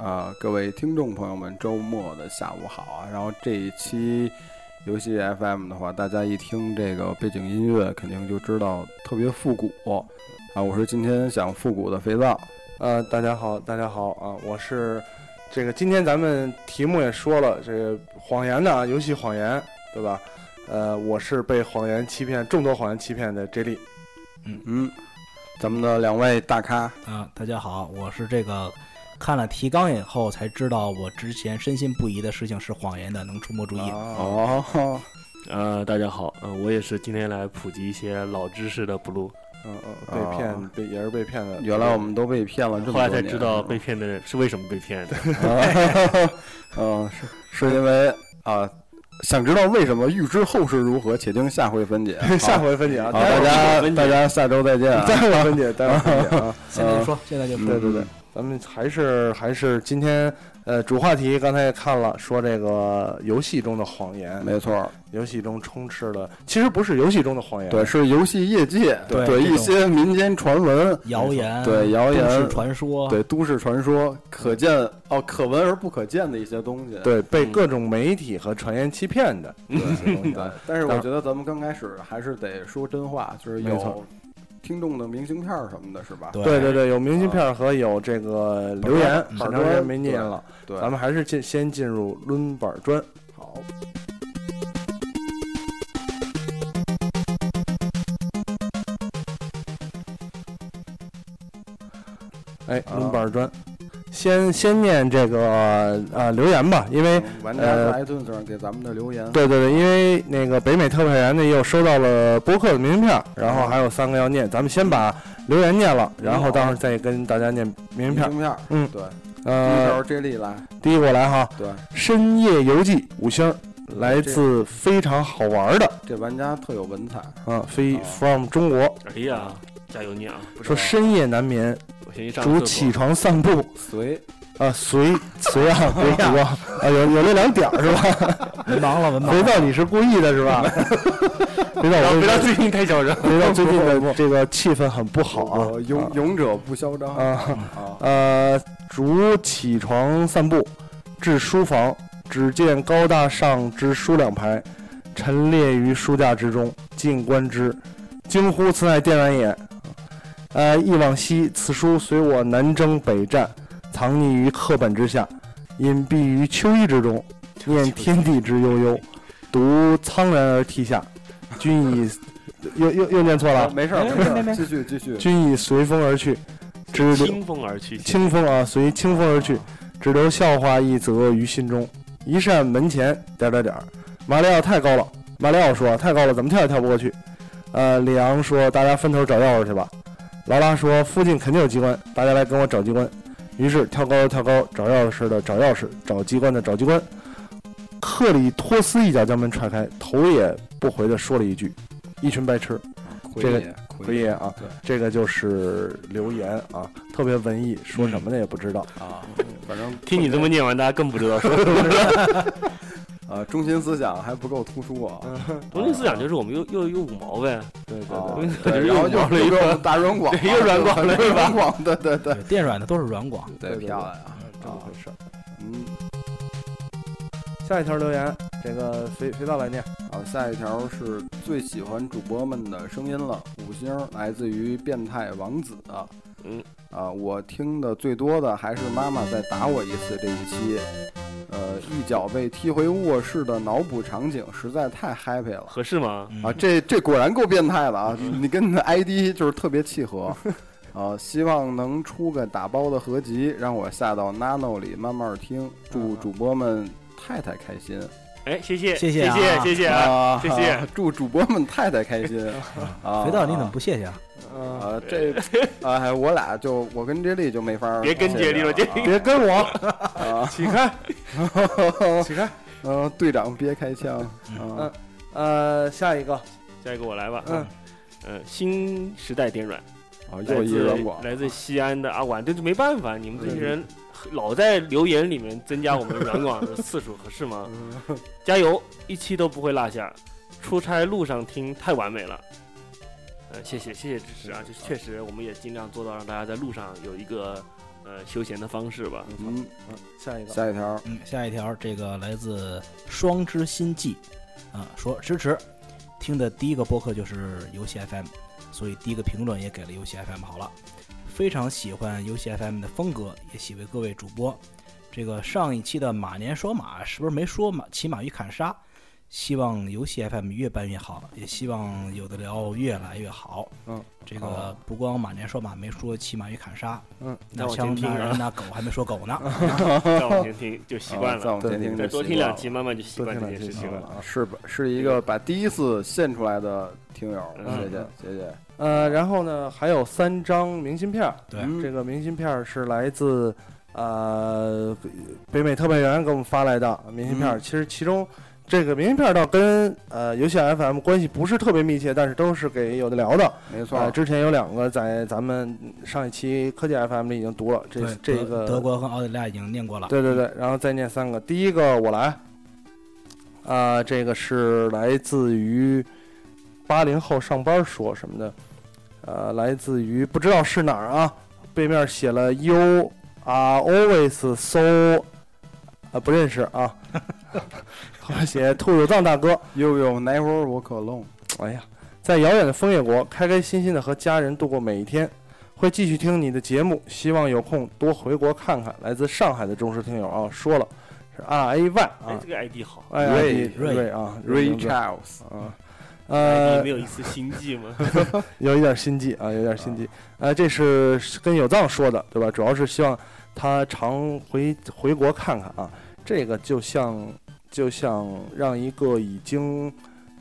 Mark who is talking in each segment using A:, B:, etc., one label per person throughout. A: 啊，各位听众朋友们，周末的下午好啊！然后这一期游戏 FM 的话，大家一听这个背景音乐，肯定就知道特别复古啊！我是今天想复古的肥皂，
B: 呃，大家好，大家好啊，我是这个今天咱们题目也说了，这个谎言的啊，游戏谎言，对吧？呃，我是被谎言欺骗，众多谎言欺骗的 J 莉，
A: 嗯，咱们的两位大咖，
C: 啊，大家好，我是这个看了提纲以后才知道，我之前深信不疑的事情是谎言的，能出没注意。
A: 啊
B: 哦，
A: 哦，
D: 呃，大家好，呃，我也是今天来普及一些老知识的 blue，
B: 嗯嗯，被骗，被也是被骗的。
A: 啊原来我们都被骗了这么
D: 后
A: 多
D: 来
A: 年，
D: 才知道被骗的人是为什么被骗的。
A: 啊， 嗯，是是因为啊，想知道为什么，预知后事如何，且听下回分解。好
B: 下回分解啊，
A: 好，
B: 待
A: 大
B: 会
A: 家大家下周再见
B: 儿
A: 啊！
B: 待会儿分解，待会儿分解啊。
C: 现
A: 嗯
C: 在就说，现在就说
B: 对，对对，咱们还是还是今天呃主话题，刚才也看了，说这个游戏中的谎言，
A: 没错，
B: 游戏中充斥了，其实不是游戏中的谎言，
A: 对，是游戏业界对
C: 对这
A: 一
C: 种
A: 些民间传闻、
C: 谣言，
A: 对谣言
C: 都市传说，
A: 对都市传说，可见哦可闻而不可见的一些东西。
B: 对，被
D: 嗯
B: 各种媒体和传言欺骗的一些东西
A: 对
B: 啊。，
A: 但是我
B: 当
A: 觉得咱们刚开始还是得说真话，就是
B: 没
A: 有
B: 错
A: 听众的明信片儿什么的，是吧？
C: 对
B: 对对对，有明信
A: 啊
B: 片和有这个留言，
A: 嗯
B: 很长时间没念了。
A: 对，
B: 咱们还是进先进入抡板砖。
A: 好。
B: 哎，
A: 啊
B: 抡板砖，先先念这个呃留言吧，因为
A: 玩家
B: 呃
A: 在 iTunes 上给咱们的留言，
B: 对对对，因为那个北美特派员呢又收到了播客的明信片，然
A: 嗯
B: 后还有三个要念，咱们先把留言念了，然后到时候再跟大家念明
A: 明
B: 信片。
A: 信片儿，
B: 嗯
A: 对，第一条
B: 呃，
A: J 莉来，
B: 第一个我来哈，
A: 对，
B: 深夜游记五星儿，来自非常好玩的
A: 这玩家特有文采，
B: 啊，非
A: 啊
B: from 中国
D: 哎呀，加油你啊！
B: 说深夜难眠，
D: 我先去上
B: 主
D: 个
B: 起
D: 厕所。
B: 床散步
A: 随
B: 啊，随随啊， 别读啊，啊有有那两点儿是 吧？
C: 文盲了，文盲
B: 肥
C: 了。
B: 皂你是故意的是 吧？肥皂
D: 然后
B: 我
D: 不
B: 跟
D: 要
B: 你
D: 最近太小声。
B: 说，肥皂最近 的这个气氛很不好啊
A: 我勇勇者不嚣张
B: 啊
A: 啊！
B: 呃，主起床散步，至书房，只见高大上之书两排，陈列于书架之中，近观之，惊呼此乃电玩也。呃，忆往昔，此书随我南征北战，藏匿于课本之下，隐蔽于秋衣之中，念天地之悠悠，独苍然而涕下，均以又又又念错了，
A: 没事儿，
C: 没
A: 没事
C: 没没
A: 儿，继续继续。
B: 均以随风而去，只留。
D: 清风而去，
B: 清风啊，随清风而去，只留笑话一则于心中。一扇门前，点儿点儿点儿，马里奥太高了。马里奥说：“太高了，怎么跳也跳不过去。”呃，里昂说：“大家分头找钥匙去吧。”劳拉说：“附近肯定有机关，大家来跟我找机关。”于是跳高的跳高，找钥匙的找钥匙，找机关的找机关。克里托斯一脚将门踹开，头也不回地说了一句：“一群白痴。”
A: 奎
B: 这个
A: 爷，
B: 奎爷啊
A: 对
B: 这个就是留言啊，特别文艺，说什么呢也不知道。
A: 啊，反正
D: 听你这么念完，大家更不知道说。
A: 啊，中心思想还不够突出啊。
D: 中心思想就是我们又又又五毛呗，
B: 对对
A: 啊
D: 对
A: 对
D: 就是
A: 然后
D: 又
A: 又
D: 往了一
A: 又给我
D: 个
A: 们大软广啊，
D: 对又软广了
A: 对
D: 是吧
A: 软广，对对对，
C: 对电软的都是软广，
A: 对，漂亮啊，
B: 这么回事儿。
A: 嗯，
B: 下一条留言，这个肥肥皂来念。
A: 好，下一条是最喜欢主播们的声音了，五星儿来自于变态王子。
D: 嗯，
A: 啊，我听的最多的还是妈妈再打我一次这一期，呃，一脚被踢回卧室的脑补场景实在太 happy 了。
D: 合适吗？
C: 嗯
A: 啊，这这果然够变态了啊！你跟你的 ID 就是特别契合，啊，希望能出个打包的合
D: 嗯
A: 集，让我下到 Nano 里慢慢听。祝主播们太太开心
D: 哎，谢谢，
C: 谢谢
D: 谢
C: 啊
D: 谢，谢谢啊！
A: 啊
D: 谢谢，
A: 祝主播们太太开心。 啊，
C: 肥皂你怎么不谢谢啊？
B: 嗯，
A: 啊？这啊，我俩就我跟杰力就没法儿
D: 别跟杰力了
A: 谢谢
D: 杰
B: 别跟我
A: 啊。
B: 起 开，起开。
A: 嗯，队长别开枪
C: 嗯
A: 啊！
B: 呃，下一个，
D: 下一个我来吧。
B: 嗯，
D: 呃，新时代电软，
A: 啊，
D: 来
A: 又一嗯软广
D: 自来自西安的阿管，这就没办法，你们这些人老在留言里面增加我们软广的次数，合 适吗？
A: 嗯
D: 加油，一期都不会落下。出差路上听太完美了。呃，谢谢谢谢支持
A: 嗯
D: 啊！就是确实，我们也尽量做到让大家在路上有一个呃休闲的方式吧。
A: 嗯，
B: 下一个，
A: 下一条，
C: 嗯，下一条这个来自双之心计，啊，说支持，听的第一个播客就是游戏 FM，所以第一个评论也给了游戏 FM 好了，非常喜欢游戏 FM 的风格，也喜为各位主播。这个上一期的马年说马是不是没说马骑马与砍杀？希望游戏 FM 越办越好，也希望有的聊越来越好。
B: 嗯，
C: 这
B: 好
C: 个
B: 啊
C: 不光马年说马没说骑马与砍杀，
B: 嗯，
C: 那
D: 再往前
C: 枪
D: 听
C: 那
D: 啊
C: 人那狗还没说狗呢。
D: 再往 前听就习惯
A: 啊再
D: 了，
A: 往前听就
D: 再多
A: 习
D: 听
A: 惯
D: 两
A: 了
D: 期，慢慢就习
B: 多
D: 惯
B: 听
D: 这
B: 两
D: 件
B: 期
D: 事
B: 习
D: 情
B: 惯
D: 了。
B: 了
A: 啊，是吧？是一个把第一次献出来的听友，
D: 嗯
A: 谢谢
B: 嗯
A: 谢谢。
B: 呃，然后呢，还有三张明信片儿，
C: 对，
A: 嗯
B: 这个明信片儿是来自呃北美特派员给我们发来的明信片儿。
A: 嗯
B: 其实其中这个明信片儿倒跟呃游戏 FM 关系不是特别密切，但是都是给有的聊的。
A: 没错
B: 呃，，之前有两个在咱们上一期科技 FM 里已经读了，这
C: 对
B: 这
C: 德
B: 个
C: 德国和澳大利亚已经念过了。
B: 对对对，然后再念三个，第一个我来，啊、这个是来自于八零后上班说什么的，呃，来自于不知道是哪儿啊，背面写了 You are always so，啊不认识啊， 后面写兔肉藏大哥，
A: 又有 Never Walk Alone，
B: 哎呀，在遥远的枫叶国，开开心心的和家人度过每一天。会继续听你的节目，希望有空多回国看看。来自上海的忠实听友啊，说了是 R A Y
D: 哎，
B: 啊
D: 这个 ID 好
B: ，I
A: Ray，
B: I D，
C: Ray
B: 瑞啊
A: Ray
B: 这个名字
A: Charles，
B: 啊，
D: ，ID
B: 呃
D: 没，有一丝心计吗？
B: 有一点心计啊，有一点心计。呃，这是跟有藏说的，对吧？主要是希望他常回回国看看啊。这个就像就像让一个已经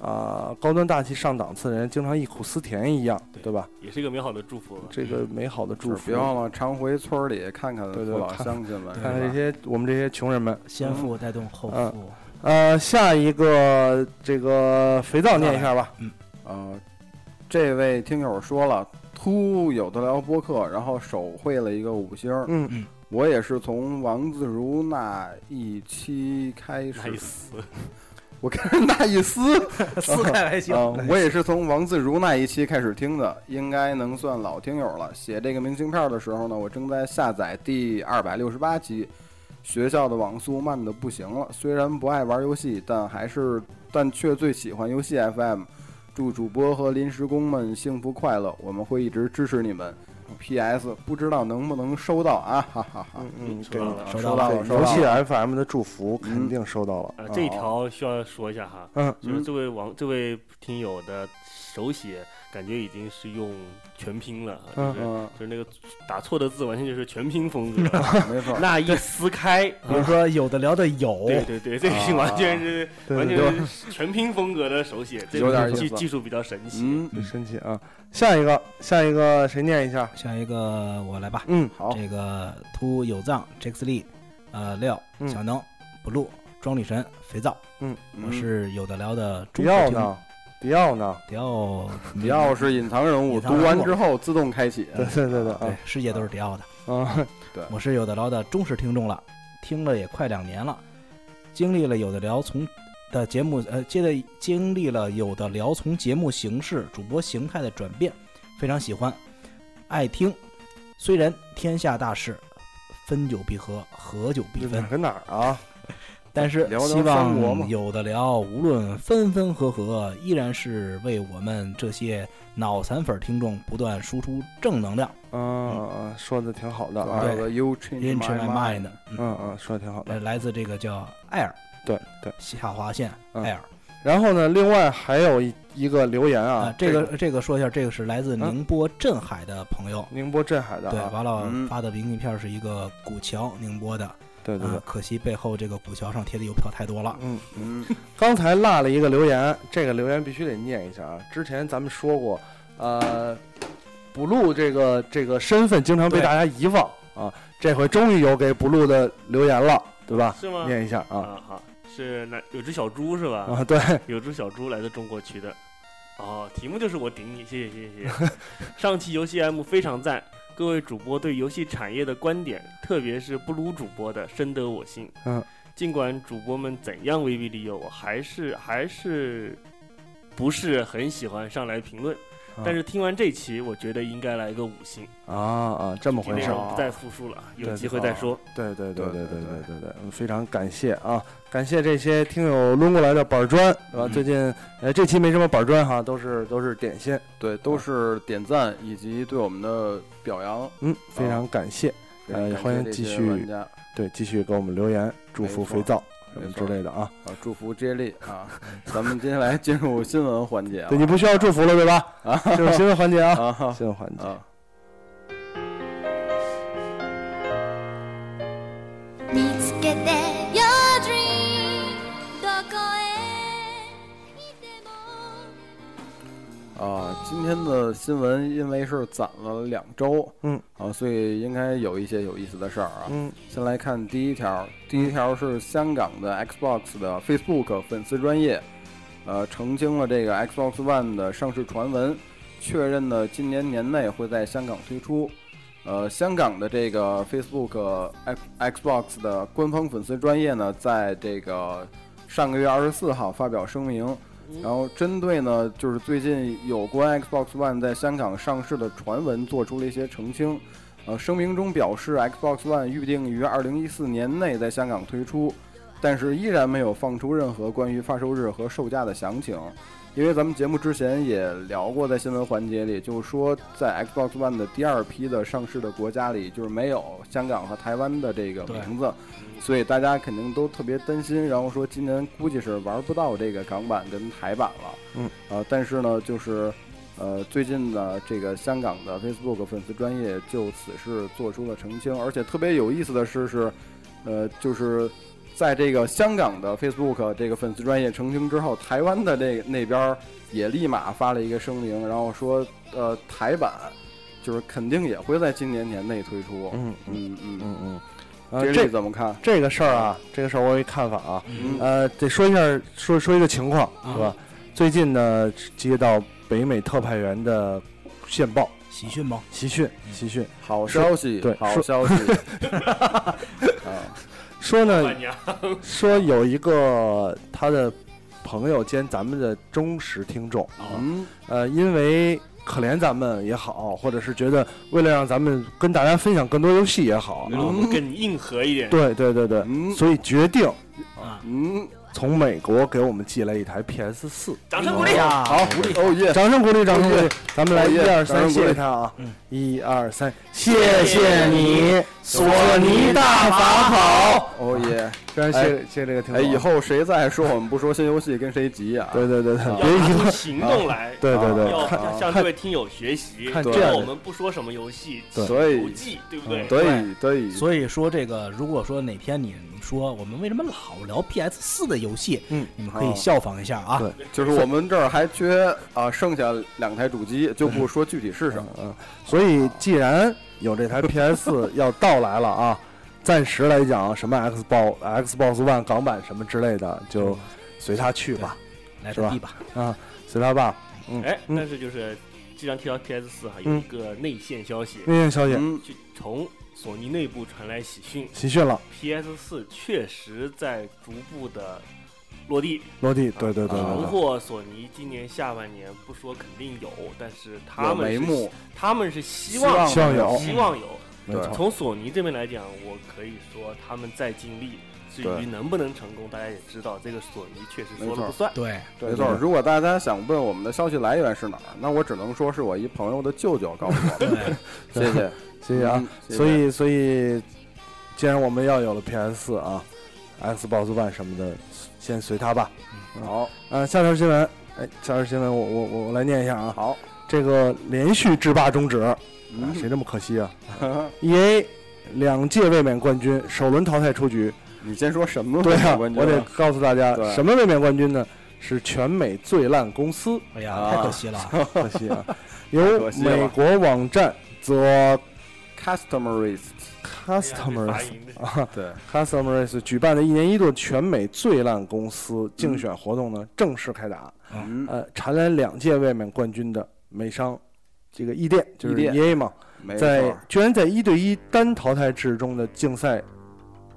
B: 啊、高端大气上档次的人经常忆苦思甜一样，
D: 对
B: 对吧？
D: 也是一个美好的祝 福吧。
B: 这个美好的
A: 嗯
B: 祝
A: 就是
B: 福，
A: 别忘了常回村里看看父
B: 对对
A: 老
B: 看
A: 乡亲们，
B: 看
A: 是
B: 看这
A: 吧
B: 些我们这些穷人们。
C: 先富带动后
B: 嗯
C: 富。
B: 呃，下一个这个肥皂念一下吧。
A: 呃，这位听友说了，突有的聊播客，然后手绘了一个五星儿。
B: 嗯
A: 我也是从王自如那一期开
D: 那一
A: 始，
D: 丝，
A: 我看那一丝
C: 撕开来 行
A: 啊、我也是从王自如那一期开始听的，应该能算老听友了。写这个明信片的时候呢，我正在下载第二百六十八集。学校的网速慢的不行了，虽然不爱玩游戏，但还是但却最喜欢游戏 FM。祝主播和临时工们幸福快乐，我们会一直支持你们。P.S. 不知道能不能收到啊，哈哈哈。
B: 嗯嗯，
D: 收
B: 给
D: 到了
A: 收
C: 到
A: 到
B: 对
A: 了，收
B: 游
A: 到
B: 戏
A: 了。
B: FM 的祝福肯定收到了。
D: 呃，这一条需要说一下哈，
B: 哦嗯
D: 就是
A: 嗯
D: 这位网这位听友的手写，感觉已经是用全拼了，
B: 嗯
D: 就是
A: 嗯，
D: 就是那个打错的字，完全就是全拼风 格。
A: 没错。
D: 那一撕开，嗯
C: 比如说有的聊的有，
D: 对对对，这个是完全是
B: 哦对
D: 完
B: 对
D: 全是全拼风格的手写，这
A: 有
D: 个
A: 点
D: 技
A: 意思
D: 技术比较神奇。
A: 嗯，
B: 对，神奇啊！下一个，下一个谁念一下？
C: 下一个我来吧。
B: 嗯，
A: 好，
C: 这个秃有藏 Jax Lee，呃，廖
B: 嗯
C: 小能 blue 庄女神肥皂，我
A: 嗯
C: 是有的聊的中
B: 迪
C: 国
B: 奥
C: 听众
B: 呢？迪奥呢？
C: 迪奥，
A: 迪奥是隐藏人物，
C: 隐藏
A: 读
C: 人物
A: 完之后自动开启。
C: 嗯
B: 对对对对
C: 对
B: 啊，
C: 世界都是迪奥的。
B: 啊！
C: 我是有的聊的忠实听众了，听了也快两年了，经历了有的聊从的节目，呃，接着经历了有的聊从节目形式、主播形态的转变，非常喜欢，爱听。虽然天下大事，分久必合，合久必
B: 这
C: 分
B: 哪，跟哪儿啊？
C: 但是
A: 聊聊
C: 希
A: 三国嘛
C: 望有的聊，无论分分合合，依然是为我们这些脑残粉听众不断输出正能量。
B: 嗯，说的挺好的啊。
A: 啊，You change
C: Into my
A: my
C: mind，嗯
B: 嗯嗯，说的挺好的
C: 呃。来自这个叫艾尔
B: 对对。
C: 下划线
B: 嗯
C: 艾尔
B: 然后呢，另外还有一一个留言啊
C: 啊，，这个这个说一下，这个是来自
B: 嗯啊
C: 宁波镇海的朋友，
B: 宁波镇海的
C: 对，
B: 啊，
C: 完了
A: 嗯
C: 发的明信片是一个古桥宁波的，
B: 对对对
C: 啊，，可惜背后这个古桥上贴的邮票太多了。
B: 嗯，
A: 嗯
B: 刚才落了一个留言，这个留言必须得念一下啊。之前咱们说过，呃，补录这个这个身份经常被
D: 对
B: 大家遗忘啊，这回终于有给补录的留言了，对吧？
D: 是吗？
B: 念一下啊
D: 啊，好，是那有只小猪是吧？
B: 啊，对，
D: 有只小猪来自中国区的。哦，题目就是我顶你，谢谢谢谢谢谢。 上期游戏 M 非常赞，各位主播对游戏产业的观点，特别是不撸主播的，深得我心。
B: 嗯，
D: 尽管主播们怎样威逼利诱，我还是还是不是很喜欢上来评论。
B: 啊
D: 但是听完这期，我觉得应该来个五星。
B: 啊啊，这么
D: 这
B: 回
D: 内
B: 事儿
D: 容
B: 啊
D: 不。再复述了，有
B: 对
D: 机会再说。
B: 对对对对
A: 对
B: 对
A: 对
B: 对对对，非常感谢啊！感谢这些听友抡过来的板砖，对吧？
A: 嗯
B: 最近呃这期没什么板砖哈，都是都是点心，
A: 对，都是点赞以及对我们的表扬。
B: 嗯，非常感谢。
A: 非常
B: 哎
A: 感谢
B: 欢迎
A: 这
B: 继
A: 些
B: 续
A: 玩家啊，
B: 对，继续给我们留言，祝福
A: 没错
B: 肥皂什
A: 没
B: 么之
A: 错
B: 类的啊。
A: 祝福 J 莉啊！咱们接下来进入新闻环节啊
B: 对你不需要祝福了，对吧？
A: 啊
B: 进入新的环节啊，
A: 啊
B: 新的环节。
A: 啊！
E: 見つけて Your dream どこへいても
A: 啊，今天的新闻因为是攒了两周，
B: 嗯，
A: 啊，所以应该有一些有意思的事儿啊。
B: 嗯
A: 先来看第一条，第一条是香港的 Xbox 的 Facebook 粉丝专业，呃，澄清了这个 Xbox One 的上市传闻，确认呢今年年内会在香港推出。呃，香港的这个 Facebook X Xbox 的官方粉丝专业呢，在这个上个月二十四号发表声明，然后针对呢，就是最近有关 Xbox One 在香港上市的传闻做出了一些澄清。呃，声明中表示，Xbox One 预定于二零一四年内在香港推出，但是依然没有放出任何关于发售日和售价的详情。因为咱们节目之前也聊过，在新闻环节里，就是说在 Xbox One 的第二批的上市的国家里，就是没有香港和台湾的这个
C: 对
A: 名字，所以大家肯定都特别担心。然后说今年估计是玩不到这个港版跟台版了。
B: 嗯，
A: 呃，但是呢，就是呃，最近呢，这个香港的 Facebook 粉丝专业就此事做出了澄清，而且特别有意思的是是，呃，就是在这个香港的 Facebook 这个粉丝专业澄清之后，台湾的这个那边儿也立马发了一个声明，然后说，呃，台版就是肯定也会在今年年内推出。
B: 嗯
A: 嗯
B: 嗯
A: 嗯，
B: 嗯嗯。
A: 这
B: 呃，
A: 里
B: 这
A: 怎么看？
B: 这个事儿啊，这个事儿我有一看法啊，
A: 嗯
B: 呃，得说一下，说说一个情况，
C: 啊
B: 是吧？最近呢，接到北美特派员的线报，
C: 喜讯吗？
B: 喜讯，
C: 嗯
B: 喜讯，
A: 好消息，
B: 对
A: 好
B: 说
A: 消息。啊，
B: 说呢，
D: 伴娘，
B: 说有一个他的朋友兼咱们的忠实听众，
A: 嗯，
B: 呃，因为可怜咱们也好，或者是觉得为了让咱们跟大家分享更多游戏也好，啊
D: 然后我们更硬核一点。
B: 嗯对对对对，
A: 嗯
B: 所以决定
C: 啊，
A: 嗯，
B: 从美国给我们寄来一台 PS 四。
D: 掌声鼓
C: 哎
D: 励。
B: 呀，
A: 好，哦耶，
B: 掌声鼓励，掌声鼓励，咱们来
A: 好
B: 一
A: 耶
B: 二
A: 掌
B: 三，
A: 声鼓
B: 谢
A: 励
B: 谢他啊
C: 嗯！
B: 一二三，谢谢你，索尼大法宝。
A: 哦 耶。
B: 非常谢谢谢谢这个听
A: 哎，以
B: 众啊。
A: 后谁再说我们不说新游戏，跟谁急啊？
B: 对对对对，
D: 要
B: 别
D: 拿
B: 以
D: 出
B: 后，
D: 行动来，
B: 对对对，
D: 要
B: 看
D: 向向各位听友学习。
B: 看
D: 以
A: 这样嗯
D: 后
B: 的
D: 我们不说什么游戏，
B: 对
A: 所
D: 游
A: 以，
D: 记，对不对？
A: 所以，所以，
C: 所以说这个，如果说哪天你你说我们为什么老聊 PS 四的游戏，
B: 嗯，
C: 你们可以
A: 哦
C: 效仿一下啊。
B: 对
A: 就是我们这儿还缺啊，剩下两台主机，就不说具体是什么。
B: 嗯，所以既然有这 台 PS 要到来了啊，暂时来讲，什么 Xbox、Xbox One 港版什么之类的，就随他去吧，
C: 嗯来
B: 哦是吧
C: 个 D 吧，
A: 嗯
B: 啊，随他吧。嗯，
D: 哎，
B: 嗯
D: 但是就是，既然提到 PS 四哈，有
B: 嗯
D: 一个内线消息，
B: 那燕小姐，
A: 嗯，
D: 就从索尼内部传来喜讯
B: 喜讯了，
D: ，PS 四确实在逐步的落地，
B: 落地，对对对
A: 啊
B: 对
D: 荣
B: 对，
D: 获索尼今年下半年不说肯定有，但是他
A: 有
D: 们
A: 眉
D: 是
A: 目，
D: 他们是希
A: 希
D: 望
A: 望
B: 希望有
D: 希望有。
B: 没
A: 对
B: 错。
D: 从索尼这边来讲，我可以说他们在尽力，至
A: 对
D: 于能不能成功，大家也知道，这个索尼确实说
A: 没
D: 了
A: 错
D: 不算。
C: 对，
A: 没错。如果大家想问我们的消息来源是哪儿，那我只能说是我一朋友的舅舅告诉我的。
C: 对，
A: 谢谢，
B: 谢谢啊
A: 嗯。谢谢
B: 所以，所以，既然我们要有了 PS 四啊，Xbox One 什么的，先随它吧。
A: 好，
B: 啊，下条新闻，哎，下条新闻我我我我来念一下啊。
A: 好，
B: 这个连续制霸终止，啊，
A: 嗯
B: 谁这么可惜啊？EA 两届卫冕冠军，首轮淘汰出 局。
A: 你先说什么
B: 对啊，
A: 冠军
B: 我得
A: 吧
B: 告诉大家
A: 对，
B: 什么卫冕冠军呢？是全美最烂公司，
C: 哎呀，
A: 啊
C: 太可惜了。
B: 可 惜啊，
A: 太
B: 由
A: 可惜了
B: 美国网站 The
A: Customerist，
D: 发
A: 哎
B: Customers
D: 音的
B: 啊
A: 对，
B: Customers 举办的一年一度全美最烂公司竞选活动呢正式开打，
A: 嗯，
B: 呃，蝉联两届卫冕冠军的美商。这个伊甸就是
A: 伊甸
B: EA 嘛，
A: 没错
B: 在居然在一对一单淘汰制中的竞赛，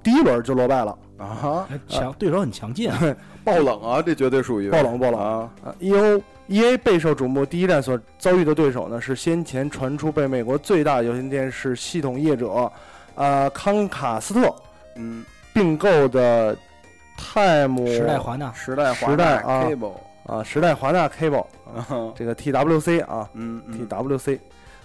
B: 第一轮就落败了，
A: 啊，
C: 哎强对手很强劲啊，
A: 爆冷啊，这绝对属于
B: 爆冷爆冷
A: 啊，
B: 啊，E.O. E.A. 备受瞩目，第一站所遭遇的对手呢是先前传出被美国最大有线电视系统业者，呃康卡斯特
A: 嗯，
B: 并购的泰姆
C: 时代华纳
A: 时代华
B: 时代
A: 纳
B: 啊
A: Cable，
B: 啊时代华纳 Cable
A: 啊
B: 这个 T.W.C 啊
A: 嗯嗯
B: T.W.C，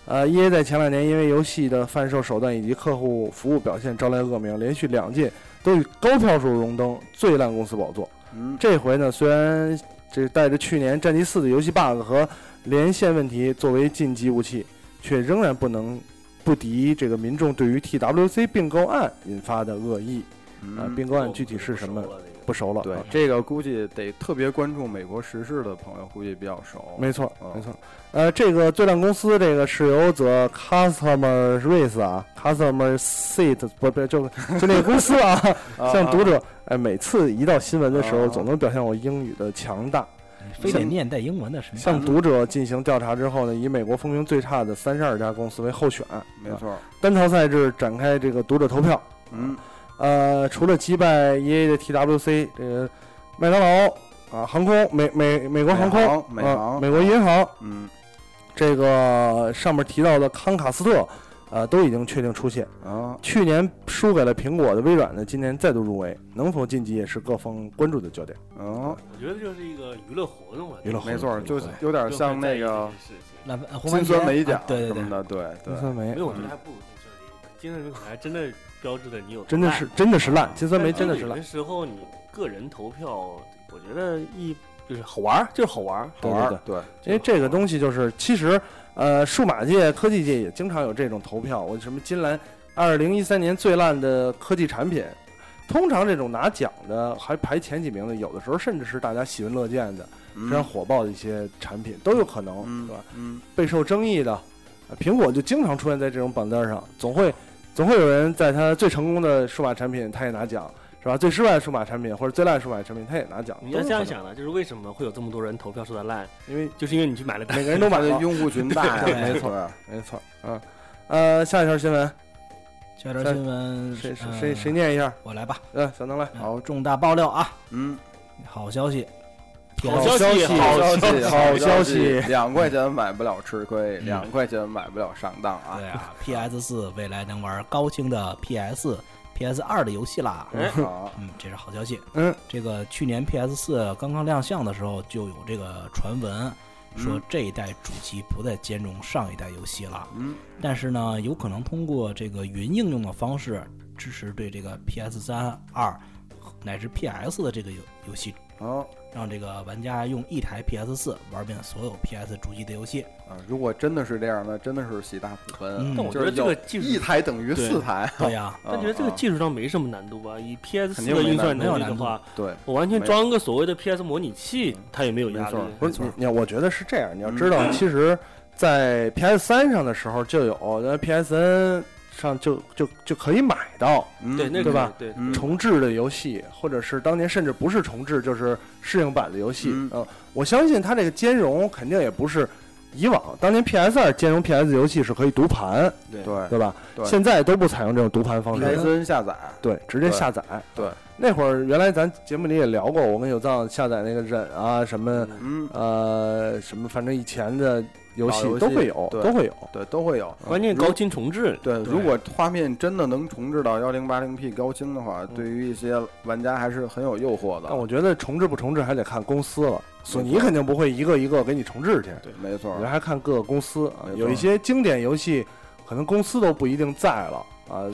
B: 呃 E.A. 在前两年因为游戏的贩售手段以及客户服务表现招来恶名，连续两届都以高票数荣登最烂公司宝座。
A: 嗯，
B: 这回呢，虽然这带着去年《战地四》的游戏 bug 和连线问题作为晋级武器，却仍然不能不敌这个民众对于 TWC 并购案引发的恶意。啊、
A: 嗯
B: 并购案具体是什么不熟了。
A: 对
B: 啊，
A: 这个估计得特别关注美国时事的朋友估计比较熟，
B: 没错
A: 哦，
B: 没错。呃，这个最烂公司这个是由则 Customer Race 啊，Customer Seat 不不就就那个公司啊，
A: 啊
B: 像读者哎，每次一到新闻的时候，
A: 啊
B: 总能表现我英语的强大。
C: 非得念带英文的什
A: 嗯
C: 么？
B: 向读者进行调查之后呢，以美国风评最差的三十二家公司为候选，
A: 没错，
B: 单淘赛制展开这个读者投票。
A: 嗯，
B: 呃，除了击败 EA 的 TWC，这个麦当劳啊，航空美美美国航空
A: 美
B: 啊、
A: 航，
B: 美国银行，
A: 嗯
B: 这个上面提到的康卡斯特，呃，都已经确定出现。
A: 啊，
B: 去年输给了苹果的微软呢，今年再度入围，能否晋级也是各方关注的焦点。
A: 哦，
D: 我觉得就是一个娱乐活动了，
C: 娱乐活动
A: 没错，就
C: 对对
A: 有点
D: 就
A: 像
D: 会在
A: 那
D: 意
A: 个
D: 这件事情
C: 烂番红番
A: 金酸
C: 茄
A: 梅
C: 啊
A: 奖
C: 对
A: 什
C: 对
A: 么
C: 对，
A: 的，对
B: 金
A: 对，
B: 酸梅
D: 没有，我觉得还不如就是精神可能还真的标志着你有多
B: 真的
D: 烂
B: 是真的是烂，金酸梅
D: 但
B: 真的
D: 就有
B: 是烂。
D: 的时候你个人投票，我觉得意义就是好玩儿，就是好玩儿，
A: 好
B: 对
A: 玩
B: 对
A: 儿，对，
B: 因为这个东西就是，其实呃，数码界、科技界也经常有这种投票。我什么金兰二零一三年最烂的科技产品，通常这种拿奖的还排前几名的，有的时候甚至是大家喜闻乐见的、非常
A: 嗯
B: 火爆的一些产品都有可能，
A: 嗯
B: 对吧？
A: 嗯，
B: 备受争议的，呃苹果就经常出现在这种榜单上，总会总会有人在它最成功的数码产品，它也拿奖。是吧？最失败的数码产品或者最烂的数码产品，它也拿奖。
D: 你
B: 都
D: 要
B: 有
D: 这样
B: 可能，
D: 想的，就是为什么会有这么多人投票说它烂，
B: 因为
D: 就是因为你去买了单
B: 每。个人都买
A: 它的
B: 了。
A: 拥护群大 呀，
C: 对
A: 没错，
B: 没错，啊，呃，下一条新闻，
C: 下条新闻
B: 谁谁
C: 呃
B: 谁谁念一下？
C: 我来吧。
B: 呃，小能来，
C: 好，重大爆料啊！
A: 嗯，
C: 好消息，
D: 好
C: PS
D: 消息好消息
A: 息，
B: 好消息嗯
A: 两块钱买不了吃亏，两块钱买不了上当啊
C: 对，啊，PS 四未来能玩高清的 PS、PS 二的游戏啦。
D: 哎
A: 好，
C: 嗯，这是好消息。
B: 嗯，
C: 这个去年 PS 四刚刚亮相的时候，就有这个传闻说
A: 嗯
C: 这一代主机不再兼容上一代游戏了，
A: 嗯
C: 但是呢，有可能通过这个云应用的方式支持对这个 PS 三、二乃至 PS 的这个游游戏，
A: 好。
C: 让这个玩家用一台 PS 四玩遍所有 PS 主机的 游戏。
A: 啊，如果真的是这样，那真的是喜大普奔啊。
C: 嗯但
D: 我
A: 就是
D: 觉得这
A: 有
D: 个技术
A: 一台等于四台，
C: 对呀、
A: 啊
D: 但觉得这个
A: 啊
D: 技术上没什么难度吧？以 PS
A: 肯
D: 四
A: 定
D: 的
A: 没
D: 运
A: 难
D: 算
C: 度没有
D: 能力
C: 难
D: 的
C: 度
D: 话，
A: 对，
D: 我完全
A: 没嗯
D: 装个所谓的 PS 模拟器，它也没嗯有
A: 没
D: 压力嗯
A: 错。
B: 不是你，你我觉得是这样，你要知道，其实，在 PS 三上的时候就有，那 PSN 上就就就可以买到
A: 嗯
D: 对，那
B: 对
D: 个
B: 吧？
D: 对，
A: 嗯
B: 重置的游戏，或者是当年甚至不是重置，就是适应版的游戏。
A: 嗯
B: 呃我相信它这个兼容肯定也不是以往当年 PS 二兼容 PS 游戏是可以读盘，
A: 对
B: 对吧？
A: 哎对
B: 现在都不采用这种读盘方式了。
A: ，PSN 下载，
B: 对，直接
A: 对
B: 下载。
A: 对，
B: 那会儿原来咱节目里也聊过，我跟有藏下载那个忍啊什么，
A: 嗯，
B: 呃什么，反正以前的游戏
A: 老游戏
B: 都会有，
A: 对
B: 都会有。
A: 对，都会有。
D: 关键高清重置，
A: 对，
C: 对
A: 如果画面真的能重置到幺零八零 P 高清的话，对于一些玩家还是很有诱惑
B: 但
A: 的。
B: 我觉得重置不重置还得看公司了，索尼
A: 没错
B: 肯定不会一个一个给你重置去，
A: 对，没错
B: 我觉得，还看各个公司啊
A: 没。错
B: 有一些经典游戏，可能公司都不一定在了啊，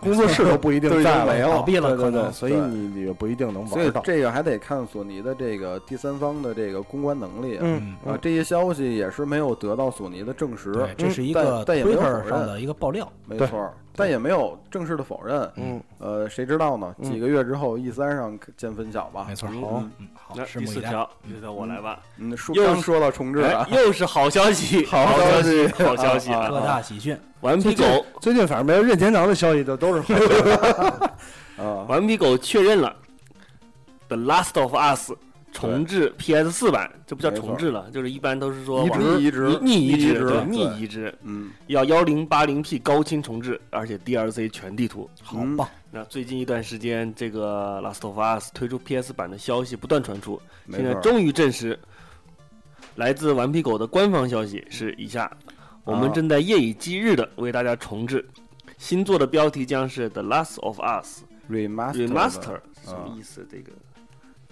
B: 工作室都不一定
A: 都已经
B: 在啊
A: 没了
C: 倒闭了
B: 对对
C: 可能
B: 对，所以
A: 对
B: 你也不一定能
A: 所以
B: 玩到。
A: 这个还得看索尼的这个第三方的这个公关能力。
B: 嗯
A: 啊，这些消息也是没有得到索尼的证实，
C: 对，这是一
A: 但
C: 个
A: 但也没有
C: Twitter
A: 否
C: 上
A: 认
C: 的一个爆料。
A: 没
B: 对
A: 错儿，但也没有正式的否认。
B: 嗯，
A: 呃，谁知道呢？
B: 嗯
A: 几个月之后，E 三上见分晓吧
C: 没。错，
D: 好
A: 嗯
C: 嗯，好，
D: 那
C: 拭
D: 第
C: 目以
D: 四
C: 待。
D: 条，第四条我来吧。
A: 嗯，说
D: 又
A: 刚
D: 是
A: 说到重置
D: 哎
A: 了，，啊
D: 又是好消 息，好
A: 消息
D: 息，好消息
A: 啊
D: 啊！
C: 各大喜讯，
D: 顽皮狗，
B: 最近反正没有任天堂的消息，就都是好 的
A: 啊，
D: 顽皮狗确认了《The Last of Us》重置 PS 四版，这不叫
A: 没错
D: 重置了，就是一般都是说
A: 移
D: 往
A: 植移植
D: 逆
A: 移
D: 移植
A: 植
D: 对
A: 对
D: 逆移植，
A: 嗯，
D: 要幺零八零 P 高清重置，而且 DLC 全地图。
C: 好
A: 嗯
C: 棒，
D: 那最近一段时间，这个《Last of Us》推出 PS 版的消息不断传出，
A: 嗯没
D: 现在
A: 错
D: 终于证实，来自顽皮狗的官方消息是以下：我
A: 哦
D: 们正在夜以继日的为大家重置新作的标题将是《The Last of Us
A: remaster
D: Remaster》，什
A: 啊
D: 么意思？这个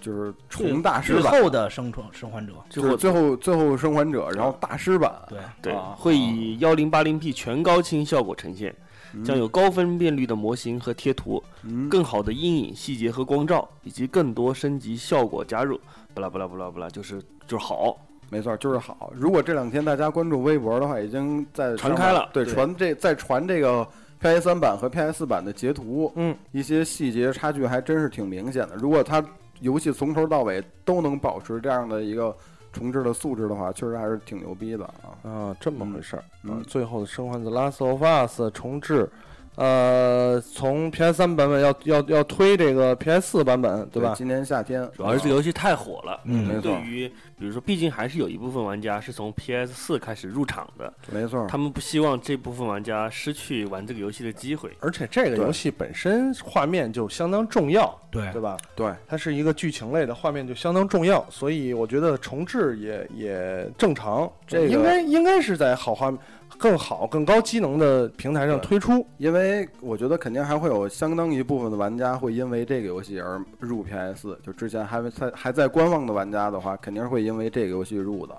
A: 就是啊重大师
C: 日
A: 版，
C: 后的生存生还者，
A: 就
D: 最
A: 是
D: 后
A: 最后最后生还者，然后大师版，
C: 对，
D: 对
A: 啊
D: 会以幺零八零 P 全高清效果呈现，
A: 嗯
D: 将有高分辨率的模型和贴图，
A: 嗯
D: 更好的阴影细节和光照，以及更多升级效果加入。不啦不啦不啦不啦，就是就是好，
A: 没错，就是好。如果这两天大家关注微博的话，已经在上
D: 传
A: 面
D: 开了
A: 对，
D: 对
A: 传这在传这个 PS 三版和 PS 四版的截图，
B: 嗯，
A: 一些细节差距还真是挺明显的。如果它游戏从头到尾都能保持这样的一个重置的素质的话，确实还是挺牛逼的啊。
B: 啊，这么回事儿、
A: 嗯
B: 啊。最后的生还者 Last of Us 重置，呃，从 PS 三版本要要要推这个 PS 四版本，对吧？
A: 今年夏天啊
D: 主要是这个游戏太火了。
A: 嗯没错
C: 嗯，
D: 对于，比如说，毕竟还是有一部分玩家是从 PS 四开始入场的，
A: 没错，
D: 他们不希望这部分玩家失去玩这个游戏的机会。
B: 而且这个
A: 对
B: 游戏本身画面就相当重要，
C: 对
B: 对吧？
A: 哎对，
B: 它是一个剧情类的，画面就相当重要，所以我觉得重置也也正常，
A: 这个
B: 应该应该是在好画面、更好、更高机能的平台上
A: 对
B: 推出。
A: 因为我觉得肯定还会有相当一部分的玩家会因为这个游戏而入 PS，就之前还没在还在观望的玩家的话，肯定是会因为这个游戏入的。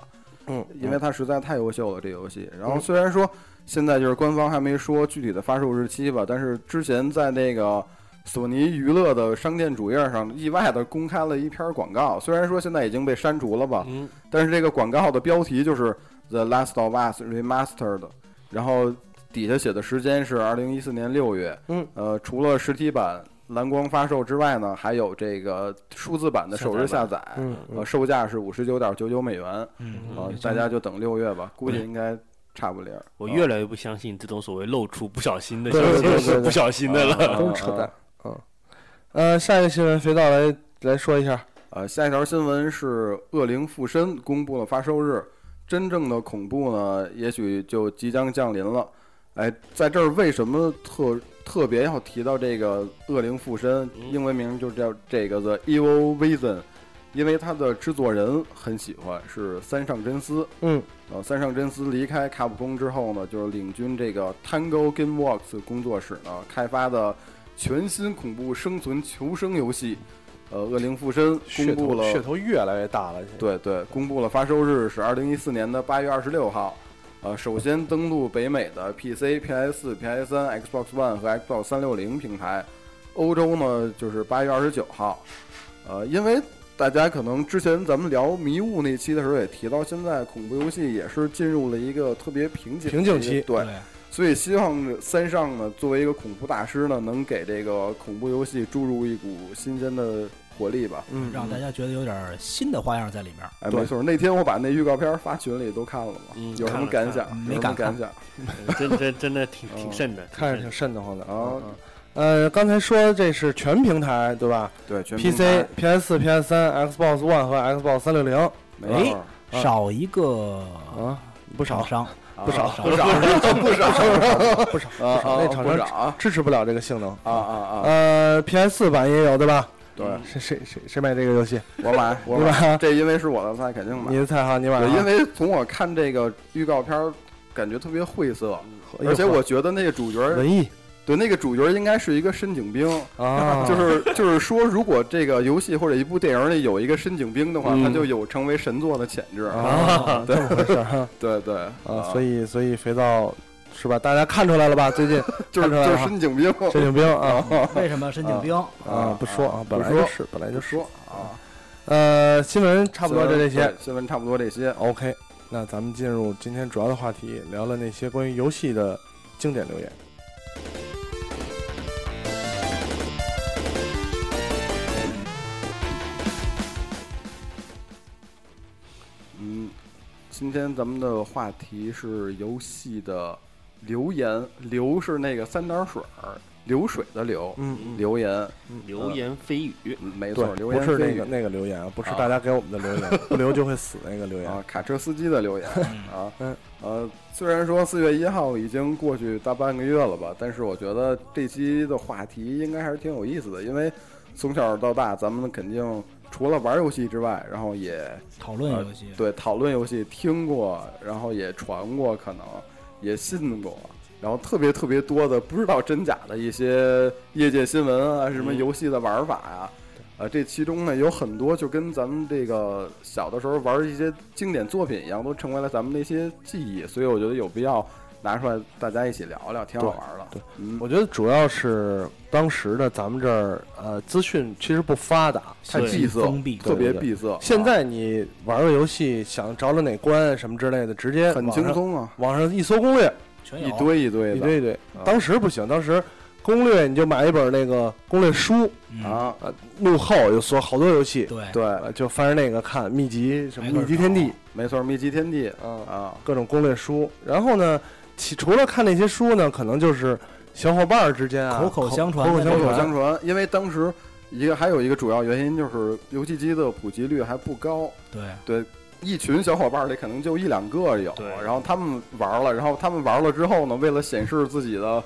B: 嗯，
A: 因为它实在太优秀了这游戏。然后
B: 嗯
A: 虽然说现在就是官方还没说具体的发售日期吧，但是之前在那个索尼娱乐的商店主页上意外的公开了一篇广告，虽然说现在已经被删除了吧，
D: 嗯，
A: 但是这个广告的标题就是《The Last of Us Remastered》，然后底下写的时间是二零一四年六月。
B: 嗯，
A: 呃，除了实体版蓝光发售之外呢，还有这个数字版的首日下载，
B: 嗯
A: 呃，售价是五十九点九九美元。
C: 嗯，
A: 啊，大家就等六月吧，估计应该差不离儿。啊
D: 我越来越不相信这种所谓露出不小心的
B: 对对对
D: 消息
B: 对啊
D: 是
B: 对
D: 不小心的了。
A: 了
B: 都是扯淡。嗯，呃，下一个新闻，肥皂来来说一下。
A: 呃，下一条新闻是《恶灵附身》公布了发售日，真正的恐怖呢，也许就即将降临了。哎，在这儿为什么特特别要提到这个《恶灵附身》？
D: 嗯
A: 英文名就叫这个 The Evil Within，因为它的制作人很喜欢是三上真司。
B: 嗯，
A: 呃，三上真司离开卡普空之后呢，就是领军这个 Tango GameWorks 工作室呢开发的全新恐怖生存求生游戏，呃，《恶灵附身》
B: 噱
A: 公布
B: 头
A: 了，
B: 噱头越来越大了。现在，
A: 对对，公布了发售日是二零一四年的八月二十六号。呃，首先登陆北美的 PC、PS、PS 三、Xbox One 和 Xbox 三六零平台，欧洲呢就是八月二十九号。呃，因为大家可能之前咱们聊《迷雾》那期的时候也提到，现在恐怖游戏也是进入了一个特别瓶颈的
B: 瓶颈
A: 一个
B: 期
A: 对，所以希望三上呢作为一个恐怖大师呢，能给这个恐怖游戏注入一股新鲜的活力吧。
B: 嗯，
C: 让大家觉得有点新的花样在里面。
A: 哎，
B: 对
A: 没错，那天我把那预告片发群里都看了嘛，
D: 嗯
A: 有什么
D: 看了
A: 感想
C: 看了？
A: 有
C: 没
A: 什么
C: 敢
A: 感
C: 看
A: 想？
D: 真真真的挺挺
A: 嗯
D: 慎的，
B: 看着挺
D: 挺
B: 瘆得慌的
A: 啊
B: 嗯嗯呃，刚才说这是全平台对吧
A: 对，全平
B: ？PC
A: 台、
B: PS 4 PS 三、Xbox One 和 Xbox 三六零
A: 没错，
B: 啊
C: 少一个
B: 啊，不
C: 厂
B: 少
C: 商，
A: 啊
B: 不少
A: 不少 不少
B: 不少，
A: 啊啊
B: 那
A: 啊
B: 厂
A: 不
B: 商
A: 少啊
B: 支持不了这个性能
A: 啊。 啊啊！
B: 呃，PS 四版也有对吧？
A: 对，
B: 谁谁谁谁买这个游戏？
A: 我买我
B: 你
A: 买，
B: 买
A: 这因为是我的菜，肯定买
B: 你。的菜哈，你买啊
A: 对，
B: 哈。
A: 因为从我看这个预告片儿，感觉特别晦涩，
B: 哎呦
A: 而且我觉得那个主角儿，
B: 文艺
A: 对那个主角儿应该是一个申警兵。
B: 啊，
A: 就是就是说，如果这个游戏或者一部电影里有一个申警兵的话，
D: 嗯
A: 他就有成为神作的潜质。
B: 啊，这么回事儿 哈。
A: 对对
B: 啊，所以所以肥皂是吧？大家看出来了吧？最近
A: 就是
B: 看出来
A: 就是
B: 了哈
A: 申警兵，
B: 申请兵啊
C: 为什么申请兵？
B: 啊，不说啊，
A: 哦不
B: 本来就
A: 说
B: 是本来
A: 就
B: 就是
A: 说啊，
B: 呃，新闻差不多就这
A: 新闻
B: 些。
A: 对新闻差不多这些。
B: OK，那咱们进入今天主要的话题，聊了那些关于游戏的经典留言。
A: 今天咱们的话题是游戏的留言，流是那个三点水儿，流水的流，
B: 嗯，
A: 留言，
D: 流言蜚语，
A: 嗯没
B: 对
A: 错，，流
B: 不
A: 言
B: 是
A: 蜚
B: 那
A: 语
B: 个那个留言啊，不是
A: 啊
B: 大家给我们的留 言，不留就会死那个留言。
A: 啊，卡车司机的留言
C: 嗯
A: 啊
B: 嗯，
A: 呃，虽然说四月一号已经过去大半个月了吧，但是我觉得这期的话题应该还是挺有意思的，因为从小到大咱们肯定除了玩游戏之外，然后也
C: 讨论游戏，
A: 啊对讨论游戏听过，然后也传过，可能也信过。然后特别特别多的不知道真假的一些业界新闻啊，什么
D: 嗯
A: 游戏的玩法呀、呃，这其中呢有很多就跟咱们这个小的时候玩一些经典作品一样，都成为了咱们的一些记忆，所以我觉得有必要拿出来大家一起聊聊，挺好玩的。
B: 对
A: 嗯，
B: 我觉得主要是当时的咱们这儿呃资讯其实不发达，
A: 太
C: 对
A: 闭塞
C: 封闭，
A: 特别
B: 对对
A: 闭塞。
B: 现
A: 啊
B: 在你玩个游戏想着了哪关什么之类的，直接
A: 很
B: 网
A: 轻
B: 上，
A: 松啊，
B: 网上一搜攻略，
C: 全有
A: 一堆一堆
B: 一
A: 的
B: 堆一堆
A: 啊。
B: 当时不行，当时攻略你就买一本那个攻略书，
C: 嗯
A: 啊，
B: 幕后有所好多游戏，
C: 对，
A: 对，
B: 呃就翻着那个看秘籍什么
C: 挨个
B: 秘籍天地
A: 没错，秘籍天地
B: 啊，
A: 啊，
B: 各种攻略书。然后呢，其除了看那些书呢，可能就是小伙伴儿之间啊
C: 口口相传
B: 口口
C: 的那
B: 相
A: 口
C: 种
A: 口
B: 传，
A: 相传，因为当时一个还有一个主要原因就是游戏机的普及率还不高，
C: 对，
A: 一群小伙伴里可能就一两个有
D: 对，
A: 然后他们玩了，然后他们玩了之后呢，为了显示自己的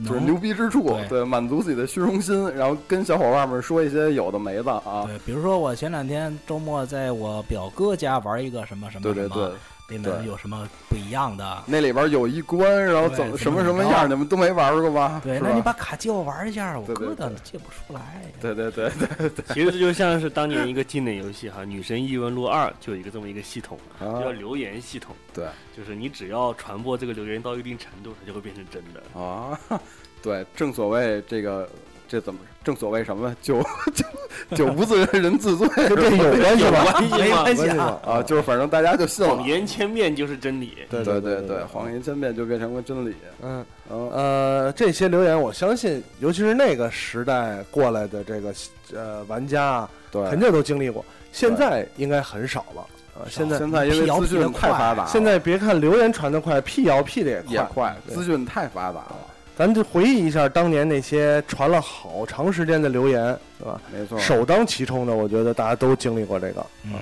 A: 就是
C: 能
A: 牛逼之处，
C: 对
A: 对，满足自己的虚荣心，然后跟小伙伴们说一些有的没的啊，
C: 对，比如说我前两天周末在我表哥家玩一个什么什么
A: 对对
C: 什么，
A: 对，
C: 里
A: 对嗯
C: 面有什么不一样的？
A: 那里边有一关，然后怎么
C: 对
A: 什么
C: 怎
A: 什
C: 么
A: 么
C: 着
A: 样，你们都没玩过吧？
C: 对，
A: 是
C: 那你
A: 吧？
C: 把卡借我玩一下，我
A: 对对
C: 疙瘩
A: 对
C: 借不出来。
A: 对对对，
D: 其实这就像是当年一个经典游戏哈，《女神异闻录二》就有一个这么一个系统，
A: 啊
D: 叫留言系统。
A: 对，
D: 就是你只要传播这个留言到一定程度，它就会变成真的。
A: 啊， 对，正所谓这个。这怎么正所谓什么酒 酒酒不醉人自醉，
B: 就这有关系啊吧？
D: 关系
C: 没
D: 吗
C: 关
B: 关
C: 系
B: 系
C: 啊，
B: 吧？
A: 啊，就是反正大家就信了。
D: 谎言千面就是真理。
B: 对
A: 对
B: 对
A: 对，谎言千遍就变成了真理。
B: 嗯
A: 嗯，
B: 呃，这些留言我相信，尤其是那个时代过来的这个呃玩家啊，
A: 对，
B: 肯定都经历过。现在应该很少了啊、呃现在
A: 现在因为资讯太发达了，
B: 现在别看留言传得快，辟谣辟的也
A: 也
B: 快。
A: 快，
B: 对
A: 资讯太发达了，
B: 咱就回忆一下当年那些传了好长时间的留言，对吧？
A: 没错。
B: 首当其冲的，我觉得大家都经历过这个，啊
C: 嗯，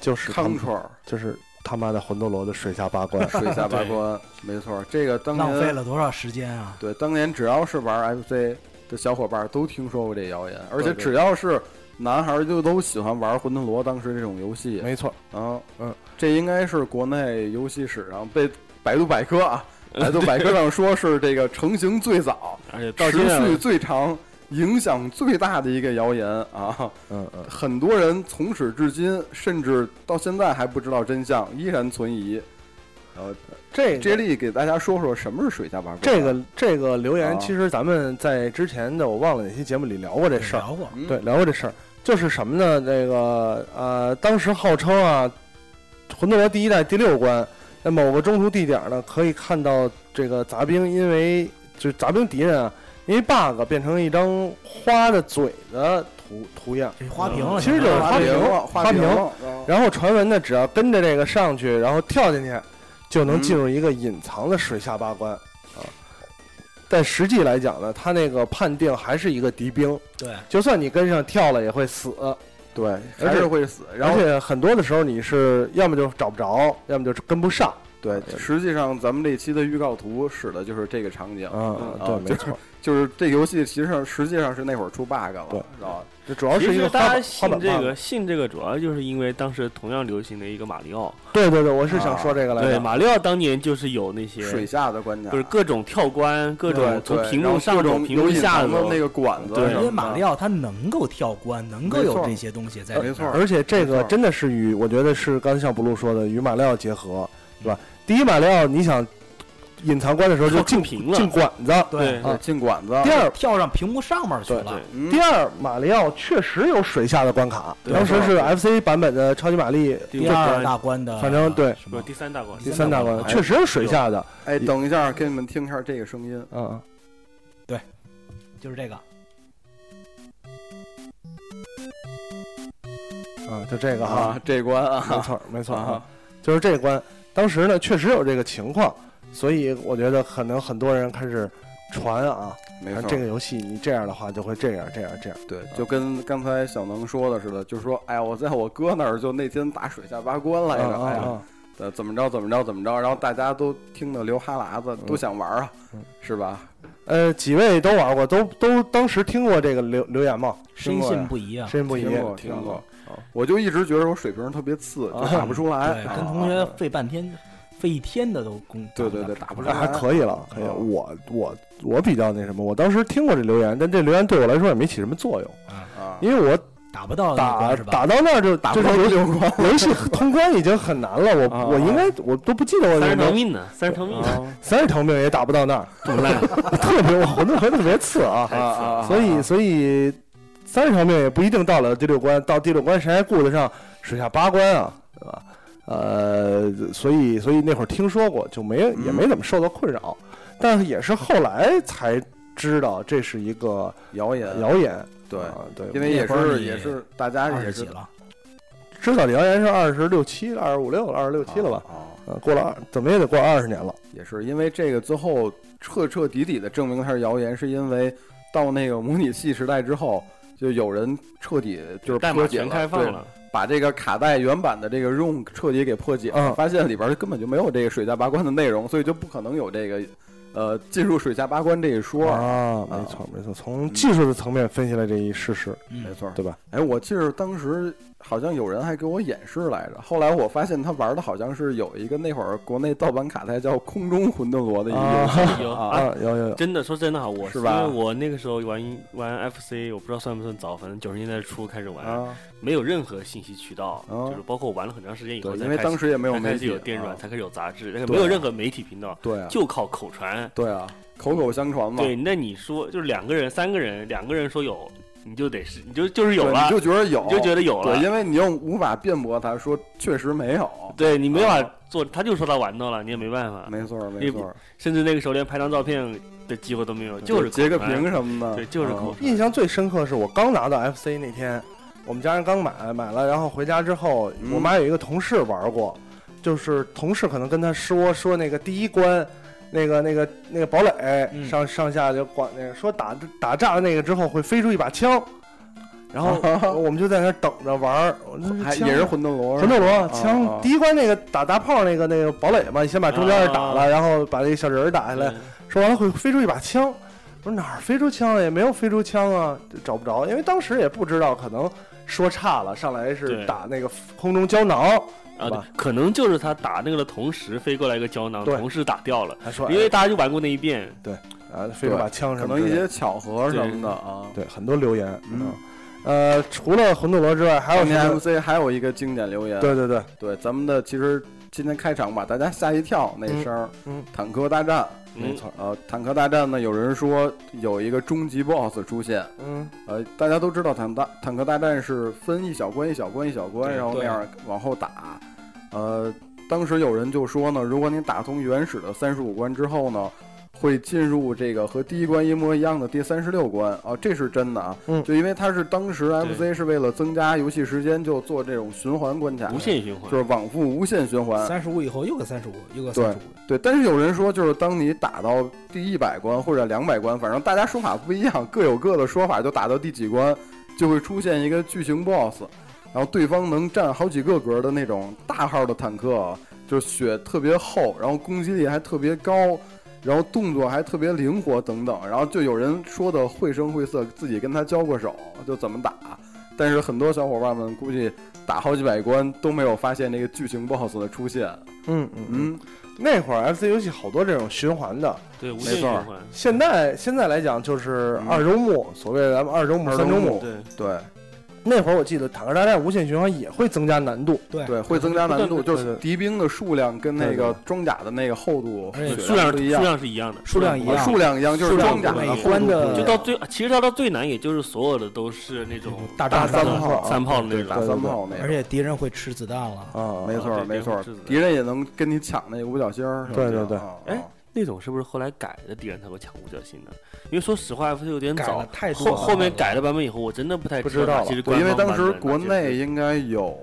B: 就是他
A: 康
B: 们
A: 串儿。
B: 就是他妈的魂斗罗的水下八关
A: 水下八关，没错，这个当
C: 浪费
A: 年
C: 了多少时间啊？
A: 对当年只要是玩 FC 的小伙伴都听说过这谣言，而且
B: 对
A: 只要是男孩儿就都喜欢玩魂斗罗当时这种游戏
B: 没错，
A: 啊，
B: 嗯，
A: 这应该是国内游戏史上被百度百科啊。百度百科上说是这个成型最 早，
D: 而且到
A: 持
D: 现
A: 续
D: 在，
A: 最长、影响最大的一个谣言啊！
B: 嗯嗯，
A: 很多人从始至今，甚至到现在还不知道真相，依然存疑。呃，
B: 这
A: 接力给大家说说什么是水下八卦。
B: 这个这个留言
A: 啊，
B: 其实咱们在之前的我忘了哪期节目里聊过这事儿，
C: 聊过，
A: 嗯
B: 对，聊过这事儿，就是什么呢？那个呃，当时号称啊，魂斗罗第一代第六关，在某个中途地点呢，可以看到这个杂兵因为就是杂兵敌人啊，因为 bug 变成一张花的嘴的图图样，
C: 这花瓶了，
B: 其实就是
A: 花
B: 花
A: 瓶
B: 瓶
A: 了，
B: 花
A: 瓶
B: 瓶
A: 了。
D: 哦
A: 啊
B: 然后传闻呢，只要跟着这个上去，然后跳进去，就能进入一个隐藏的水下八关、啊。
D: 嗯
B: 但实际来讲呢，他那个判定还是一个敌兵，
C: 对，
B: 就算你跟上跳了也会死，
A: 对，
B: 而且
A: 还是会死。然
B: 而
A: 后，
B: 且很多的时候你是要么就找不着，要么就是跟不上。
A: 对，啊实际上咱们这期的预告图使的就是这个场景，
B: 啊，
A: 啊
B: 对，没
A: 就是
B: 错，
A: 就是这游戏其实上实际上是那会儿出 bug 了，
B: 对
A: 知道吧？
B: 这主要
D: 其
B: 是一
D: 实
B: 个
D: 大
B: 花
D: 家
B: 板花
D: 信
B: 板
D: 这
B: 棒
D: 个信这个，主要就是因为当时同样流行的一个马里奥。
B: 对对对，我是想说这个来
A: 啊
D: 啊对，
B: 着。
D: 马里奥当年就是有那些
A: 水下的关卡
D: 就是各种跳关，各
A: 啊对
D: 种从
A: 对
D: 屏
A: 然后
D: 幕上
A: 各
D: 走，
A: 种
D: 屏幕
A: 有隐
D: 下
A: 藏的
D: 走
A: 那。个管子什啊
D: 对
A: 么
C: 因
A: 的，
C: 为马里奥他能够跳关，能够
A: 嗯没
C: 有
A: 错
C: 这些东西在里面，
A: 没错
B: 而且这
A: 没
B: 个
A: 错
B: 真的是与我觉得是刚才像布鲁说的与马里奥结合，对吧？第一马里奥你想隐藏关的时候就
D: 跳
B: 进
D: 触屏了
B: 进管子，
C: 对，
D: 啊
A: 对进管子。
B: 第二
C: 跳上屏幕上面去
B: 对
C: 了，
A: 嗯
B: 第二，马里奥确实有水下的关卡，
D: 对
B: 当时是 FC 版本的超级玛丽，
D: 第
C: 第二大关的，
B: 反正对
C: 什
D: 不
C: 么
D: 是第三大关，
B: 第三大关
A: 哎
B: 确实有水下的，
A: 哎，等一下，给你们听一下这个声音。
B: 嗯，
C: 就是这个，
B: 嗯，就这个哈，
A: 啊，这关啊，
B: 嗯没错没错，
A: 啊
B: 就是这关。当时呢，确实有这个情况，所以我觉得可能很多人开始传啊，
A: 没错，
B: 这个游戏你这样的话就会这样这样这样。
A: 对，
D: 啊
A: 就跟刚才小能说的似的，就是说，哎，我在我哥那儿就那天打水下八关来着，
B: 啊
A: 哎
B: 啊
A: 呀，
B: 啊！
A: 呃，怎么着怎么着怎么着，然后大家都听得流哈喇子，都想玩啊，是吧？
B: 呃，几位都玩过，都都当时听过这个留留言吗？
C: 深
B: 过
C: 信
B: 呀
C: 不疑啊。
B: 深不疑
A: 听过
B: 听
A: 听过，我就一直觉得我水平特别次，就打不出来
C: 对，，跟同学
A: 啊
C: 费半天、费一天的都攻。
A: 对对对，打不出来，
B: 那还可以了，可以了。
A: 啊
B: 我我我比较那什么，我当时听过这留言，但这留言对我来说也没起什么作用，
A: 啊，
B: 因为我
C: 嗯打不到那
B: 打
C: 嗯关是吧？
B: 打到那儿就
A: 打
B: 就
A: 不
B: 是
A: 到
B: 游
A: 流光，
B: 游戏通关已经很难了，
A: 啊
B: 我我应该我都不记得我有
D: 三十
B: 没有
D: 条命呢，三十条命呢，
A: 哦
B: 三十条命也打不到那儿，
D: 这么烂，
B: 特别我我那回特别次啊，
A: 啊啊，
B: 所以所以三十条命也不一定到了第六关，到第六关谁还顾得上水下八关啊，对吧？呃，所以所以那会儿听说过，就没也
A: 嗯
B: 没怎么受到困扰，但是也是后来才知道这是一个
A: 谣言，
B: 谣言，
A: 呃对，
B: 啊、对，
A: 因为也
C: 那会儿
A: 是
C: 你
A: 也是大家
C: 二
A: 也
C: 十
A: 是
C: 几了，
B: 知道谣言是二十六七、二十五六、二十六七了吧？
A: 啊，啊
B: 呃，过了二怎么也得过二十年了。
A: 也是因为这个最后彻彻底底的证明它是谣言，是因为到那个模拟器时代之后。就有人彻底就是
D: 代
A: 破
D: 码
A: 解
D: 全开放
A: 对
D: 了，
A: 把这个卡带原版的这个 ROM 彻底给破解了，
B: 嗯
A: 发现里边根本就没有这个水下八关的内容，所以就不可能有这个，呃，进入水下八关这一说。
B: 啊，没错没错，从
A: 嗯
B: 技术的层面分析了这一事实，
A: 没
C: 嗯，
A: 错，
B: 对吧？
A: 哎，我记得当时好像有人还给我演示来着，后来我发现他玩的好像是有一个那会儿国内盗版卡带叫《空中魂斗罗》的一个游戏，
D: 有
A: 啊
D: 啊。
B: 啊，有有有，
D: 真的说真的哈，我
A: 是
D: 因
A: 吧
D: 为我那个时候玩玩 FC，我不知道算不算早，反正九十年代初开始玩，
A: 啊，
D: 没有任何信息渠道，
A: 啊
D: 就是包括我玩了很长时间以后
A: 对，
D: 才开始，
A: 因为当时也没有
D: 才
A: 媒
D: 开始
A: 体
D: 有电软，
A: 啊
D: 才开始有杂志，但是
A: 对啊
D: 没有任何媒体频道，
A: 对啊，
D: 就靠口传。
A: 对啊，口口相传嘛，
D: 对，那你说就是两个人、三个人，两个人说有，你就得是，你就就是有
A: 对
D: 了
A: 你，就觉得有，
D: 你就觉得有
A: 对，
D: 了。
A: 因为你又无法辩驳他说确实没有，
D: 对你没法
A: 啊
D: 做，他就说他玩到了，你也没办法。
A: 没错儿没
D: 啊你
A: 错儿，
D: 甚至那个时候连拍张照片的机会都没有，就是
A: 截个
D: 口传
A: 屏，什么的，
D: 对，就是
A: 啊
D: 口
B: 印
D: 传。
B: 象最深刻是我刚拿到 FC 那天，我们家人刚买买了，然后回家之后，
A: 嗯
B: 我妈有一个同事玩过，就是同事可能跟他说说那个第一关。那个、那个、那个堡垒
C: 嗯
B: 上上下就管那个说打打炸了那个之后会飞出一把枪，然后我们就在那儿等着玩儿，我说
A: 还
B: 枪
A: 也嗯是魂斗罗，
B: 魂斗罗
A: 啊啊
B: 枪第一关那个打大炮那个那个堡垒嘛，先把中间儿打了，然后把那个小人儿打下来，
D: 嗯
B: 说完了会飞出一把枪。我说哪儿飞出枪了？也没有飞出枪啊，找不着，因为当时也不知道，可能说差了，上来是
D: 对
B: 打那个空中胶囊，
D: 啊，
B: 对吧
D: 对可能就是他打那个的同时飞过来一个胶囊，
B: 对
D: 同时打掉了，
B: 他说
D: 因为大家就玩过那一遍，
B: 哎啊飞出把枪
A: 可
B: 什么
A: 能
B: 之
A: 一
B: 类的，
A: 些巧合什么的啊。
B: 对很多留言，
A: 嗯
B: 呃，除了魂斗罗之外，还有
A: 当
B: 什
A: 年
B: 么？
A: MC 还有一个经典留言，
B: 对对对，
A: 对咱们的其实今天开场把大家吓一跳那声儿，
B: 嗯嗯
A: 坦克大战，
B: 没
D: 嗯，
B: 错，
A: 呃，坦克大战呢，有人说有一个终极 BOSS 出现，
B: 嗯，
A: 呃，大家都知道坦大坦克大战是分一小关一小关一小关，
D: 对
A: 然后那
C: 对
A: 样往后打。呃，当时有人就说呢，如果你打通原始的三十五关之后呢，会进入这个和第一关一模一样的第三十六关啊，这是真的啊。
B: 嗯
A: 就因为它是当时 FC 是为了增加游戏时间，就做这种循环关卡，
D: 无限循环
A: 就，是往复无限循环。
C: 三十五以后又个三十五，又个三十五，
A: 对，但是有人说，就是当你打到第一百关或者两百关，反正大家说法不一样，各有各的说法。就打到第几关，就会出现一个巨型 BOSS，然后对方能占好几个格的那种大号的坦克啊，就是血特别厚，然后攻击力还特别高，然后动作还特别灵活等等。然后就有人说的绘声绘色，自己跟他交过手，就怎么打。但是很多小伙伴们估计打好几百关都没有发现那个巨型 BOSS 的出现。
B: 嗯嗯嗯，
A: 嗯，
B: 那会儿 FC 游戏好多这种循环的，
D: 对，无限
A: 没
D: 循
A: 错
D: 环，
B: 现在现在来讲就是
A: 嗯
B: 二周目，所谓的咱们二周目、
A: 二周
B: 三周
A: 目
B: 目。
D: 对，
A: 对。
B: 那会儿我记得《坦克大战无限循环》也会增加难度，
C: 对
A: 对，会增加难度，就
D: 对
B: 哎对
A: 是
B: 对
A: 敌兵的数量跟那
B: 对
A: 个
B: 对哎
A: 装甲的那个厚度
C: 而且、
D: 数量
A: 不
D: 数
A: 一样，
D: 量是一样的，
C: 数量一
A: 啊
C: 样，
A: 数量一样，就是
C: 数量
A: 装甲
C: 不一
A: 的
C: 样
A: 厚
C: 关
A: 度
C: 的
A: 不一
D: 就
A: 样
D: 到最，其实它到最难，也就是所有的都是那种
C: 大
A: 大
C: 炸
A: 三
C: 弹
A: 炮啊
D: 三炮的那种
A: 打
D: 打
B: 对
A: 三炮那
C: 而
A: 个，
C: 且敌人会吃子弹
A: 嗯
C: 了。
B: 啊
A: 没错儿
D: 对
A: 没
D: 对
A: 错儿
D: 会制，止
A: 敌人也能跟你抢那个五角星儿什么的，
B: 对对对
A: 啊
D: 哎那种是不是后来改的敌人才会抢五角星的？因为说实话，它有点
C: 改
D: 早
C: 了，太多
D: 后
C: 了
D: 后面改的版本以后，我真的不太
B: 不知
D: 道
B: 道
D: 哪
B: 了
D: 些是
A: 对，
D: 官
A: 因为
D: 方版
A: 当
D: 本
A: 时
D: 哪
A: 国
D: 些是
A: 内应该有。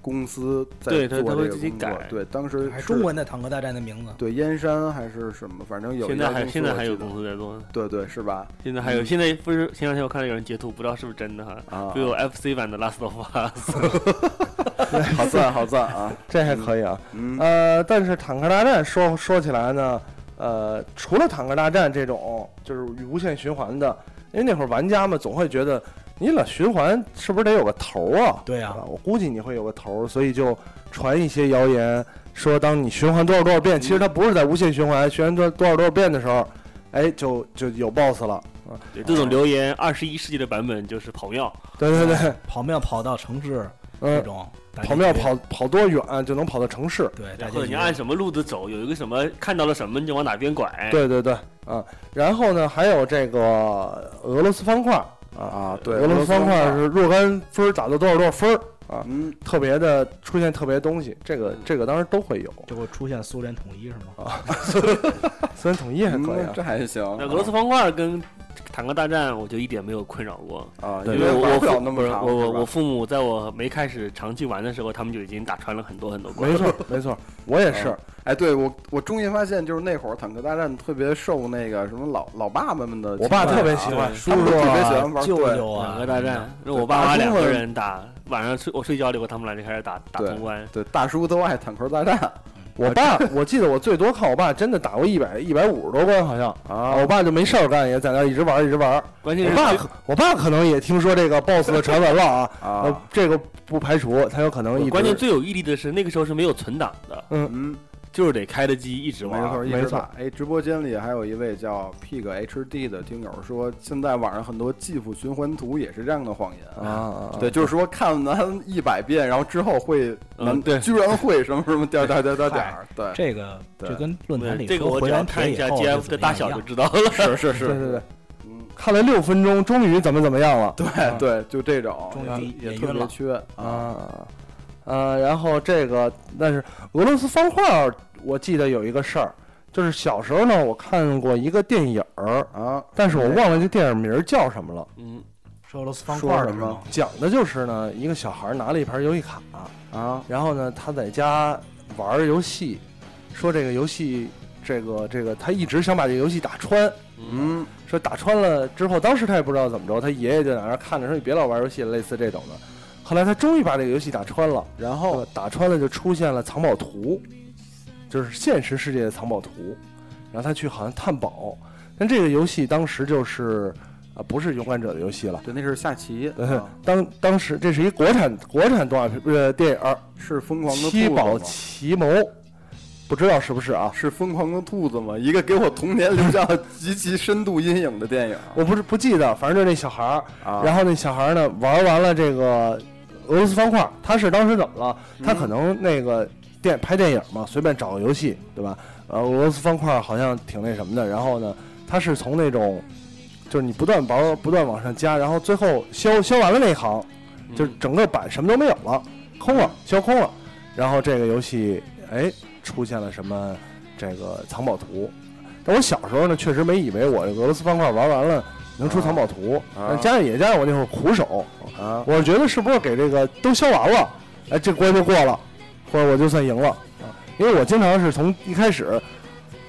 A: 公司在
D: 对
A: 做
D: 他
A: 这个
D: 他会
A: 工
D: 自己
A: 作
D: 改
A: 对，当时
C: 还
A: 是
C: 中文的坦克大战的名字，
A: 对燕山还是什么，反正有一
D: 现
A: 家
D: 在还
A: 公司
D: 现在
A: 我
D: 还
A: 记
D: 有
A: 得嗯
D: 公司在做，
A: 对对是吧？
D: 现在还有
A: 嗯
D: 现在不是前两天我看到有人截图，不知道是不是真的哈，
A: 啊
D: 就，有 FC 版的 Last of Us，
A: 好赞好赞啊！
B: 这还可以啊。
A: 嗯
B: 呃，但是坦克大战说说起来呢，呃，除了坦克大战这种就是无限循环的，因为那会儿玩家们总会觉得你老循环是不是得有个头儿啊？
C: 对
B: 啊
C: 啊，，
B: 我估计你会有个头儿，所以就传一些谣言说，当你循环多少多少遍，其实它不是在无限循环，循环多多少多少遍的时候，哎，就就有 BOSS 了。啊，
D: 对这种留言，二十一世纪的版本就是跑庙，
B: 对对对，
C: 跑庙跑到城市那
B: 嗯，
C: 啊种，大结
B: 跑庙
C: 局
B: 跑跑多远就能跑到城市。
C: 对，大
D: 然
C: 结
D: 后你
C: 局
D: 按什么路子走，有一个什么看到了什么你就往哪边拐，
B: 对对对，啊，然后呢，还有这个俄罗斯方块啊，
A: 啊对，
B: 俄罗斯方块
A: 方
B: 是若干分儿打到多少多少分儿啊，
A: 嗯
B: 特别的出现特别东西，这个这个当时都会有，
C: 就会出现苏联统一是吗？
B: 虽然统一还可以
A: 嗯
B: 啊，
A: 这还行。
D: 那俄罗斯方块跟坦克大战，我就一点没有困扰过，
A: 啊，
D: 因
A: 因为
D: 我
A: 玩
D: 我
A: 不
D: 父
A: 了那
D: 不
A: 么
D: 是
A: 长，
D: 我我
A: 是吧
D: 我父母在我没开始长期玩的时候，他们就已经打穿了很多很多关
B: 没。错没错，我也是
A: 啊，哎，对我我终于发现，就是那会儿坦克大战特别受那个什么老老爸爸们的青睐啊，
B: 我爸特别喜欢，
D: 对
B: 叔
A: 他们
B: 叔
A: 都特别喜
B: 啊，
A: 欢玩
C: 舅
A: 对
C: 舅啊，
D: 坦克大战，那我
A: 对大
D: 爸妈
A: 部
D: 两个
A: 分
D: 人打，晚上睡我睡觉了以后，他们俩就开始打打
A: 对
D: 通关。
A: 对，大叔都爱坦克大战
B: 我爸我记得我最多看我爸真的打过一百一百五十多关好像。啊，
A: 啊
B: 我爸就没事儿干，也在那儿一直玩儿一直玩儿。
D: 关键
B: 我
D: 是
B: 爸
D: 最
B: 可，我爸可能也听说这个 BOSS 的传闻了啊，呃
A: 啊，，
B: 这个不排除，他有可能一直
D: 关键最有毅力的是那个时候是没有存档的，
A: 嗯，
D: 就是得开着机一直
A: 没错，
D: 玩。
A: 一
B: 没
A: 直
B: 错
A: 打。哎，直播间里还有一位叫 Pig HD 的听友说，现在网上很多继父循环图也是这样的谎言
B: 啊啊。啊，
A: 对，就是说看完一百遍，然后之后会，
D: 嗯对
A: 居然会什么什么点儿点儿点儿点儿点儿，对，
C: 这个
A: 对
C: 这跟论坛里
D: 这个
C: 说
D: 我只
C: 回
D: 要
C: 蓝
D: 看
C: 铁
D: 一下
C: 以后
D: GF 的大小就知道了。
A: 是是
B: 对对对，，
A: 嗯，
B: 看了六分钟，终于怎么怎么样了
A: 对哎对，就这种，
C: 啊终于
A: 嗯也
C: 也
A: 特
C: 晕
A: 别
C: 了
A: 缺啊，
B: 啊呃，然后这个但是俄罗斯方块儿，我记得有一个事儿，就是小时候呢，我看过一个电影儿，
A: 啊，
B: 但是我忘了这电影名儿叫什么了。
D: 嗯，
C: 说俄罗斯方块
A: 说
C: 的
A: 什
C: 是
A: 么
C: 吗？
B: 讲的就是呢，一个小孩儿拿了一盘游戏卡，
A: 啊
B: 然后呢，他在家玩儿游戏，说这个游戏，这个这个，他一直想把这个游戏打穿，
A: 嗯
B: 说打穿了之后，当时他也不知道怎么着，他爷爷就在那儿看着说：“你别老玩游戏了，类似这种的。”后来他终于把这个游戏打穿了，然后打穿了就出现了藏宝图，就是现实世界的藏宝图，然后他去好像探宝。但这个游戏当时就是，呃，不是勇敢者的游戏了。
A: 对，那是下 棋，
B: 呃
A: 啊，
B: 当当时这是一国产国产动画片呃电影儿
A: 是疯
B: 《
A: 狂的
B: 七
A: 兔子
B: 宝
A: 吗？
B: 奇谋》，不知道是不是啊？
A: 是疯狂的兔子吗？一个给我童年留下极其深度阴影的电影
B: 我不是不记得，反正就那小孩儿，
A: 啊。
B: 然后那小孩儿呢，玩完了这个俄罗斯方块儿，他是当时怎么了？他可能那个电拍电影嘛，随便找个游戏，对吧？呃，俄罗斯方块儿好像挺那什么的。然后呢，他是从那种就是你不断玩，不断往上加，然后最后消消完了那一行，
A: 嗯
D: 嗯
B: 就是整个版什么都没有了，空了，消空了。然后这个游戏哎出现了什么这个藏宝图。但我小时候呢，确实没以为我这个俄罗斯方块玩完了能出藏宝图，
A: 啊
B: 但加上也加上我那会儿苦手，
A: 啊，
B: 我觉得是不是给这个都消完了，哎，这关就过了，或者我就算赢了啊？因为我经常是从一开始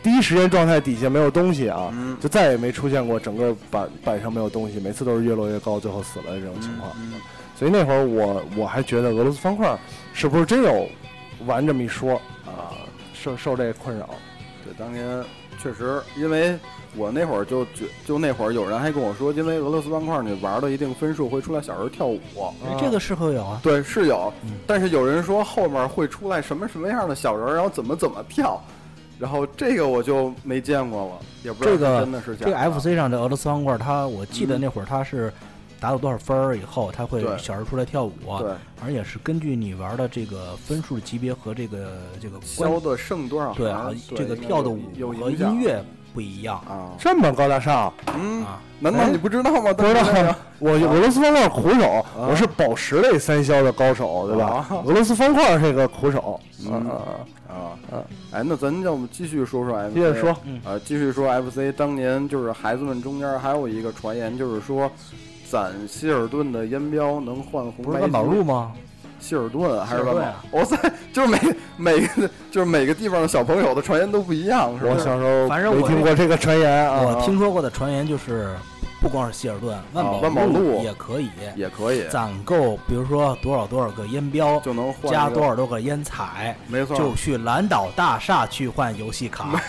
B: 第一时间状态底下没有东西啊，
A: 嗯，
B: 就再也没出现过整个板板上没有东西，每次都是越落越高，最后死了这种情况。
A: 嗯
B: 所以那会儿我我还觉得俄罗斯方块是不是真有玩这么一说啊？受受这困扰，
A: 对，当年确实，因为我那会儿就觉，就那会儿有人还跟我说，因为俄罗斯方块你玩到一定分数会出来小人跳舞。
C: 哎这个是会有啊，
A: 对，是有
C: 嗯，
A: 但是有人说后面会出来什么什么样的小人儿，然后怎么怎么跳，然后这个我就没见过了，也不知道
C: 这个
A: 是真的是假的。
C: 这个 FC 上的俄罗斯方块，它我记得那会儿它是达到多少分儿以后，它会
A: 嗯对
C: 小人出来跳舞啊，
A: 对，
C: 而且是根据你玩的这个分数级别和这个这个关
A: 消的剩多少
C: 对啊
A: 行，
C: 这个
A: 应该
C: 跳的
A: 有
C: 舞
A: 有
C: 和
A: 影响
C: 音乐不一样
A: 啊，
B: 这么高大上，
A: 嗯，
C: 啊。
A: 难道你不知道吗？
B: 不知道
A: 当 时那个
B: 我
A: 啊
B: 俄罗斯方块苦手，我是宝石类三消的高手，对吧
A: 啊？
B: 俄罗斯方块是个苦手，
A: 嗯
B: 嗯嗯
A: 啊
B: 嗯，
A: 哎，那咱要不继续说说 FC，
B: 接着说，
C: 嗯
A: 呃，继续说 FC，当年就是孩子们中间还有一个传言，就是说攒希尔顿的烟标能换红
C: 不是
A: 白
C: 万宝
A: 球
C: 路吗？
A: 希尔顿还是
C: 希尔
A: 万
C: 顿
A: 宝
C: 啊？
A: 我塞，就是每每个就是每个地方的小朋友的传言都不一样，是
B: 我
A: 吧？
B: 小时候
C: 反正我
B: 没听过这个传言啊。
C: 我听说过的传言就是，不光是希尔顿，万
A: 啊万宝路
C: 路也可以
A: 也可以，
C: 攒够，比如说多少多少个烟标，
A: 就能换一个
C: 加多？少多少个烟彩，
A: 没错，
C: 就去蓝岛大厦去换游戏卡。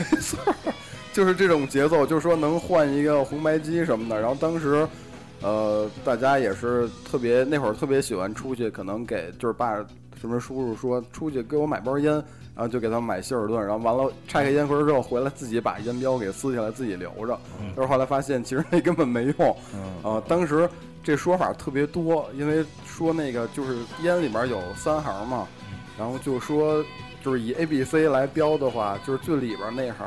A: 就是这种节奏，就是说能换一个红白机什么的。然后当时，呃，大家也是特别那会儿特别喜欢出去，可能给就是爸什么叔叔说出去给我买包烟，然后就给他们买希尔顿，然后完了拆开烟盒之后回来自己把烟标给撕下来自己留着。
C: 嗯
A: 但是后来发现其实那根本没用
B: 嗯
A: 啊、当时这说法特别多，因为说那个就是烟里面有三行嘛，
C: 嗯
A: 然后就说就是以 A、B、C 来标的话，就是最里边那行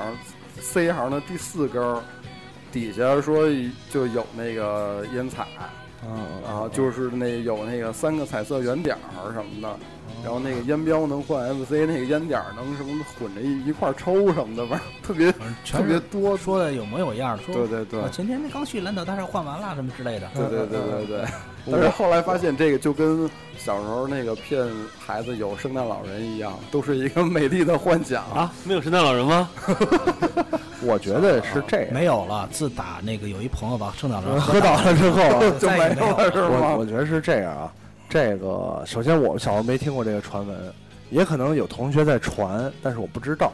A: C 行的第四根儿底下说就有那个烟彩，
C: 嗯
A: 然后就是那有那个三个彩色圆点儿什么
C: 哦
A: 的，然后那个烟标能换 MC，那个烟点儿能什么混着一一块儿抽什么的，反正特别
C: 反正
A: 特
C: 全
A: 别
C: 是
A: 多。
C: 说的有模有样的，说
A: 对对对
C: 我前天那刚去蓝岛大厦换完了什么之类的。
A: 对对对对对。 但是
B: 我
A: 后来发现，这个就跟小时候那个骗孩子有圣诞老人一样，都是一个美丽的幻想。
D: 啊，没有圣诞老人 吗？
B: 我觉得是这样，
C: 没有了，自打那个有一朋友把圣诞
A: 嗯
C: 老人
B: 喝倒了之后啊，
A: 就
C: 再也
A: 没
C: 没有
A: 了是
B: 我
A: 吗？
B: 我觉得是这样啊。这个首先我小时候没听过这个传闻，也可能有同学在传，但是我不知道，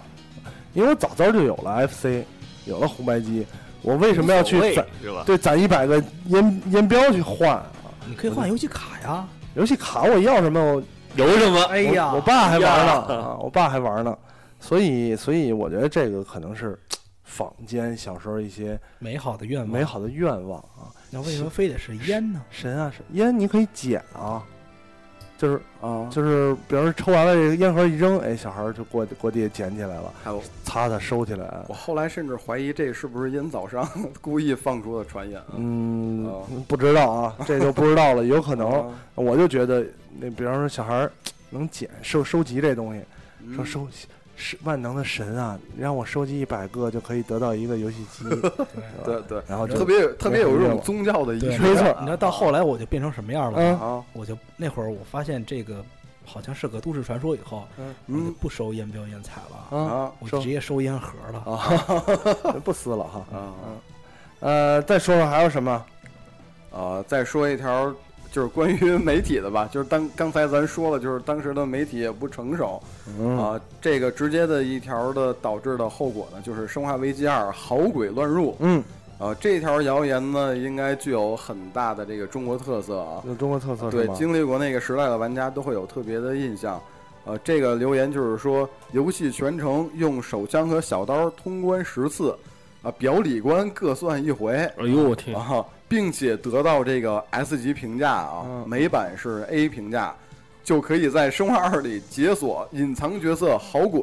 B: 因为我早早就有了 FC，有了红白机，我为什么要去
D: 无所谓
B: 攒？
D: 是吧？
B: 对，攒一百个烟烟标去换啊？
C: 你可以换游戏卡呀。
B: 游戏卡我要什么我
D: 有什么？
C: 哎呀
B: 我我爸还玩呢
D: 呀
B: 啊，我爸还玩呢，所以所以我觉得这个可能是坊间小时候一些
C: 美好的愿望，
B: 美。好的愿望啊。
C: 那为什么非得是烟呢？
B: 神啊神，烟你可以捡啊，就是
A: 啊，
B: 就是，比方说抽完了这个烟盒一扔，哎，小孩儿就过过地捡起来了，
A: 还有
B: 擦擦收起来。
A: 我后来甚至怀疑这是不是烟草商 故意放出的传言啊？
B: 嗯
A: 哦，
B: 不知 道啊，这就不知道了，有可能。
A: 啊
B: 我就觉得，那比方说小孩儿能捡收收集这东西，
A: 嗯
B: 说收是万能的神啊，你让我收集一百个就可以得到一个游戏 机，
A: 对对，
B: 然后就
A: 特别有特别有一
B: 没有
A: 种宗教的仪式
B: 没错
A: 感
C: 你知道到后来我就变成什么样了吗？
B: 嗯
A: 啊，
C: 我就那会儿我发现这个好像是个都市传说，以后我就
A: 嗯
C: 不收烟标烟彩
B: 啊
C: 了，
A: 啊
C: 我
B: 收
C: 直接收烟盒了。
B: 啊，不撕了哈。
A: 啊
B: 呃，再说说还有什么？
A: 啊！再说一条。就是关于 媒体的吧，就是当刚才咱说了，就是当时的媒体也不成熟，
B: 嗯，
A: 啊，这个直接的一条的导致的后果呢，就是《生化危机二》好鬼乱入。
B: 嗯，
A: 啊，这条谣言呢，应该具有很大的这个中国特色啊。
B: 有中国特嗯色是
A: 对，
B: 吗？
A: 经历过那个时代的玩家都会有特别的印象。呃，这个留言就是说，游戏全程用手枪和小刀通关十次，啊，表里关各算一回。
D: 哎呦
B: 嗯
D: 我天！
A: 啊，并且得到这个 S 级评价啊，
B: 嗯
A: 美版是 A 评价，就可以在《生化二》里解锁隐藏角色好鬼。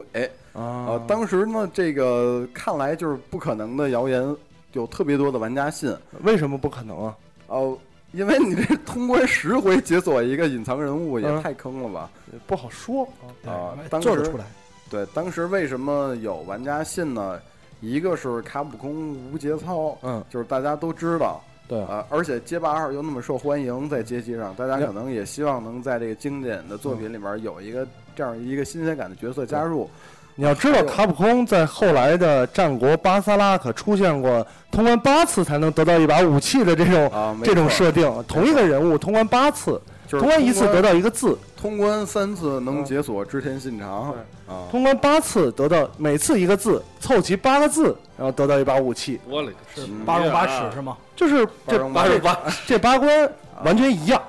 B: 啊
A: 呃，，当时呢，这个看来就是不可能的谣言，有特别多的玩家信。
B: 为什么不可能啊？
A: 哦、因为你这通关十回解锁一个隐藏人物也
B: 嗯
A: 太坑了吧？
B: 不好说。
C: 对
A: 啊
C: 哎
A: 当
C: 做得
A: 时
C: 出来，
A: 对，当时为什么有玩家信呢？一个是卡普空无节操，
B: 嗯，
A: 就是大家都知道，
B: 对
A: 呃，而且街霸二又那么受欢迎，在街机上，大家
B: 对
A: 可能也希望能在这个经典的作品里面有一个这样一个新鲜感的角色加入。
B: 你要知道，卡普空在后来的战国巴萨拉可出现过通关八次才能得到一把武器的这种、
A: 啊没错
B: 这种设定，同一个人物通关八次，
A: 就是
B: 关一次嗯得到一个字，
A: 通关三次能解锁织田信长啊，
B: 通关八次得到每次一个字，凑齐八个字，然后得到一把武器，
D: 我勒个
C: 是
A: 嗯
C: 八荣八耻是吗？
B: 就是这
A: 八
D: 八
A: 十
D: 十
A: 八，
D: 八，
B: 这八关完全一样，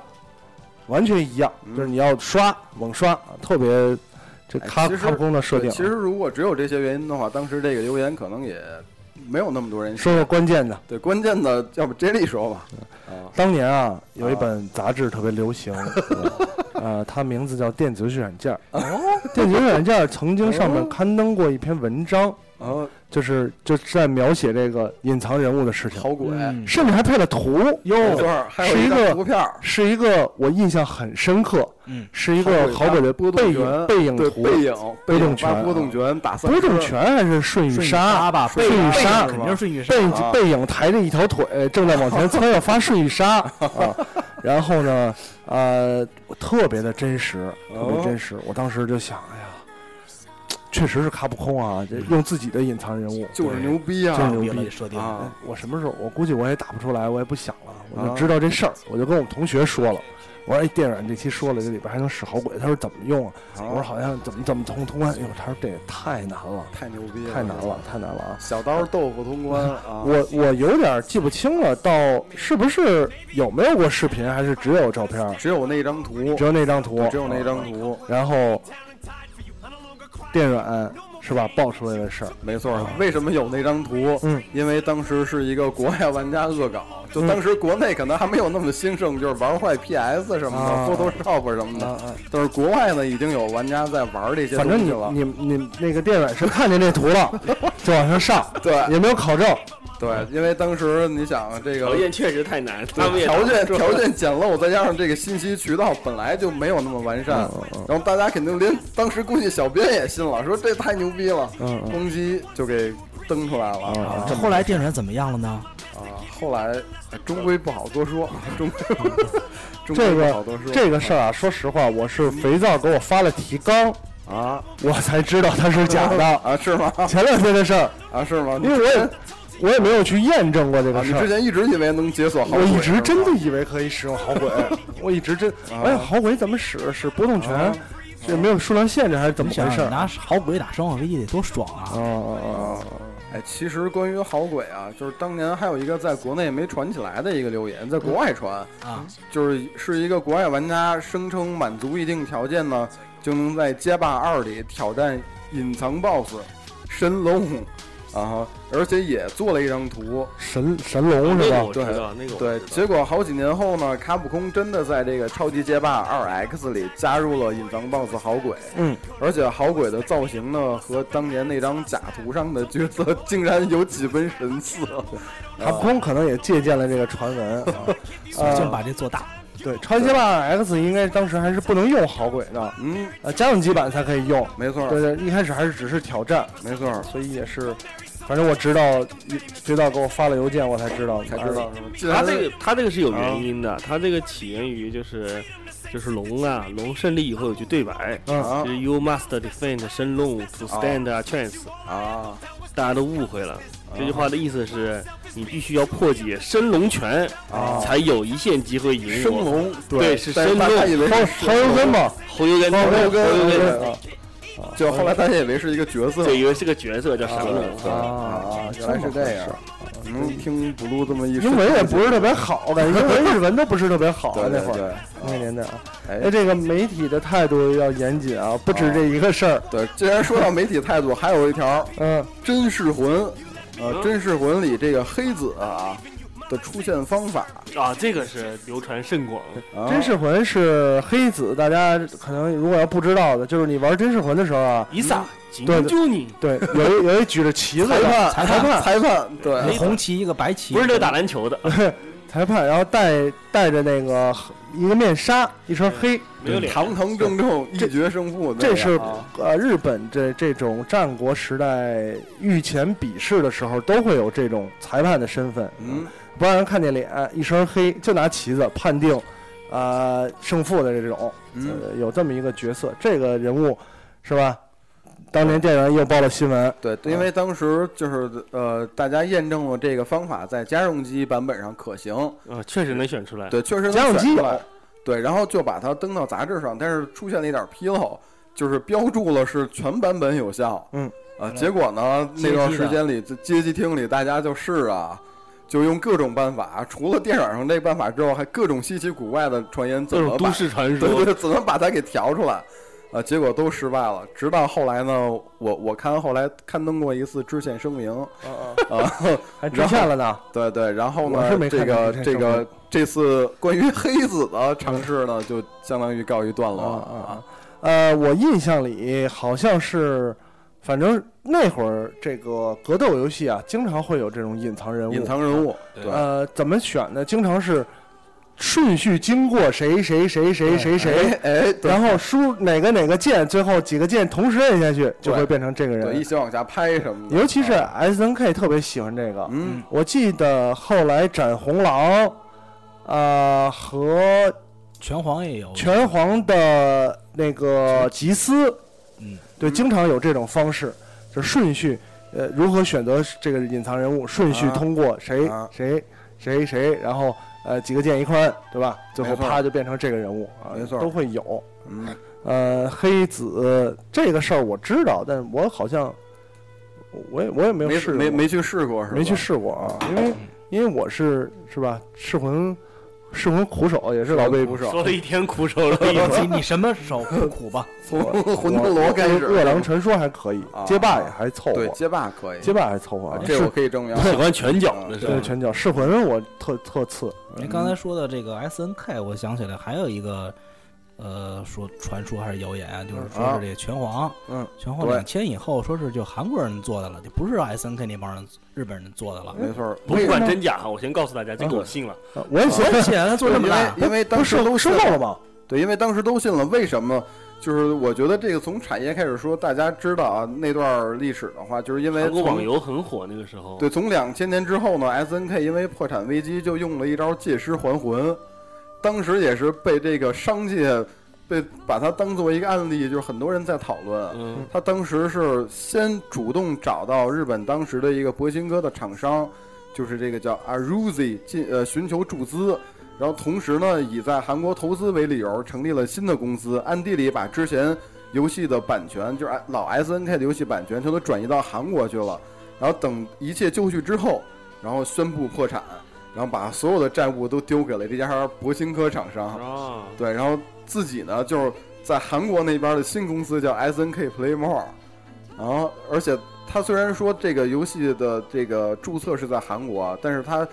B: 完全一样，
A: 啊嗯
B: 就是你要刷猛刷，啊特别这
A: 哎
B: 卡、
A: 其实
B: 卡普空的设定啊
A: 对。其实如果只有这些原因的话，当时这个留言可能也没有那么多人信。
B: 说说关键的，
A: 对，关键的，要不 J 莉说吧，
B: 当年啊，有一本杂志特别流行，
A: 啊
B: 呃，它名字叫《电子血染件》。哦， 电子血染件曾经上面刊登过一篇文章，
A: 然后
B: 就是就是在描写这个隐藏人物的事情，
A: 好鬼，
C: 嗯
B: 甚至还配了图。
A: 没
B: 哟，
A: 错，还有
B: 是一
A: 张
B: 个
A: 图片儿，
B: 是一个我印象很深刻，
C: 嗯，
B: 是一
A: 好
B: 个
A: 鬼
B: 好鬼的
A: 波动
B: 背影
A: 拳
B: 背影
A: 对
B: 图，
A: 背影
B: 波
A: 影
B: 动
A: 发
B: 拳
A: 波动拳打三
B: 不是
A: 折
B: 正拳还是顺
C: 顺
B: 雨
C: 义
B: 杀？
C: 吧，
B: 顺
C: 背
B: 义
C: 影
B: 杀
C: 肯定是顺义杀。
B: 背
A: 啊
B: 背影抬着一条腿正在往前窜，要发瞬一杀啊！然后呢，呃，特别的真实，特别
A: 哦
B: 真实。我当时就想，哎呀，确实是卡普空啊，
C: 嗯
B: 这用自己的隐藏人物，
A: 就是牛逼啊！
B: 就是牛
C: 别
B: 逼
C: 的设定，
A: 啊！
B: 我什么时候？我估计我也打不出来，我也不想了，我
A: 啊
B: 就知道这事儿，我就跟我们同学说了。我说：“哎，电软这期说了，这里边还能使好鬼。”他说：“怎么用啊？”
C: 哦
B: 我说：“好像怎么怎么通通关。”哎呦，他说：“这也太难了，
A: 太牛逼了，
B: 太难了，太难了啊！”
A: 小刀豆腐通关啊！
B: 我我有点记不清了，到是不是有没有过视频，还是只有照片儿？
A: 只有那张图，
B: 只有那张图，
A: 只有那张图，
B: 然后电软是吧？爆出来的事儿，
A: 没错。为什么有那张图？
B: 嗯，
A: 因为当时是一个国外玩家恶搞，就当时国内可能还没有那么兴盛，就是玩坏 PS 什么的、
B: 啊
A: Photoshop 什么的，
B: 啊啊
A: 但是国外呢已经有玩家在玩这些
B: 反正
A: 东西
B: 你
A: 了。
B: 你你那个电软是看见那图了， 就往上上，
A: 对
B: 也没有考证，
A: 对，因为当时你想这
D: 条
A: 个
D: 件确实太难，他们也
A: 条件条件简陋，再加上这个信息渠道本来就没有那么完
B: 嗯
A: 善，然后大家肯定连当时估计小编也信了，说这太牛逼了，
B: 嗯嗯
A: 攻击就给登出来了
B: 嗯
A: 啊
C: 这后来电软怎么样了呢？
A: 啊！后来哎终归不好多说，终归 终归
B: 这
A: 不
B: 个
A: 好多说
B: 嗯这个事儿啊，说实话，我是肥皂给我发了提纲，
A: 啊
B: 我才知道它是假 的。
A: 啊是吗？
B: 前两天的事儿，
A: 啊是吗？
B: 因为我也我也没有去验证过这
A: 啊
B: 个
A: 你
B: 事儿
A: 之。前一直以为能解锁好
B: 我
A: 鬼是吗，啊
B: 一直真的以为可以使用好 鬼，我一直真，哎，好鬼怎么使？使波动拳，是没有数量限制还是怎么
C: 你
B: 回
C: 想
B: 事？啊
C: 拿好鬼打生化危机得多爽啊！
B: 啊
A: 哎，其实关于好鬼啊，就是当年还有一个在国内没传起来的一个留言，在国外传，
C: 啊，
A: 就是是一个国外玩家声称满足一定条件呢，就能在街霸二里挑战隐藏 BOSS 神龙，啊，而且也做了一张图。
B: 神神龙是
D: 那个
B: 吧
D: 我？知道，那个我
A: 啊对，
D: 知道
A: 结果好几年后呢，卡普空真的在这个超级街霸二 X 里加入了隐藏 BOSS 好鬼，
B: 嗯，
A: 而且好鬼的造型呢和当年那张假图上的角色竟然有几分神似。
B: 卡普空可能也借鉴了这个传闻。啊
C: 索性
B: 呃，
C: 把这做大。
B: 对，超级街霸 X 应该当时还是不能用好鬼的，
A: 嗯，
B: 呃，家用机版才可以用。
A: 没错，
B: 对对，一开始还是只是挑战，
A: 没错，
B: 所以也是，反正我知道，肥皂给我发了邮件，我才知道，
A: 才知道是吗？竟
D: 他
A: 然
D: 这个他这个是有原因的，他这个起源于就是就是龙啊，龙胜利以后有句对白，
A: 啊
B: 嗯
D: 就是 You must defend Shen Long to stand a chance，
A: 啊
D: 大家都误会了。这句话的意思是你必须要破解升龙拳，
A: 啊！
D: 才有一线机会赢
A: 升
D: 我。
A: 龙，
D: 对是
A: 但
D: 升
A: 大家
D: 龙
A: 以为
B: 还
A: 是
B: 有还有根嘛，
D: 侯油根，
A: 侯
D: 油
A: 油根
D: 侯油根，
A: 对就后来大家以为是一个角色
D: 对，以为是个角色叫神龙。
A: 啊啊，原来是这样。能听 blue 这么一说，
B: 英文也不是特别好，感觉英文、日文都不是特别好啊
A: 对，
B: 那
A: 对
B: 会儿
A: 对，
B: 那个年代啊。那
A: 哎。
B: 这个媒体的态度要严谨啊，不止这一个事儿。
A: 对，既然说到媒体态度，还有一条《
B: 嗯，
A: 真是魂》，呃，
D: 嗯
A: 《真是魂》里这个黑子啊的出现方法，
D: 啊，这个是流传甚广。
A: 啊
B: 真是魂是黑子，大家可能如果要不知道的，就是你玩真是魂的时候啊，
D: 伊
A: 嗯
D: 萨，仅
B: 对
D: 救你，
B: 对， 有一有一举着旗子
A: 裁
B: 的
A: 判，
C: 裁
A: 裁
C: 判
A: 判，裁判，对，
B: 嗯
C: 红旗一个白旗，
D: 不是那个打篮球
A: 嗯
D: 的，
B: 裁判，然后戴戴着那个一个面纱，一身黑，
D: 没有脸。
A: 堂堂正正一决胜负，
B: 这
A: 对
B: 是
A: 啊
B: 呃日本这这种战国时代御前比试的时候都会有这种裁判的身份，
A: 嗯，
B: 不让人看见脸，一身黑，就拿旗子判定，呃胜负的这种，
A: 嗯
B: 呃有这么一个角色，这个人物是吧？当年电影又报了新闻，
A: 对，因为当时就是呃，大家验证了这个方法在家用机版本上可行，
D: 啊，确实能选出来。
A: 对，确实
B: 家
A: 能
B: 用
A: 选
B: 机
A: 出
B: 有
A: 来，对，然后就把它登到杂志上，但是出现了一点纰漏，就是标注了是全版本有效，
B: 嗯，
A: 啊，结果呢，那段时间里街机厅里大家就是啊。就用各种办法，除了电软上这办法之后，还各种稀奇古怪的传言，怎
D: 各
A: 么
D: 种
A: 把
D: 都市传
A: 对对
D: 说，
A: 对，怎么把它给调出来？啊，结果都失败了。直到后来呢，我我看后来刊登过一次致歉声明，啊，
B: 还致歉了呢。
A: 对对，然后
B: 我是
A: 呢，
B: 没
A: 这
B: 看
A: 个
B: 到
A: 这
B: 这个
A: 个这次关于黑子的尝试呢，就相当于告一段落
B: 啊啊
A: 了
B: 啊！呃，我印象里好像是，反正那会儿这个格斗游戏啊，经常会有这种隐藏人物。
A: 隐藏人物，
C: 对
A: 对，
B: 呃，怎么选呢？经常是顺序经过谁谁谁谁谁谁，
A: 哎哎，对
B: 然后输哪个哪个键，最后几个键同时摁下去，就
A: 对
B: 会变成这个
A: 对，一
B: 人。
A: 起往下拍什么的，啊
B: 尤其是 S N K 特别喜欢这个，
A: 嗯
B: 我记得后来斩红狼，呃和
C: 拳皇也有，
B: 拳皇的那个吉斯，
C: 嗯，
B: 对，经常有这种方式，就是顺序，呃，如何选择这个隐藏人物，顺序
A: 啊
B: 通过谁、
A: 啊
B: 谁谁谁，然后呃几个键一宽，对吧？最后
A: 没错
B: 啪就变成这个人物啊，
A: 没错
B: 都会有。
A: 嗯，
B: 呃，黑子这个事儿我知道，但我好像我也我也没有
A: 没
B: 试过
A: 没没嗯去试过是吧？
B: 没去试过啊，因为因为我是是吧，噬魂噬魂苦手也是老被
A: 苦手
D: 说了一天苦手了，
C: 你你什么手不苦吧？
A: 从 魂斗罗开始，
B: 饿狼传说还可以
A: 啊，
B: 街霸也还凑合
A: 对，街霸可以，
B: 街霸还凑合啊。
A: 这
B: 是
A: 我可以证明。
D: 喜欢拳脚的是
B: 对
D: 吧？
B: 拳脚噬魂我特特次，
C: 您刚
A: 嗯
C: 才说的这个 S N K，我想起来还有一个，呃，说传说还是谣言啊，就是说是这个拳皇，
A: 嗯，
C: 拳皇
A: 对
C: 两千以后说是就韩国人做的了，就不是 S N K 那帮人日本人做的了。
A: 没错儿，
D: 不管真假哈，我先告诉大家，这个我信了。
B: 啊我也
A: 啊
B: 行，
C: 而且他做这么
A: 因为
C: 大，
A: 因为当
B: 不
A: 时
B: 是
A: 都
B: 收
A: 信
B: 到了吗？
A: 对，因为当时都信了，为什么？就是我觉得这个从产业开始说，大家知道啊，那段历史的话，就是因为
D: 韩国
A: 从
D: 网游很火那个时候，
A: 对，从两千年之后呢，S N K 因为破产危机，就用了一招借尸还魂，当时也是被这个商界被把它当做一个案例，就是很多人在讨论。啊
D: 嗯，
A: 他当时是先主动找到日本当时的一个博兴哥的厂商，就是这个叫 Aruzi 进呃寻求注资，然后同时呢以在韩国投资为理由成立了新的公司，暗地里把之前游戏的版权，就是老 S N K 的游戏版权全都转移到韩国去了。然后等一切就绪之后，然后宣布破产，然后把所有的债务都丢给了这家博兴科厂商。
D: 啊，
A: 对，然后自己呢就是在韩国那边的新公司叫 SNK Playmore，然后而且他虽然说这个游戏的这个注册是在韩国，啊但是他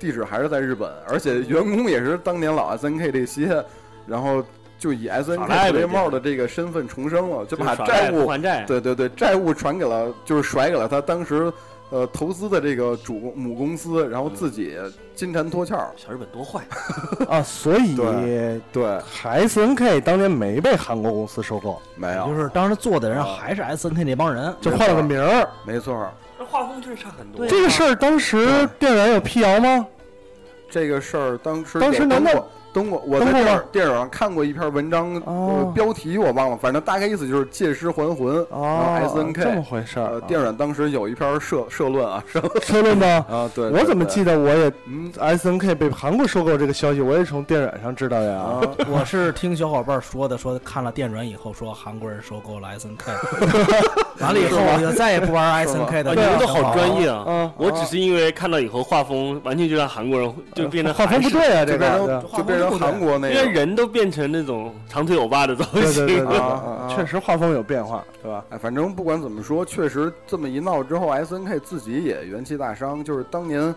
A: 地址还是在日本，而且
D: 嗯
A: 员工也是当年老 SNK 这些，然后就以 SNK
D: 耍赖呗这
A: Playmore 的这个身份重生了，就
D: 就
A: 把
D: 耍
A: 债
D: 赖不
A: 务
D: 还债，
A: 对对对，债务传给了，就是甩给了他当时呃投资的这个主公母公司，然后
D: 嗯
A: 自己金蝉脱壳儿。
D: 小日本多坏，
B: 啊，所以
A: 对对，
B: S N K 当年没被韩国公司收购，
A: 没
C: 也
A: 有，
C: 就是当时做的人还
A: 啊
C: 是 S N K 那帮人。
B: 就换了个名儿。
A: 没错儿。
D: 这画风真是差很多。
B: 这个事儿当时电源有辟谣吗？
A: 这个事儿当时
B: 当时
A: 有登
B: 难道
A: 过登过？我
B: 登
A: 在
B: 过
A: 电
B: 吗
A: 影电影上看过一篇文章，
B: 哦
A: 呃，标题我忘了，反正大概意思就是借尸还魂。
B: 哦
A: 然后
B: 这么
A: SNK
B: 回事儿
A: 呃，
B: 啊。
A: 电影当时有一篇社社论啊，社
B: 车论吗？
A: 啊， 对，
B: 我怎么记
A: 得？
B: 得我也
A: 嗯
B: S N K 被韩国收购这个消息，我也是从电软上知道的呀。
A: 啊，
C: 我是听小伙伴说的，说看了电软以后，说韩国人收购了 S N K，完了以后我就再也不玩 S N K
A: 哎
D: 啊，
C: 的。
D: 你们都好专业啊！
B: 啊，
D: 我只是因为看到以后画风，完全就让韩国人就变得
B: 画风
D: 韩
B: 不
D: 式，
B: 对啊，这
A: 就
B: 个
A: 变
B: 对
A: 成就变成韩国那
D: 因为
A: 个。
D: 人都变成那种长腿欧巴的造
B: 对对对
D: 型
B: 对，
A: 啊啊
B: 对，
A: 啊
B: 确实画风有变化，对吧？
A: 哎，反正不管怎么说，确实这么一闹之后，S N K 自己也元气大伤。就是当年，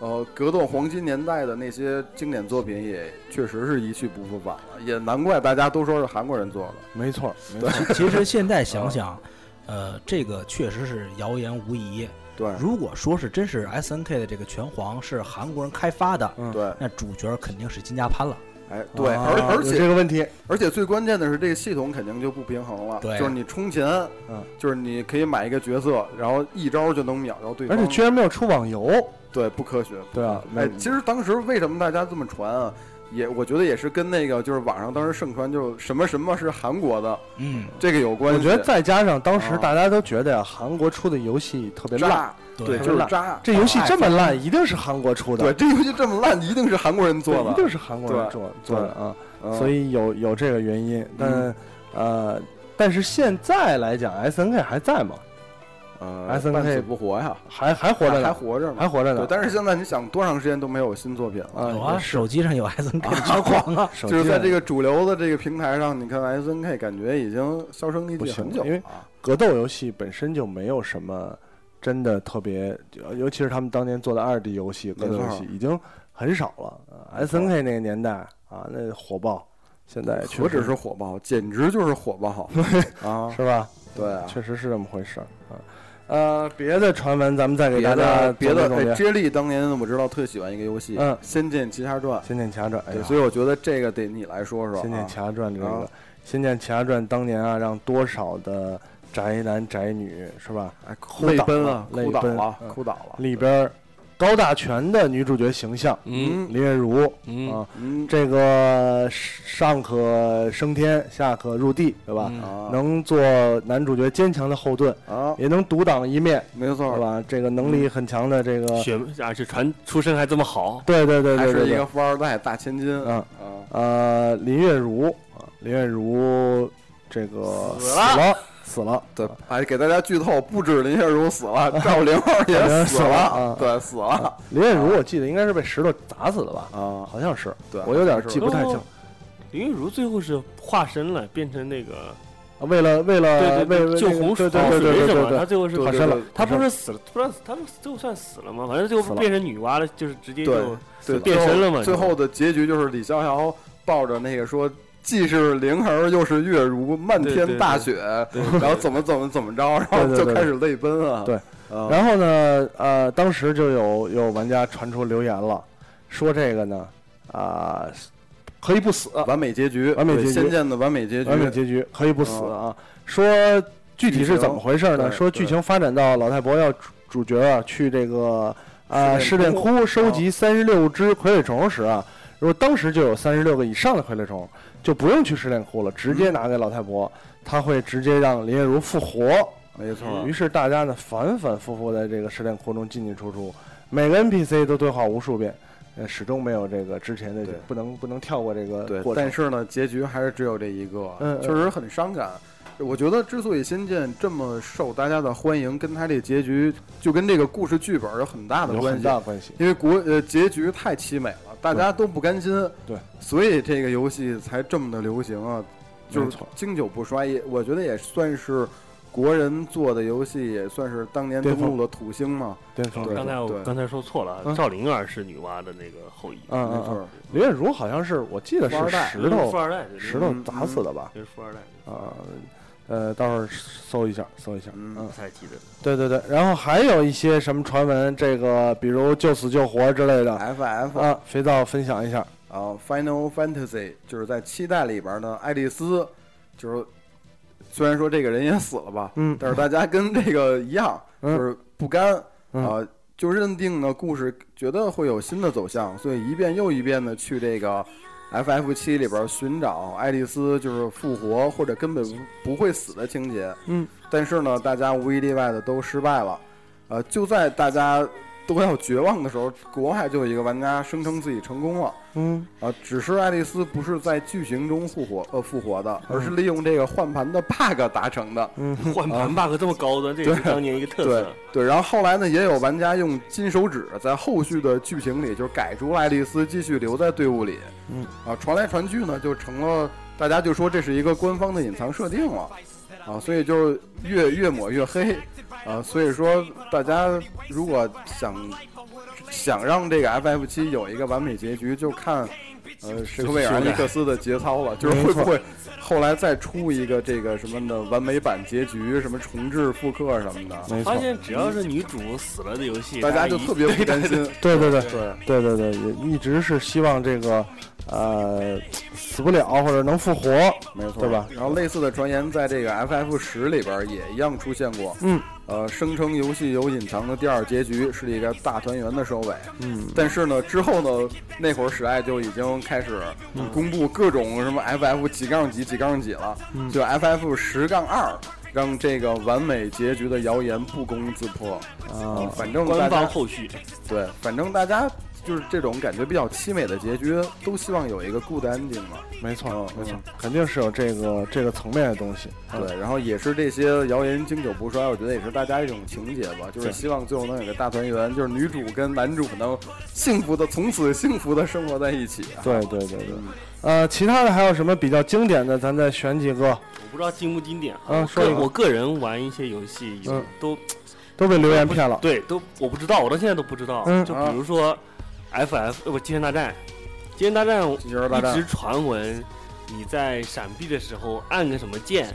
A: 呃，格斗黄金年代的那些经典作品，也确实是一去不复返了。也难怪大家都说是韩国人做的。
B: 没错，没错，
C: 其实现 在想想，呃，这个确实是谣言无疑。
A: 对
C: 如果说是真是 S N K 的这个拳皇是韩国人开发的，
A: 对，
C: 那主角肯定是金家潘了。
A: 哎对，
B: 啊
A: 而而
B: 有这
A: 且
B: 个问题，
A: 而且最关键的是，这个系统肯定就不平衡了。
C: 对
A: 就是你充钱，
B: 嗯，
A: 就是你可以买一个角色，然后一招就能秒掉对
B: 而
A: 方。
B: 且居然没有出网游，
A: 对，不科学。
B: 对啊，
A: 哎，
B: 没
A: 其实当时为什么大家这么传啊？也我觉得也是跟那个就是网上当时盛传就是什么什么是韩国的
C: 嗯，
A: 这个有关
B: 我
A: 系。
B: 觉得再加上当时
A: 啊
B: 大家都觉得呀，韩国出的游戏特别烂，
A: 渣，
C: 对
A: 就是渣。
B: 这游戏这么烂，一定是韩国出
A: 对，
B: 的，
A: 这游戏这么烂，一定是韩国人做
B: 一定
A: 的，
B: 是韩国人
A: 对
B: 做做的啊，
A: 嗯
B: 所以有有这个原因，但呃，但是现在来讲，S N K 还在吗？
A: 呃
B: SNK
A: 半死不活呀，
B: 还还活着
A: 还
B: 呢，
A: 活着呢，
B: 还活着
A: 对
B: 呢，，
A: 但是现在你想，多长时间都没有新作品了？
B: 啊
C: 有啊，
B: 也是
C: 手 机上有 S N K 拳皇啊，
B: 手
A: 就是
B: 机
A: 在
B: 上
A: 这个主流的这个平台上，你看 S N K 感觉已经销声匿迹很久
B: 不行了因为
A: 了啊。
B: 格斗游戏本身就没有什么真的特别，呃尤其是他们当年做的二 D 游戏、格斗游戏
A: 没
B: 已经很少了。S 啊 N K 那个年代啊，那火爆，现在确实
A: 何止是火爆，简直就是火 爆啊！
B: 是吧？
A: 对啊，
B: 确实是这么回事儿啊。呃，别的传闻咱们再给
A: 别
B: 大家
A: 的别的，
B: 总结
A: 哎，
B: 总结。
A: 接力当年我知道特喜欢一个游戏，
B: 嗯
A: 《仙剑奇侠传》，
B: 仙剑奇侠传，哎
A: 对，
B: 呀，
A: 所以我觉得这个得你来说说啊。
B: 仙剑奇侠传》这个
A: 啊
B: 《仙剑奇侠传》当年啊，让多少的宅男宅女是吧？
A: 哎，
B: 哭
A: 泪
B: 倒
A: 奔
B: 了
A: 啊，
B: 泪
A: 哭倒
B: 奔
A: 了
B: 嗯，
A: 哭倒了。
B: 里边儿高大全的女主角形象
D: 嗯
B: 林月如
D: 嗯
B: 啊，
A: 嗯
B: 这个上可升天，下可入地，对吧？
D: 嗯
A: 啊
B: 能做男主角坚强的后盾，
A: 啊，
B: 也能独当一面，
A: 没
B: 是
A: 错，
B: 吧？这个能力很强的这个，
D: 学而且传出身还这么好，
B: 对对对
A: 还
B: 对
A: 是
B: 对
A: 一
B: 对
A: 个，富二代大千金
B: 啊
A: 啊，
B: 呃，林月如啊，林月如这个
D: 死
B: 死
D: 了
B: 了死了，啊
A: 对，哎，给大家剧透，不止林月如死了，赵灵儿
B: 赵灵儿
A: 也
B: 死了啊嗯
A: 了，对，死了
B: 林月如我记得应该是被石头砸死的吧？
A: 啊，
B: 好像是，
A: 对，
B: 我有点记
A: 是
B: 不太清啊
D: 哦。林月如最后是化身了，变成那个
B: 为了为了
D: 对
B: 为
D: 对
B: 了
D: 救
B: 呃那个
D: 洪水
B: 对对对对
D: 水什
B: 对
D: 么，
B: 对
D: 他，最后是
A: 对
B: 好
D: 化
B: 像
D: 身。
B: 了
A: 对，
D: 他不是死了，不知道他们最后算死了吗？反正最
B: 死
D: 后
B: 了
D: 变成女娲了，就是直接
A: 对对
D: 就变身了嘛
A: 最
D: 是吧
A: 后的结局就是李逍遥抱着那个说。既是灵儿，又是月如，漫
D: 对
A: 天
D: 对
A: 大雪，然后怎么怎么怎么着，然后
B: 对对
A: 就
B: 对
A: 开始泪奔啊！
B: 对
A: 啊，
B: 然后呢，呃，当时就有有玩家传出留言了，说这个呢，啊、可以不死，
A: 完美结局，
B: 完美
A: 对
B: 结局
A: 仙剑的完美结局，
B: 完美结局可以不死啊。说具体是怎么回事
A: 嗯剧
B: 呢？
A: 情
B: 说
A: 对
B: 剧情发展到老太婆要主主角啊去这个啊试
A: 试
B: 炼
A: 炼嗯
B: 窟收集三十六只傀儡虫时啊，如果当时就有三十六个以上的傀儡虫，就不用去试炼窟了，直
A: 嗯
B: 接拿给老太婆，她会直接让林月如复活。
A: 没错，
B: 于是大家呢反反复复在这个试炼窟中进进出出，每个 NPC 都对话无数遍，呃，始终没有这个之前的
A: 对
B: 不能不能跳过这个
A: 对
B: 过，程。
A: 但是呢，结局还是只有这一个，
B: 嗯嗯
A: 确实很伤感。我觉得之所以《仙剑》这么受大家的欢迎，跟它这结局就跟这个故事剧本有很大的
B: 有
A: 关
B: 很
A: 系，
B: 大关系。
A: 因为国呃结局太凄美了，大家都不甘心，
B: 对，
A: 所以这个游戏才这么的流行啊，就
B: 没
A: 是
B: 错
A: 经久不衰，也我觉得也算是国人做的游戏，也算是当年
B: 巅
A: 登
B: 峰
A: 陆了土星嘛，
B: 巅峰
A: 对
D: 刚才我
A: 对
D: 刚才说错了
B: 嗯
D: 啊，赵灵儿是女娲的那个后裔，
B: 嗯
A: 没
B: 嗯
A: 错
B: 嗯，，林月如好像是我记得
A: 富
B: 是
A: 二代
B: 石
D: 富
B: 头
D: 二代，
B: 石头
A: 嗯
B: 砸死的吧？
D: 就是富二代，
B: 啊，呃，到时候搜一下，搜一下。
A: 嗯
D: 不
B: 嗯，
D: 太记得了。
B: 对对对，然后还有一些什么传闻，这个比如救死救活之类的
A: 哎 FF
B: 啊，肥皂分享一下。
A: 啊，《Final Fantasy》就是在七代里边呢，爱丽丝就是虽然说这个人也死了吧，
B: 嗯
A: 但是大家跟这个一样，
B: 嗯
A: 就是不甘啊、
B: 嗯
A: 就认定呢故事觉得会有新的走向，所以一遍又一遍的去这个 FF 七里边寻找爱丽丝就是复活或者根本不会死的情节。
B: 嗯，
A: 但是呢，大家无一例外的都失败了。呃，就在大家都要绝望的时候，国外就有一个玩家声称自己成功了。
B: 嗯
A: 啊，只是爱丽丝不是在剧情中复活呃复活的，而是利用这个换盘的 bug 达成的。
B: 嗯，
D: 换盘 bug 这么高端，这也是当年一个特
A: 对
D: 色。
A: 对，然后后来呢，也有玩家用金手指在后续的剧情里就改出爱丽丝继续留在队伍里。
B: 嗯，
A: 啊，传来传去呢，就成了大家就说这是一个官方的隐藏设定了。啊，所以就越越抹越黑。啊，所以说大家如果想想让这个 FF 七有一个完美结局，就看。呃，史克威尔尼克斯的节操了，就是会不会后来再出一个这个什么的完美版结局，什么重置复刻什么的，
B: 没错
D: 发。现只要是女主死了的游戏，
A: 大家就
D: 一
A: 特别不甘心。
B: 对对对
A: 对
B: 对对对，也一直是希望这个呃死不了或者能复活。
A: 没错，
B: 对吧
A: 然后类似的传言在这个 FF 十里边也一样出现过。
B: 嗯，
A: 呃，声称游戏有隐藏的第二结局，是一个大团圆的收尾。
B: 嗯，
A: 但是呢，之后呢，那会儿史爱就已经开始公布各种什么 FF 几杠几几杠几了，
B: 嗯
A: 就 FF 十杠二。让这个完美结局的谣言不攻自破
B: 啊
A: 反正大家
D: 官方后续，
A: 对，反正大家就是这种感觉比较凄美的结局，都希望有一个 good ending 嘛。
B: 没错
A: 嗯，
B: 没错
A: 嗯，
B: 肯定是有这个这个层面的东西。
A: 对，然后也是这些谣言经久不衰，我觉得也是大家一种情节吧，就是希望最后能有个大团圆，就是女主跟男主能幸福的从此幸福的生活在一起啊。
B: 对对对对
A: 嗯，
B: 呃，其他的还有什么比较经典的？咱再选几个，
D: 我不知道经不经典啊。
B: 嗯
D: 我
B: 说一
D: 个
B: 个
D: 我个人玩一些游戏，有
B: 嗯
D: 都
B: 都被留言骗了。
D: 对都我不知道，我到现在都不知道
B: 嗯。
D: 就比如说 FF 呃不《机械大战》，《机械大战》
A: 机器人大
D: 一直
A: 战，
D: 传闻你在闪避的时候按个什么键，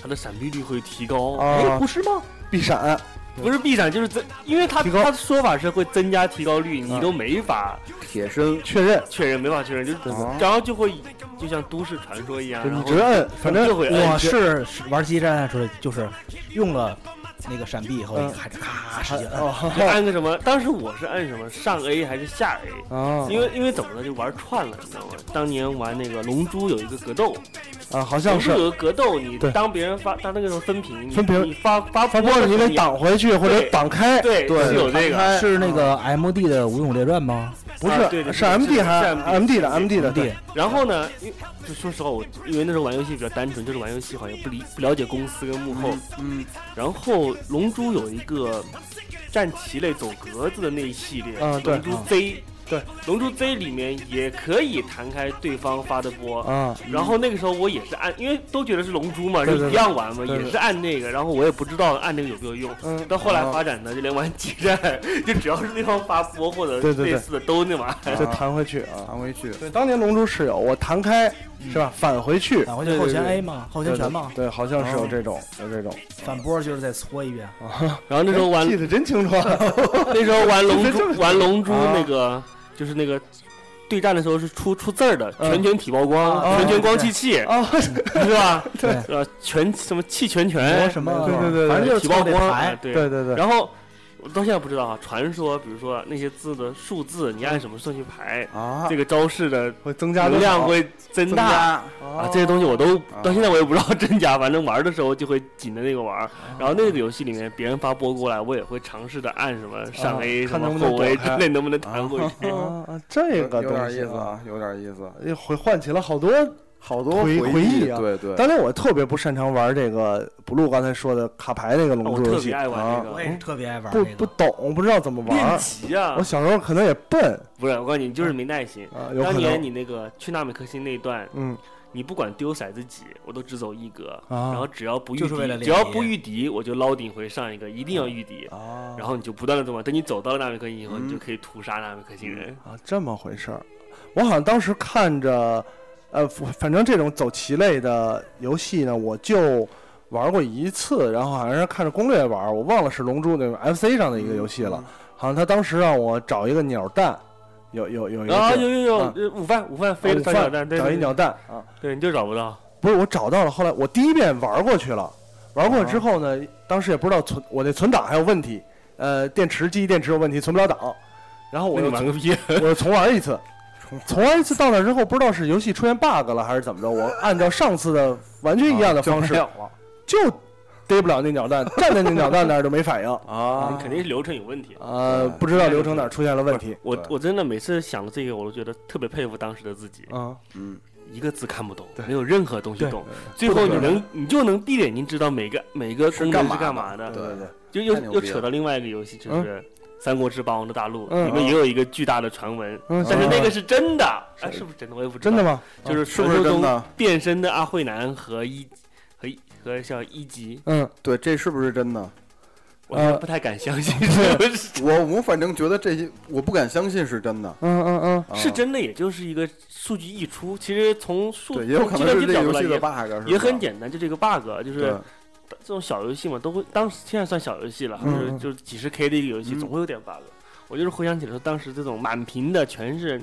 D: 它的闪避率会提高。
B: 啊
D: 哎，不是吗？
B: 必闪，
D: 不是避闪就是增，因为它
B: 提高啊
D: 它的说法是会增加提高率，你都没法
A: 铁身
B: 确认，
D: 确认，没法确认，就
A: 对
D: 然后就会就像都市传说一样，
B: 啊就
D: 然
B: 你
D: 后
B: 直摁，反正
D: 就会摁
C: 我是是玩机战的时候，就是用了那个闪避以后，
B: 嗯
C: 还咔使劲摁。
B: 哦
D: 就按个什么？当时我是按什么上 A 还是下 A？
B: 啊
D: 因为因为怎么了就玩串了，你知道吗？当年玩那个《龙珠》有一个格斗，
B: 啊，好像
D: 龙珠
B: 是
D: 有个格斗，你
B: 对
D: 当别人发当那个时候分屏，你
B: 分屏
D: 你发发
B: 发
D: 发
B: 波了你得
D: 挡，
B: 挡回去或者
D: 对
B: 挡开，
D: 对，
A: 对
D: 是有这个。
A: 个
C: 哎是那
B: 啊
C: 个 M D 的《武勇列传》吗？
B: 不
D: 啊对
B: 是
D: 对
B: 是
D: 对
B: M D
D: 是
B: 还
D: 是
B: M D 的 M D 的
C: D
B: 对，
D: 然后呢，因为就说实话，我因为那时候玩游戏比较单纯，就是玩游戏，好像不理不了解公司跟幕后。
A: 嗯，
D: 然后《龙珠》有一个战棋类走格子的那一系列，
B: 嗯对
D: 龙珠 Z》
B: 对，
D: 《龙珠 Z》里面也可以弹开对方发的波。
B: 啊
D: 然后那个时候我也是按，因为都觉得是龙珠嘛，
B: 对
D: 就
B: 对对
D: 一样玩嘛，
B: 对对
D: 也是按那个。然后我也不知道按那个有没有用。
B: 嗯
D: 到后来发展呢，就连玩激战， 就只要是对方发波或 者
B: 对对对
D: 类似的都那玩意儿。
B: 就弹回去啊。
A: 弹回去，
B: 对，当年龙珠是有我弹开是吧，返回去，
C: 返回
D: 对
C: 去
D: 对
C: 啊后前
D: 对
C: A 嘛，后前
B: 对
C: 拳
B: 对
C: 嘛，
B: 对，好像是有
C: 啊
B: 这种有这种。
C: 反波就是再搓一遍。
D: 然后那时候 玩
B: 记得真清楚啊，
D: 那时候 玩龙
B: 这
D: 珠
B: 么，
D: 玩龙珠
B: 啊
D: 那个就是那个对战的时候是出出字儿的，
B: 嗯哦
D: 全拳体曝光，
C: 啊
D: 全拳光气器，
B: 啊
D: 是吧？
C: 对，
D: 呃，全什么气全
C: 磨
D: 拳，
C: 什么？
B: 哎对对对对
C: 反正就是
D: 体曝
C: 搓这
D: 光，啊
C: 牌。
D: 对。
B: 对对对，
D: 然后我到现在不知道啊，传说比如说那些字的数字，你按什么顺序排，
A: 啊，
D: 这个招式的
B: 会增加
D: 能
B: 多
D: 量
B: 少
D: 会增
A: 增
D: 大。
A: 加
D: 啊，这些东西我都
A: 啊
D: 到现在我也不知道真假，反正玩的时候就会紧着那个玩
B: 啊
D: 儿。然后那个游戏里面，别人发波过来，我也会尝试的按什么上
B: 啊
D: A、什
B: 看
D: 么
B: 能不能
D: 后 A
B: 躲
D: 之
B: 开
D: 类，能不能弹回去？
B: 啊啊，这个
A: 有点
B: 东
A: 意
B: 西
A: 思
B: 啊，
A: 啊，有点意思，
B: 又回唤起了好多。
A: 好多
B: 回回忆
A: 忆
B: 啊
A: 对对，
B: 当年我特别不擅长玩这个 blue 刚才说的卡牌那个龙
D: 哦我
B: 珠游
D: 特
B: 戏
D: 别，爱玩
C: 我
D: 这
C: 也
D: 个
C: 是特别爱玩
B: 不
C: 那
B: 不
C: 个。
B: 懂，不知道怎么
D: 练
B: 玩。
D: 级啊
B: 我！小时候可能也笨
D: 不是，我告诉你，你就是没耐心。
B: 啊，有可
D: 当年
B: 能。
D: 你那个去纳米克星那段，
B: 嗯
D: 你不管丢骰子几，我都只走一格，
B: 啊
D: 然后只要不遇
C: 就是为了练
D: 敌，只要
C: 级
D: 不遇敌，我就捞顶回上一个，一定要遇敌。
B: 啊
D: 然后你就不断的这么玩，等你走到了纳米克星以后，
A: 嗯
D: 你就可以屠杀纳米克星人。
B: 啊，这么回事儿。我好像当时看着，呃，反反正这种走棋类的游戏呢，我就玩过一次，然后好像是看着攻略玩儿，我忘了是龙珠那个 FC 上的一个游戏了。
D: 嗯
B: 好像他当时让我找一个鸟蛋，有有有一个地儿、
D: 啊，有有有
B: 啊
D: 呃，午饭午饭飞
B: 啊
D: 了
B: 午
D: 三
B: 饭
D: 鸟蛋，对
B: 找一
D: 对
B: 鸟蛋啊。
D: 对，你就找不到。
B: 不是我找到了，后来我第一遍玩过去了，玩
D: 哦
B: 过之后呢，当时也不知道存我那存档还有问题，呃，电池记忆电池有问题，存不了档，然后我
D: 我
B: 又
D: 玩个屁！
B: 我又重玩一次，重玩一次到那之后，不知道是游戏出现 bug 了还是怎么着，我按照上次的完全一样的方式，啊
A: 啊
B: 就逮不了那鸟蛋，站在那鸟蛋那儿就没反应，
D: 你
A: 啊，
D: 肯定是流程有问题。
B: 呃，不知道流程哪儿出现了问题，
D: 我
A: 对
D: 我真的每次想到这个，我都觉得特别佩服当时的自己，
B: 嗯，
A: 嗯，
D: 一个字看不懂，没有任何东西
B: 对
D: 懂，最后你能你就能闭着眼睛知道每个每个功能
A: 干
D: 是
A: 嘛
D: 干嘛
A: 的
D: 的，
A: 对对，
D: 就又
A: 太牛逼
D: 又
A: 了
D: 扯到另外一个游戏，
A: 嗯
D: 就是《三国志霸王的大陆》，
B: 嗯
D: 里面也有一个巨大的传闻，
B: 嗯
D: 但是那个
B: 是
D: 是真的，哎，是不是真的？我也不知
B: 真
D: 道，
B: 的？吗？
D: 就是
A: 哦是
D: 传
A: 不啊是
D: 说
A: 真
D: 中
A: 的？
D: 变身的阿慧南和一和一和叫一级，
B: 嗯，
A: 对，这是不是真的？
D: 我现在
B: 呃
D: 不太敢 相信，是不是
A: 我我反正觉得这些，我不敢相信是真的。
B: 嗯嗯嗯，
A: 啊
D: 是真的，也就是一个数据溢出。其实从数
A: 对，也有
D: 从
A: 可
D: 计
A: 能
D: 算
A: 是
D: 机
A: 这
D: 角度
A: 游
D: 来
A: 戏的
D: 也
A: bug，是吧
D: 也很简单，就这个 bug，就是
A: 对
D: 这种小游戏嘛，都会当时现在算小游戏了，就
B: 嗯
D: 是就是几十 K 的一个游戏，
A: 嗯
D: 总会有点 bug。我就是回想起来说，当时这种满屏的全是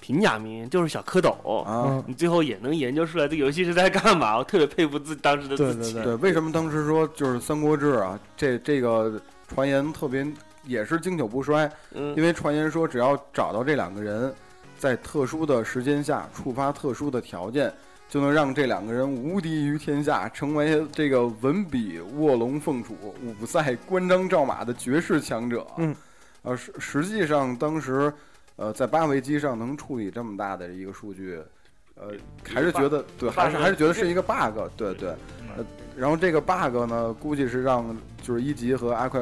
D: 平假名，就是小蝌蚪，
A: 啊，
B: 嗯
D: 你最后也能研究出来这个游戏是在干嘛，我特别佩服自己当时的
B: 对
D: 自
B: 对
D: 己。
B: 对
A: 对，为什么当时说就是《三国志》啊，这这个传言特别也是经久不衰，因
D: 嗯，
A: 为传言说只要找到这两个人，在特殊的时间下触发特殊的条件。就能让这两个人无敌于天下，成为这个文笔卧龙凤雏、五赛关张赵马的绝世强者。
B: 嗯，
A: 呃，实实际上当时，呃，在八维机上能处理这么大的一个数据，呃，还是觉得对，还是还是觉得是一个 bug，对对。呃，然后这个 bug 呢，估计是让就是一级和阿快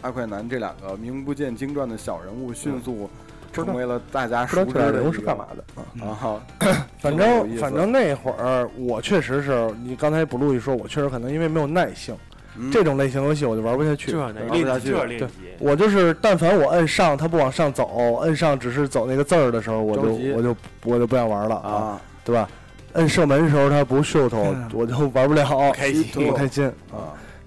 A: 阿快男这两个名不见经传的小人物迅速
B: 嗯知道
A: 成为了大家
B: 不
A: 熟
B: 知道
A: 知
B: 这俩
A: 的
B: 人
A: 一
B: 是
A: 个
B: 干嘛的。嗯
A: 啊哈，特
B: 反
A: 别有意
B: 正
A: 思
B: 反正那会儿我确实是你刚才不录一说，我确实可能因为没有耐性，
A: 嗯
B: 这种类型游戏我就玩不下去
D: 这。玩意儿
A: 玩不
D: 练
A: 下
D: 级，
A: 去
D: 这玩意儿练
B: 对
D: 级。
B: 我就是但凡我摁上，它不往上走，摁上只是走那个字儿的时候，我就
A: 着急
B: 我就我就不想玩了啊，
A: 啊
B: 对吧？摁射门的时候它不秀头
C: 嗯，
B: 我就玩不了，
D: 开心
B: 不开心啊。
A: 啊，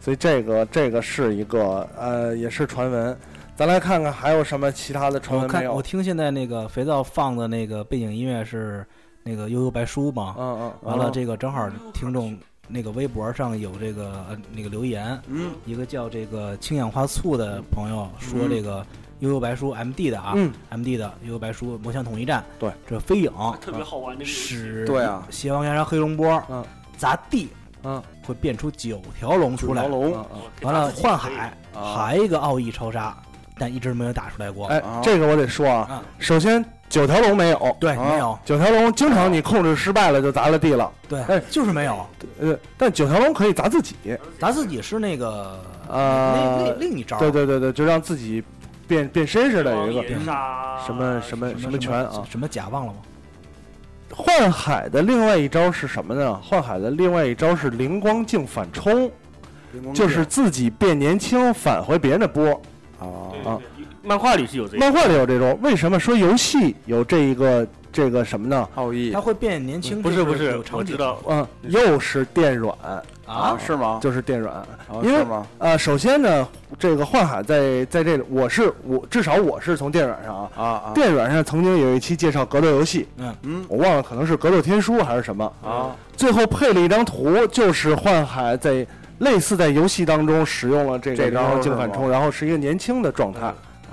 B: 所以这个这个是一个呃也是传闻，咱来看看还有什么其他的传
C: 我
B: 闻没
C: 看
B: 有
C: 我？听现在那个肥皂放的那个背景音乐是那个《悠悠白书》嘛，
B: 嗯嗯，
C: 完了这个正好听众那个微博上有这个呃那个留言，
A: 嗯
C: 一个叫这个氢氧化醋的朋友说
A: 嗯
C: 这个悠悠白书 MD 的啊、
B: 嗯
C: m d 的悠悠白书魔像统一战，
B: 对，
C: 这飞影
D: 特别好玩这个游戏。
C: 使
A: 对啊
C: 邪王牙杀黑龙波，
B: 嗯，
C: 砸地
B: 嗯，
C: 会变出九条龙出来
A: 条，龙
B: 嗯嗯
D: 给
C: 完
D: 哎他
C: 了
D: 自己
C: 幻
D: 可以
C: 海
A: 啊
C: 还一个奥义超杀，但一直没有打出来过。
B: 哎
A: 啊，
B: 这个我得说啊
C: 啊，
B: 首先九条龙没有，
C: 对，
A: 啊
C: 没有，
B: 九条龙经常你控制失败了就砸了地了，哎
C: 对，就是没有。
B: 呃，但九条龙可以砸自己，
C: 咱自己是那个
B: 呃
C: 那那另一招，
B: 对对对对，就让自己变变身似的有一个
D: 银沙
B: 什么什么
C: 什
B: 什么拳啊。
C: 什么甲忘了吗？
B: 幻海的另外一招是什么呢？幻海的另外一招是灵光镜反冲，就是自己变年轻返回别人的波。
D: 对
A: 啊
D: 对对漫画里是有这个
B: 漫画里有这种，为什么说游戏有这一个这个什么呢？
A: 奥义
C: 他会变年轻，
D: 不
C: 是
D: 是不
C: 有
D: 是，
C: 场
D: 我
C: 景
D: 知道，
B: 嗯，又是电软，
C: 啊，
A: 是吗？
B: 就是电软。
A: 啊
B: 因为
A: 是吗？
B: 呃，首先呢，这个幻海在在这里，我是我至少我是从电软上啊，
A: 啊啊
B: 电软上曾经有一期介绍格斗游戏，
A: 嗯
B: 我忘了可能是格斗天书还是什么，
A: 啊
B: 最后配了一张图，就是幻海在类似在游戏当中使用了这个
A: 这招
B: 灵活
A: 是
B: 镜反
A: 吗
B: 冲，然后是一个年轻的状态。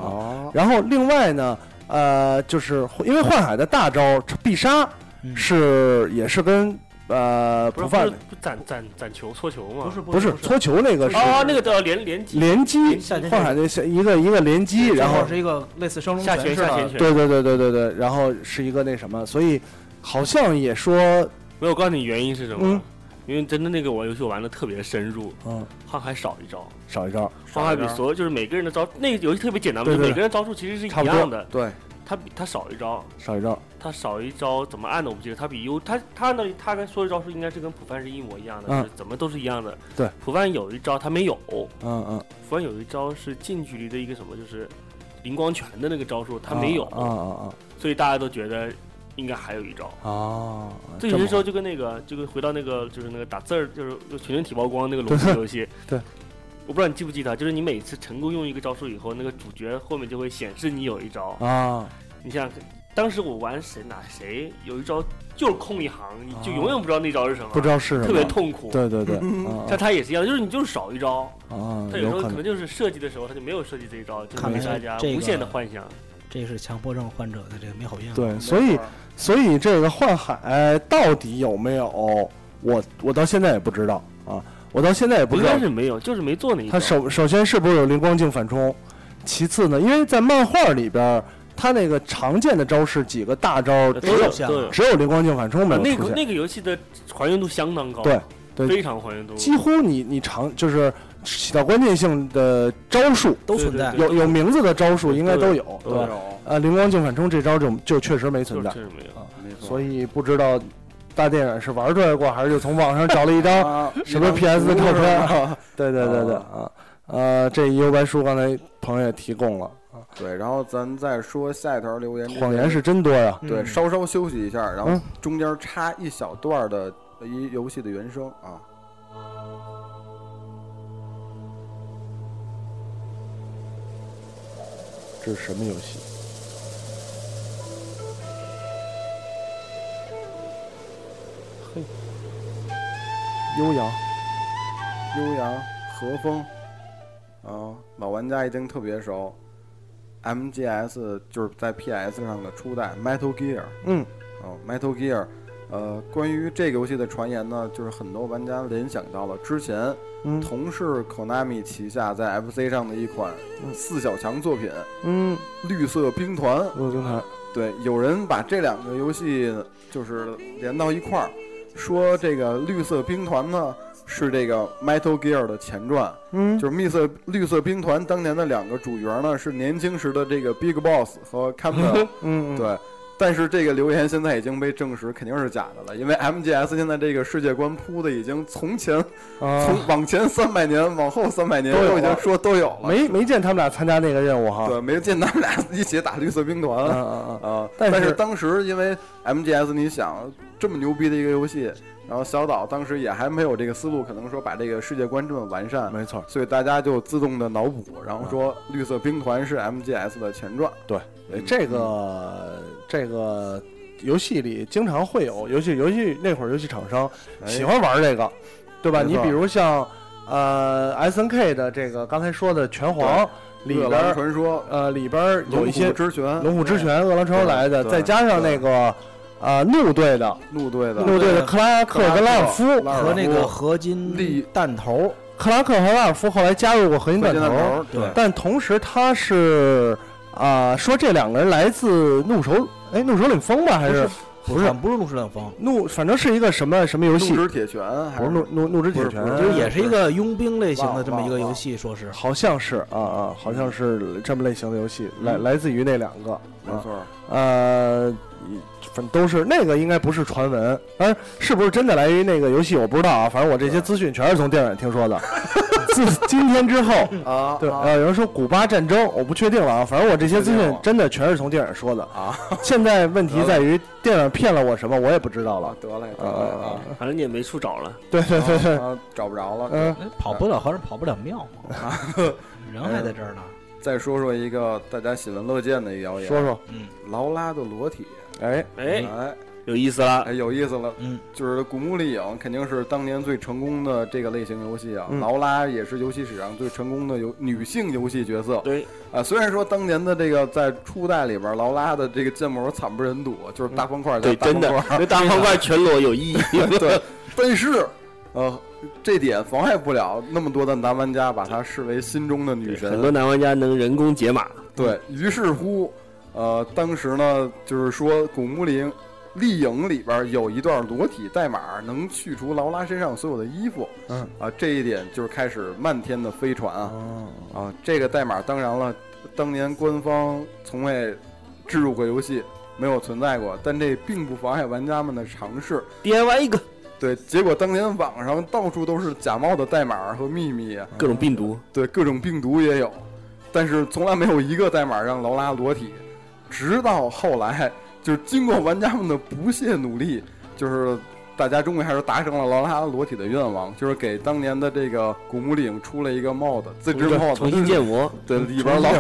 A: 哦
B: 然后另外呢，呃，就是因为幻海的大招必杀
C: 嗯
B: 是也是跟呃普
D: 不是不
B: 范
D: 是不攒攒攒球搓球吗？
C: 不是
B: 不是搓球那个是
D: 啊，那个叫连连击
B: 连击
D: 连下，
B: 幻海的下一个一个连击，然后
C: 是一个类似升龙
D: 下
C: 拳
D: 拳
C: 似的
D: 下拳拳。
B: 对对对对对对，然后是一个那什么，所以好像也说
D: 没有，我告诉你原因是什么
B: 嗯？
D: 因为真的那个玩游戏我玩的特别深入，
B: 嗯
D: 幻海少一招，
B: 少一招，
D: 幻海比所有就是每个人的招，那个游戏特别简单嘛，
B: 对
D: 就
B: 对
D: 每个人招数其实是一
B: 差不多
D: 样的，
A: 对，
D: 他比他少一招，
B: 少一招，
D: 他少一招怎么按的我不记得，他比 U 他他那他跟说的招数应该是跟普范是一模一样的，
B: 嗯
D: 就是怎么都是一样的。
B: 对，
D: 普范有一招他没有，
B: 嗯嗯，
D: 普范有一招是近距离的一个什么，就是灵光拳的那个招数他没有，
B: 啊啊
D: 所以大家都觉得应该还有一招。
B: 啊啊，
D: 这有些时候就跟那个，就跟回到那个，就是那个打字儿，就是全身体曝光那个龙珠游戏。
B: 对
D: 我不知道你记不记得，就是你每次成功用一个招数以后，那个主角后面就会显示你有一招。
B: 啊，
D: 你想想看，当时我玩谁哪谁有一招就是空一行，你就永远不知道那招是什么，
B: 啊不知道是什么，
D: 特别痛苦。
B: 对对对，
D: 像他也是一样，就是你就是少一招，
B: 啊，
D: 他有时候可能就是设计的时候他就没有设计这一招，就是
C: 看
D: 给
C: 来
D: 大家
C: 这
D: 无限的
C: 个
D: 幻想。
C: 这是强迫症患者的这个美好愿望。
B: 对，所以所以这个幻海到底有没有？我我到现在也不知道啊，我到现在也不
D: 不
B: 知道
D: 但是没有，就是没做那一招。
B: 他首首先是不是有灵光镜反冲，其次呢，因为在漫画里边儿，他那个常见的招式几个大招
D: 呃都
B: 只有
D: 有
C: 像
D: 都有。
B: 只有灵光镜反冲没有
D: 那
B: 出
D: 个
B: 现，
D: 那个游戏的还原度相当高，
B: 对
A: 呃
B: 对
D: 非常还原度。
B: 几乎你你常就是起到关键性的招数，
C: 都存在
D: 对对。
B: 有有名字的招数应该
D: 都
B: 都
D: 有
B: 有，
D: 都
B: 对吧？
A: 有，
B: 呃，灵光镜反冲这招就就确实没存
D: 就是
B: 在
D: 确，实没有。
A: 没错。
B: 所以不知道大电影是玩出来过，还是就从网上找了一 张
A: 啊
B: 什么 PS 的照片？ 啊？对对对对
A: 啊
B: 啊，呃，这幽白书刚才朋友也提供了，
A: 对，然后咱再说下一条留言之前。
B: 谎言是真多呀。
A: 对，
C: 嗯
A: 稍稍休息一下，然后
B: 嗯
A: 中间插一小段的一游戏的原声啊。
B: 这是什么游戏？嘿，悠扬，
A: 悠扬和风啊，老玩家一定特别熟。MGS 就是在 PS 上的初代 Metal Gear
B: 嗯
A: 啊，Metal Gear。呃，关于这个游戏的传言呢，就是很多玩家联想到了之前
B: 嗯
A: 同是 Konami 旗下在 FC 上的一款四小强作品
B: 嗯，
A: 《绿色兵团》。
B: 陆金台，
A: 对，有人把这两个游戏就是连到一块儿，说这个绿色兵团呢是这个 Metal Gear 的前传，
B: 嗯
A: 就是绿色绿色兵团当年的两个主角呢是年轻时的这个 Big Boss 和 Campbell，
B: 嗯，
A: 对。但是这个留言现在已经被证实肯定是假的了，因为 MGS 现在这个世界观铺的已经从前
B: 啊，
A: 从往前三百年，往后三百年
B: 都有
A: 都已经
B: 了
A: 说都有了，
B: 没没见他们俩参加那个任务哈。
A: 对，没见他们俩一起打绿色兵团。
B: 嗯，嗯嗯
A: 啊，
B: 但
A: 但
B: 是
A: 当时因为 MGS，你想这么牛逼的一个游戏，然后小岛当时也还没有这个思路，可能说把这个世界观这么完善
B: 嗯，，没错，
A: 所以大家就自动的脑补，然后说绿色兵团是 MGS 的前传。
B: 呃这个这个游戏里经常会有，尤其游戏那会儿游戏厂商
A: 哎
B: 喜欢玩这个，对吧？
A: 没
B: 你
A: 错
B: 比如像呃 S N K 的这个刚才说的拳皇里
A: 热
B: 边
A: 兰
B: 儿
A: 传说
B: 呃里边儿有一
A: 龙
B: 些
A: 虎之拳，
B: 龙虎之拳、饿狼传说来的，
A: 对
B: 再加上那个呃怒队的
A: 怒哎队的
B: 怒队的克拉克跟拉尔夫，
A: 拉尔夫
C: 和那个合金
A: 利
C: 弹头，
B: 克拉克和拉尔夫后来加入过合金
A: 合
B: 弹
A: 金弹
B: 头，
A: 头，对，
B: 但同时他是啊、说这两个人来自怒手哎怒手领风吧还是
C: 不是不是陆氏冷风，
B: 怒反正是一个什么什么游戏
A: 怒，之铁拳还
B: 不
A: 是
B: 是怒怒怒之铁
A: 不是
B: 拳
A: 不，
C: 就是也呃是一个佣兵类型
B: 忘
C: 的
B: 了
C: 这么一个
B: 忘了
C: 游戏，说是
B: 好像是啊啊，好像是这么类型的游戏，来
A: 嗯
B: 来自于那两个，
A: 没
B: 啊
A: 错，
B: 呃，反正都是那个应该不是传闻，当然是不是真的来源于那个游戏我不知道啊，反正我这些资讯全是从电影听说的。 自今天之后，
A: 啊
B: 对，呃，有人说古巴战争，我不确定了啊，反正我这些资
A: 确定
B: 讯
A: 了
B: 真的全是从电影说的
A: 啊。
B: 现在问题在于电影骗了我什么，我也不知道
A: 啊
B: 了。
A: 得嘞得
B: 啊
A: 嘞
B: 啊
A: 啊，
D: 反正你也没处找了。
B: 对对对对，
A: 啊找不着了，对
B: 嗯，
C: 哎跑不了和尚跑不了庙嘛， 人还在这儿呢。
A: 再说说一个大家喜闻乐见的一个谣言，
B: 说说，
C: 嗯
A: 劳拉的裸体，
B: 哎，
D: 哎，
A: 哎
D: 有意思了
A: 哎，有意思了。
C: 嗯，
A: 就是《古墓丽影》肯定是当年最成功的这个类型游戏啊，
B: 嗯
A: 劳拉也是游戏史上最成功的游女性游戏角色。
D: 对，
A: 啊，虽然说当年的这个在初代里边，劳拉的这个建模惨不忍睹，啊就是大方块加
D: 对，
A: 大方
D: 真的
A: 块，，
D: 那大方块全裸有意义。
A: 对，但是，呃，这点妨碍不了那么多的男玩家把她视为心中的女
D: 很
A: 神
D: 多。男玩家能人工解码，
A: 对于是乎，呃，当时呢，就是说《古墓丽影》丽影里边有一段裸体代码能去除劳拉身上所有的衣服，
B: 嗯
A: 啊，这一点就是开始漫天的飞传啊
C: 嗯
B: 哦，
A: 啊，这个代码当然了，当年官方从未置入过游戏，没有存在过，但这并不妨碍玩家们的尝试。
D: DIY 一个
A: 对，结果当年网上到处都是假冒的代码和秘密，啊
D: 各种病毒，
A: 对，各种病毒也有，但是从来没有一个代码让劳拉裸体。直到后来，就是经过玩家们的不懈努力，就是大家终于还是达成了劳拉裸体的愿望，就是给当年的这个《古墓丽影》出了一个 mod 自制 mod，
D: 重新 建嗯模，
A: 对里边劳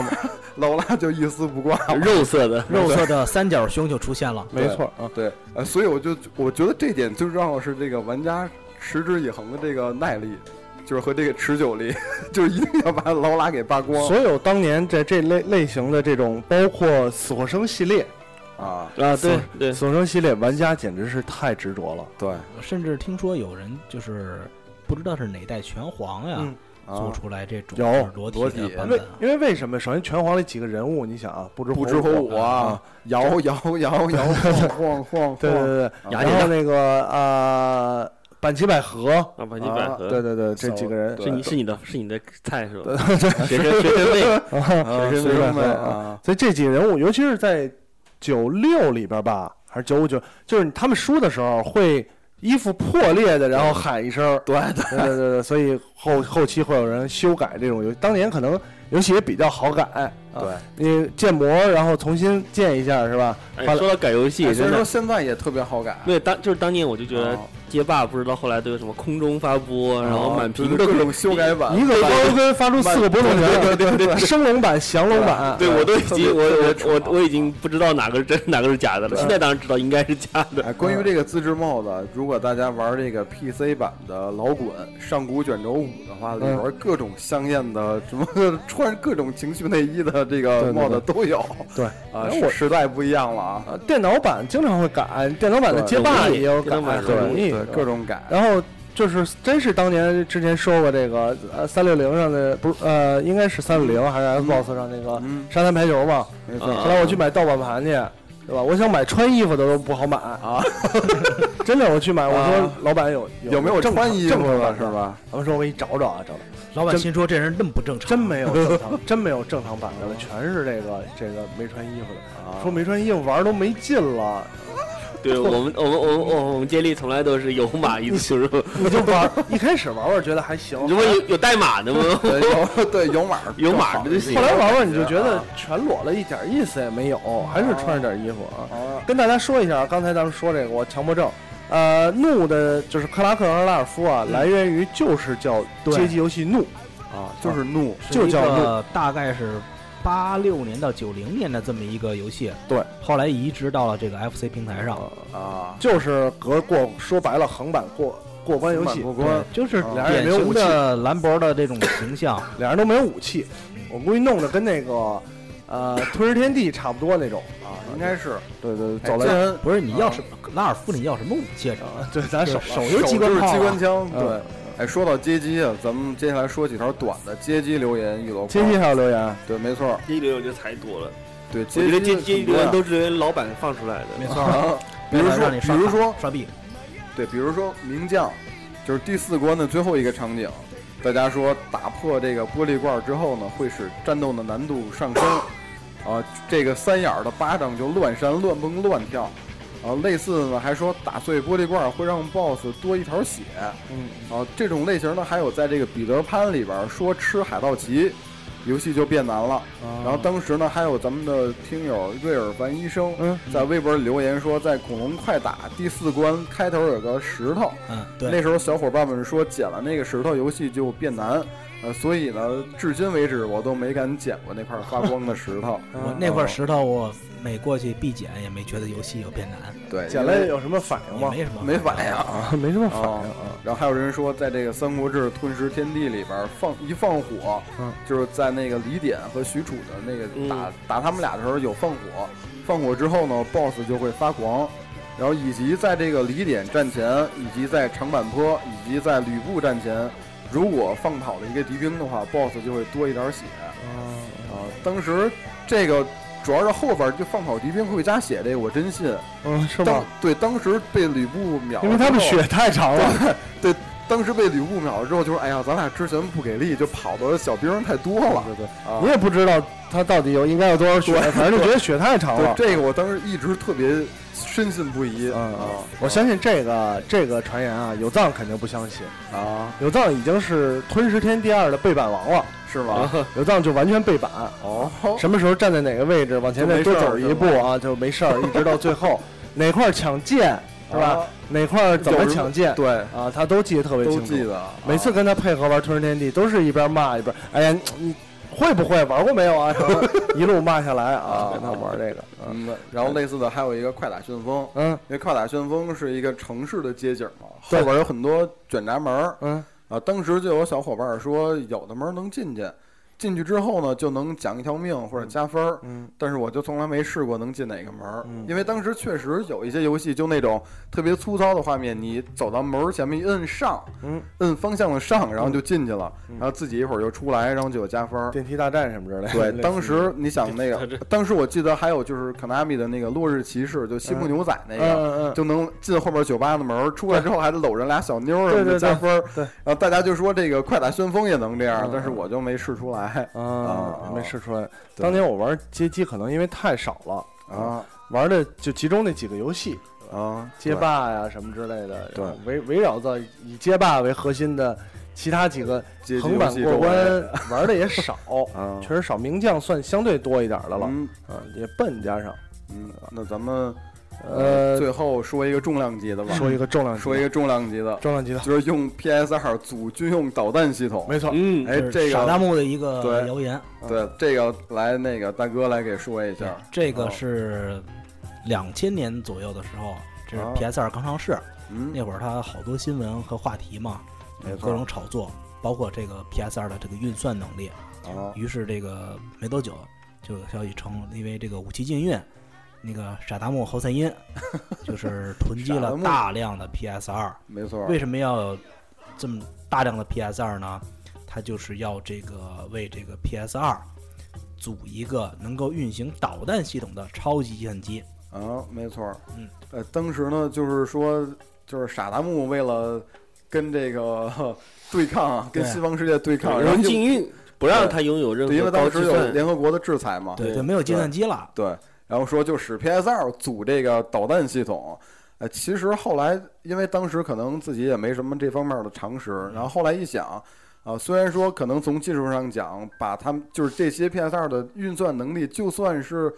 A: 劳拉就一丝不挂。
D: 肉色的，
C: 肉色的三角胸就出现了，
B: 没错啊，
A: 对，呃，所以我就我觉得这点最重要的是这个玩家持之以恒的这个耐力，就是和这个持久力， 就是一定要把劳拉给扒光
B: 所有当年在这类类型的这种，包括死或生系列，
A: 啊！
D: 啊，对
B: 色
D: 对，
B: 死或生系列玩家简直是太执着了。
A: 对，
C: 甚至听说有人就是不知道是哪代拳皇呀、
B: 嗯
A: 啊
C: 做出来这种
B: 有
C: 裸
A: 裸
C: 体的
A: 体
C: 版
B: 因
C: 本
B: 为
C: 啊，
B: 因为为什么？首先，拳皇里几个人物，你想啊，不知
A: 不
B: 不
A: 知火舞啊
B: 啊，，
A: 摇摇摇摇晃晃晃
B: 对对
A: 晃，
B: 对，对
A: 雅
B: 然后那个呃，坂崎百合，
D: 啊，把你百
A: 啊
D: 合，
B: 对对对，这
A: 手
B: 几个人
A: 对
D: 是你是你的是你的菜是吧？ 学生学生妹，
A: 啊学
B: 学生
A: 生
B: 妹
A: 妹
B: 啊
A: 啊，
B: 所以这几个人物，尤其是在九六里边吧，还是九五九，就是他们输的时候会衣服破裂的，然后喊一声。
A: 对对，
B: 对对对对，所以后后期会有人修改这种游戏，当年可能游戏也比较好改，啊
A: 对，
B: 你建模然后重新建一下是吧？
D: 哎
B: 花了
D: 说到改游戏，
A: 哎虽
D: 真
A: 然
D: 的
A: 说，现在也特别好改，啊
D: 对当就是当年我就觉得
A: 哦
D: 街霸不知道后来都有什么空中发波，然后满屏
A: 啊各
D: 都是
A: 种修改版，
B: 一个高跟发出四个波动拳，
A: 对对对对
B: 升龙版、降龙版，
D: 对，
A: 对
D: 我都已
A: 特别
D: 经我
A: 特别
D: 我
A: 蠢啊
D: 我我已经不知道哪个是真，哪个是假的了。现在当然知道应该是假的。
A: 哎，关于这个自制帽子，如果大家玩这个 PC 版的老滚上古卷轴五的话，里边各种香艳的什么穿各种情趣内衣的这
B: 对
A: 个
B: 对
A: 帽子都有
B: 对
A: 啊，
B: 哎我
A: 时时代不一样了啊，
B: 呃，电脑版经常会改，电脑版的
A: 对
B: 街霸
D: 容易
B: 也有改
D: 电脑版，
B: 很
D: 容
B: 容
D: 易
B: 易
A: 对各。种改，
B: 然后就是，真是当年之前说过这个，呃，三六零上的不是，呃，应该是三六零还是 Xbox 上那个
A: 嗯，
B: 沙滩排球嘛。呃
A: 没错，
D: 啊
B: 后来我去买盗版盘去，对吧？我想买穿衣服的都不好买啊， 真的，我去买，我说
A: 啊
B: 老板有
A: 有没有
B: 正常
A: 穿衣服
B: 正常
A: 的
B: 版
A: 是？吧？
B: 他们说我给你找找啊，找找。
C: 老百
B: 真
C: 姓说这人那么不正常，啊
B: 真没有正常，真没有正常版的了，全是这个这个没穿衣服的，
A: 啊
B: 说没穿衣服玩儿都没劲了，
D: 对我们我们我们我们我们接力从来都是有 码一次入，
B: 你就玩儿，一开始玩玩觉得还行，
D: 如果有有代码的吗？
A: 对有对有码儿
D: 有码
A: 更好
D: 的就行
B: 后来玩玩你就觉
A: 啊
B: 得全裸了一点意思也没有，还是穿着点衣服啊。
A: 啊，
B: 跟大家说一下，刚才咱们说这个我强迫症，呃，怒的就是克拉克和拉尔夫啊，来源于就是叫
C: 对
B: 街机游戏怒，
A: 啊，就是怒，
B: 就叫
C: 一个大概是八六年到九零年的这么一个游戏，
B: 对，
C: 后
A: 呃
C: 来移植到了这个 FC 平台上，
A: 啊，
B: 就是隔过说白了横版过过关游
A: 死
B: 戏
A: 板，过关，
C: 就是
A: 啊
B: 俩人也没有
C: 典型
B: 武器
C: 的兰博的这种形象，
B: 俩人都没有武器，我估计弄得跟那个呃《吞噬天地》差不多那种啊，
A: 应该是
B: 对对，
A: 哎
B: 走
A: 这
B: 了
A: 人
C: 不是你要什么？拉尔夫，你要什么武器啊？
B: 啊，对，咱手
A: 手
C: 手就是
A: 就是
C: 机
A: 机
C: 关炮啊，
A: 关枪，
B: 嗯
A: 对。哎，说到街机啊，咱们接下来说几条短的街机留言，一箩筐。
B: 接机还有留言，啊
A: 对，没错，
D: 这一流我觉得太多了，
A: 对，
D: 我觉得这这
A: 机
D: 一啊流都是人老板放出来的。
C: 没错儿，
A: 啊，比如说，
C: 让你
A: 比
C: 刷
A: 如说
C: 卡刷币，
A: 对，比如说名将，就是第四关的最后一个场景，大家说打破这个玻璃罐之后呢，会使战斗的难度上 升，啊，这个三眼儿的巴掌就乱扇、乱蹦、乱跳，啊，类似呢还说打碎玻璃罐会让 BOSS 多一条血，
B: 嗯，
A: 啊，这种类型呢还有在这个彼得潘里边儿说吃海盗旗，游戏就变难了。
B: 啊
A: 然后当时呢，还有咱们的听友瑞尔凡医生，
B: 嗯
A: 在微博留言说，在《恐龙快打》第四关开头有个石头，
C: 嗯，
A: 那
C: 对，
A: 时候小伙伴们说捡了那个石头，游戏就变难。呃，所以呢，至今为止我都没敢捡过那块发光的石头。
C: 我那块石头我每过去必捡，也没觉得游戏有变难，
A: 对，
B: 捡
A: 因
B: 了
A: 为
B: 有什么反应
C: 也
B: 吗？
C: 没什么，
A: 没反应。啊。
B: 啊，没什么反
A: 啊
B: 应，
A: 然后还有人说，在这个《三国志·吞食天地》里边儿放一放火，
B: 嗯
A: 就是在那个李典和许褚的那个
D: 嗯
A: 打、打他们俩的时候有放火，放火之后呢，BOSS 就会发狂，然后以及在这个李典战前，以及在长坂坡，以及在吕布战前，如果放跑了一个敌兵的话，BOSS 就会多一点血。
B: 嗯
A: 啊，当时这个主要是后边儿就放跑敌兵会加血这个我真信，
B: 嗯，是
A: 当
B: 吗？
A: 对当时被吕布秒了之后，
B: 因为他们血太长了，
A: 对，当时被吕布秒了之后，就说：“哎呀，咱俩之前不给力，就跑的小兵太多了。
B: 对对，
A: 啊
B: 你也不知道他到底有应该有多少血，反正就觉得血太长了
A: 对，。这个我当时一直特别深信不疑。
B: 嗯
A: 啊，
B: 我相信这个这个传言啊，有藏肯定不相信，
A: 啊，
B: 有藏已经是《吞食天第二》的背板王了，
A: 是吗？
B: 有藏就完全背板，
A: 哦，
B: 什么时候站在哪个位置，往前再多走一步啊，就没事儿，一直到最 后哪块儿抢剑是吧
A: 啊？
B: 哪块儿怎么抢剑
A: 对，
B: 啊，他都记得特别
A: 都
B: 清
A: 记
B: 楚。
A: 得。啊
B: 每次跟他配合玩《吞食天地》，都是一边骂一边，哎呀，你你会不会玩过没有啊？ 然后一路骂下来啊
A: 啊，
B: 跟他玩这个，嗯
A: 嗯，然后类似的还有一个快打旋风，
B: 嗯
A: 因为快打旋风是一个城市的街景嘛，
B: 对
A: 后边有很多卷闸门儿
B: 嗯
A: 啊。当时就有小伙伴说，有的门儿能进去，进去之后呢，就能奖一条命或者加分儿。
B: 嗯
A: 但是我就从来没试过能进哪个门儿，
B: 嗯
A: 因为当时确实有一些游戏就那种特别粗糙的画面，你走到门儿前面一摁上，
B: 嗯，
A: 摁方向的上，然后就进去了，
B: 嗯
A: 然后自己一会儿就出来，然后就有加分儿。
B: 电梯大战什么之类的。
A: 对
B: 类似， 于
A: 当时你想那
D: 这
A: 个，当时我记得还有就是 Konami 的那个《落日骑士》，就西部牛仔那
B: 嗯
A: 个，
B: 嗯嗯，
A: 就能进后面酒吧的门儿，出来之后还得搂着俩小妞儿什么
B: 对对
A: 的加分儿。
B: 对
A: 然后大家就说这个快打旋风也能这样
B: 嗯，
A: 但是我就没试出来
B: 啊
A: 啊，
B: 没试出来。
A: 对
B: 当年我玩街机可能因为太少了，
A: 啊
B: 玩的就集中那几个游戏，
A: 啊！
B: 街霸呀什么之类的，
A: 对，
B: 围围绕在以街霸为核心的其他几个
A: 对街机
B: 横
A: 游
B: 版
A: 戏
B: 过
A: 周围
B: 关玩的也少，
A: 啊，
B: 确实少。名将算相对多一点的了，
A: 嗯
B: 啊，也笨加上，
A: 嗯，那咱们
B: 呃，
A: 最后说一个重量级的吧，嗯
B: 说一个重量级的，
A: 说一个重量级的，
B: 重量级的，
A: 就是用 PS 二组军用导弹系统。
B: 没错，
D: 嗯，
A: 哎，
C: 就是
A: 这
C: 傻弹
A: 个
C: 幕的一个
A: 对
C: 谣言，啊
A: 对这个来那个大哥来给说一下。
C: 这个
A: 哦
C: 是两千年左右的时候，这是
A: 啊
C: PS 二刚上市
A: 嗯
C: 那会儿，它好多新闻和话题嘛，
A: 没错
C: 各种炒作，包括这个 PS 二的这个运算能力。
A: 啊
C: 于是这个没多久就有消息称，因为这个武器禁运，那个傻达木侯赛因 就是囤积
A: 傻达
C: 了
A: 木
C: 大量的 PS 二。
A: 没错。
C: 为什么要有这么大量的 PS 二呢？它就是要这个为这个 PS 二组一个能够运行导弹系统的超级计算机。
A: 啊，没错。
C: 嗯，
A: 呃，当时呢，就是说，就是傻达木为了跟这个 呵对抗啊，跟
C: 对
A: 西方世界对抗，然
D: 然
A: 后
D: 后
A: 就
D: 禁运不让他拥有任
A: 对因
D: 何
A: 为
D: 高
A: 当
D: 计
A: 时有
D: 算，
A: 联合国的制裁嘛。
C: 对，就没有计算机了。
A: 对，然后说就使 PS 二组这个导弹系统。呃，其实后来因为当时可能自己也没什么这方面的常识，
C: 嗯
A: 然后后来一想，啊、虽然说可能从技术上讲，把他们就是这些 PS 二的运算能力，就算是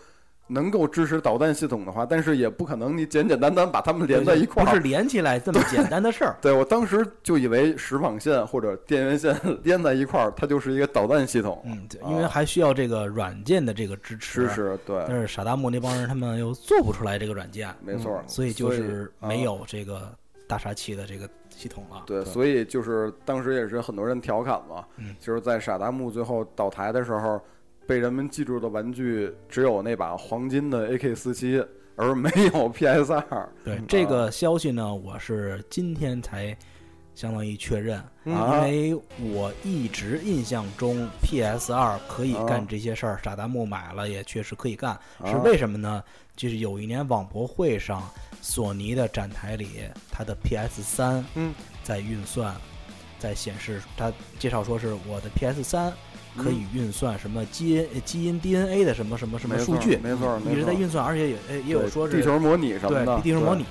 A: 能够支持导弹系统的话，但是也不可能你简简单单把它们连在一块
C: 不是
A: 儿。。
C: 连起来这么简单的事儿
A: 对我当时就以为实网线或者电源线 连在一块儿，它就是一个导弹系统。
C: 嗯，对
A: 啊
C: 因为还需要这个软件的这个支持。
A: 支持对，
C: 但是嗯傻达木那帮人他们又做不出来这个软件，
A: 没错儿。
C: 嗯所以就是
A: 啊
C: 没有这个大杀器的这个系统了。
F: 对，
A: 对
F: 所以就是当时也是很多人调侃嘛，
C: 嗯
F: 就是在傻达木最后倒台的时候，被人们记住的玩具只有那把黄金的 AK 四七，而没有 PS 二。
C: 对
F: 嗯
C: 这个消息呢，我是今天才相当于确认，
F: 嗯
C: 因为我一直印象中 PS 二可以
F: 啊
C: 干这些事儿，傻达木买了也确实可以干，是为什么呢？就是有一年网博会上，索尼的展台里，它的 PS 三
F: 嗯
C: 在运算，在显示，它介绍说是我的 PS 三
F: 嗯
C: 可以运算什么基因、基因 DNA 的什么什么什么
F: 没
C: 数
F: 错
C: 据，
F: 没错，没错
C: 一直在运算，而且也呃也有
F: 对
C: 说是
F: 地球模拟什么
C: 对
F: 的，
C: 地球模拟。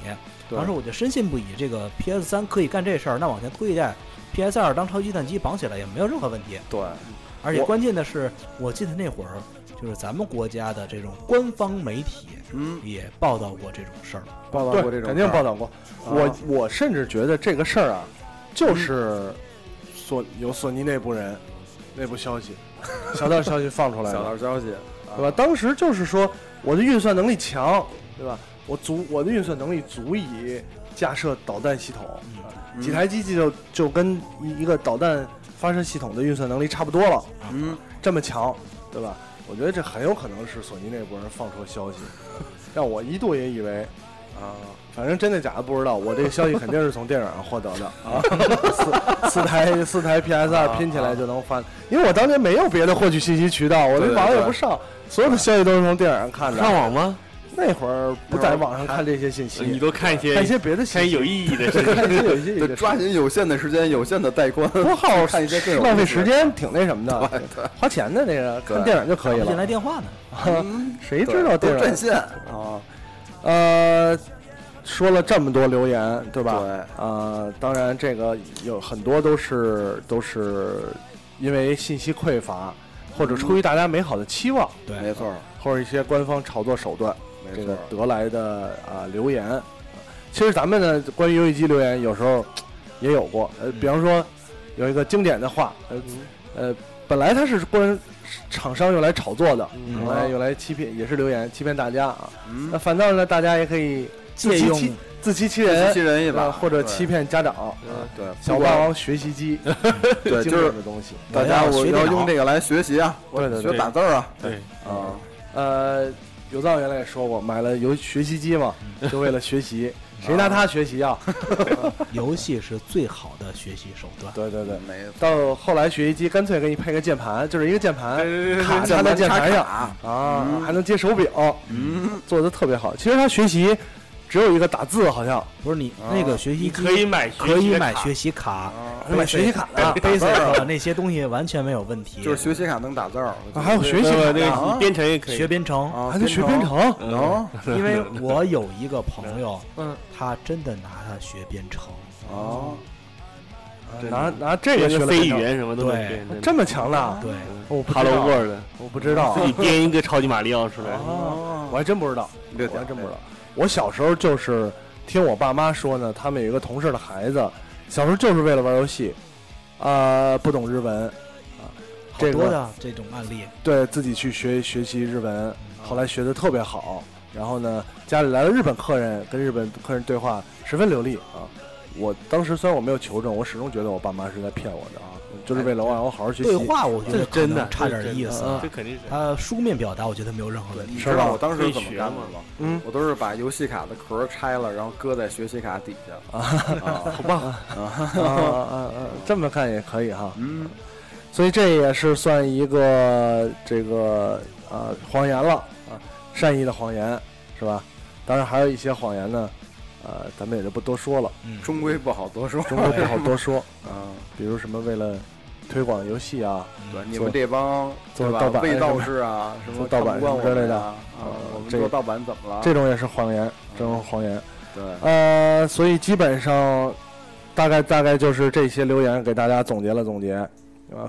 F: 对。
C: 当时
F: 对，
C: 我就深信不疑，这个 PS 三可以干这事儿，那往前推一代，PS 二当超级计算机绑起来也没有任何问题。
F: 对，
C: 而且
F: 我
C: 关键的是，我记得那会儿就是咱们国家的这种官方媒体
F: 嗯，
C: 也报道过这种事儿。
F: 报道过这
B: 对，
F: 种，
B: 肯定报。道过。我啊我甚至觉得这个事儿啊，
A: 嗯
B: 就是索有索尼内部人内部消息，小道消息放 出来
F: 小
B: 的
F: 道，消息，
B: 对吧？当时就是说我的运算能力强，对吧？我足我的运算能力足以架设导弹系统，
F: 嗯
B: 啊几台机器就就跟一一个导弹发射系统的运算能力差不多了，啊
F: 嗯，
B: 这么强，对吧？我觉得这很有可能是索尼内部人放出 的消息，让我一度也以为
F: 啊，
B: 反正真的假的不知道，我这个消息肯定是从电影上获得的 啊。四四台四台 PS
F: 啊
B: 二拼起来就能翻，因为我当年没有别的获取信息渠道，我
F: 对对
B: 这网也
F: 对
B: 不上，所有的消息都是从电影上看的。
D: 上网吗？
B: 那会儿不在网上看这些信
D: 你
B: 息，
D: 都看一些
B: 看一些别的信
D: 看
B: 息，
D: 有意义的事情。
B: 看一些有一些有
F: 得
B: 一些
F: 抓紧有限的时间，有限的带宽，
B: 多耗
F: 看一些更有
B: 浪费
F: 意思
B: 时
F: 的
B: 间，挺那什么的，花钱的那个看
F: 对
B: 电影就可以
C: 打不进来
B: 了。
C: 电话呢，
F: 嗯，
B: 谁知道
F: 对
B: 电
F: 都占
B: 影
F: 线，
B: 啊？呃，说了这么多留言，对吧？
F: 对
B: 呃，当然这个有很多都是都是因为信息匮乏，或者出于大家美好的期望，
F: 没
C: 对，
F: 错，
B: 或者一些官方炒作手段，
F: 没
B: 这个
F: 错，
B: 得来的啊、留言。啊其实咱们呢，关于游戏机留言有时候也有过，呃，
F: 嗯
B: 比方说有一个经典的话，呃呃，本来它是关厂商用来炒作的，
C: 嗯
B: 用来用来欺骗，也是留言欺骗大家啊。
F: 哦嗯
B: 那，反倒呢，大家也可以自
C: 借
B: 欺
C: 用
B: 欺自欺欺
F: 自
B: 人
F: 欺，人一
B: 对吧
F: 把，
B: 或者
F: 对
B: 欺骗家长。呃
F: 嗯对，
B: 小霸王学习机，
F: 对，就
B: 经典
F: 是
B: 的东西。
F: 大家我
C: 学电
F: 要
C: 脑
F: 用这个来学习啊，
B: 对对
F: 学
B: 对，
F: 打字儿啊，
D: 对，
F: 啊，
B: 呃，有藏原来也说过，买了游学习机嘛，
F: 嗯
B: 就为了 学习，谁拿它学习啊？
C: 游戏是最好的学习手段。
B: 对对对，
F: 没
B: 到后来学习机干脆给你配个键盘，就是一个键盘卡
F: 键
B: 插在键
F: 盘
B: 盘上
F: 卡，
B: 啊，还能接手表，
F: 嗯，
B: 做的特别好。其实它学习只有一个打字，好像
C: 不是你
F: 啊
C: 那个学习
D: 你
C: 机
D: 可以买学习的卡，
C: 可以买学习卡啊
B: 还买学习卡呢，
C: ，basic 的那些东西完全没有问题。
F: 就是学习卡能打字儿，
B: 啊还有学习卡
D: 那个
B: 呢，
D: 你编程也可以
C: 学编程，
F: 啊，
B: 还能学编程。
D: 嗯
F: 能
C: 因为我有一个朋友，
D: 嗯，
C: 他真的拿它学编程。
F: 啊，
B: 拿拿这个
D: 编
B: 学
D: 个
B: 了
D: 非
B: 编
D: 语
B: 程
D: 言什么都
C: 对
D: 会
B: 这么强的，
C: 对，
B: 我不知
D: Hello
B: 道，
D: World，
B: 我不知道
D: 自己嗯编一个超级马里奥
F: 哦
D: 出来。
B: 啊，我还真不知道，
F: 六
B: 我
F: 点
B: 还真不知道。我小时候就是听我爸妈说呢，他们有一个同事的孩子，小时候就是为了玩游戏，啊，不懂日文，
C: 好
B: 这个
C: 多的这种案例，嗯
B: 对自己去学学习日文，后来学的特别好。然后呢，家里来了日本客人，跟日本客人对话十分流利啊。我当时虽然我没有求证，我始终觉得我爸妈是在骗我的
F: 哎
B: 啊，就是为了我让我好好学习。
C: 对话我觉
D: 这
C: 得
D: 是
C: 可
D: 真的
C: 能，差点意思。啊
D: 这肯定是。
C: 他书面表达我觉得没有任何问
F: 你
C: 题。
F: 知道我当时怎么
D: 可以学
F: 干的
D: 嘛
F: 吗？
B: 嗯，
F: 我都是把游戏卡的壳拆了，然后搁在学习卡底下。 啊，
B: 好棒啊啊啊啊！这么看也可以哈。
F: 嗯，
B: 所以这也是算一个这个啊谎言了啊，善意的谎言是吧？当然还有一些谎言呢，呃，咱们也就不多说了，
C: 嗯，
F: 终归不好多说。
B: 中国不好多说，
F: 啊，
B: 比如什么为了推广游戏啊，
F: 对，你们这帮
B: 做
F: 对吧
B: 盗版
F: 伪
B: 什
F: 道
B: 么
F: 士啊，什么
B: 做盗版
F: 看不惯
B: 什么之类的
F: 我们啊，啊
B: 呃
F: 我们
B: 这
F: 做盗版怎么了？
B: 这种也是谎言，这种是谎言。
F: 对，
B: 呃，所以基本上大概大概就是这些留言给大家总结了总结，啊，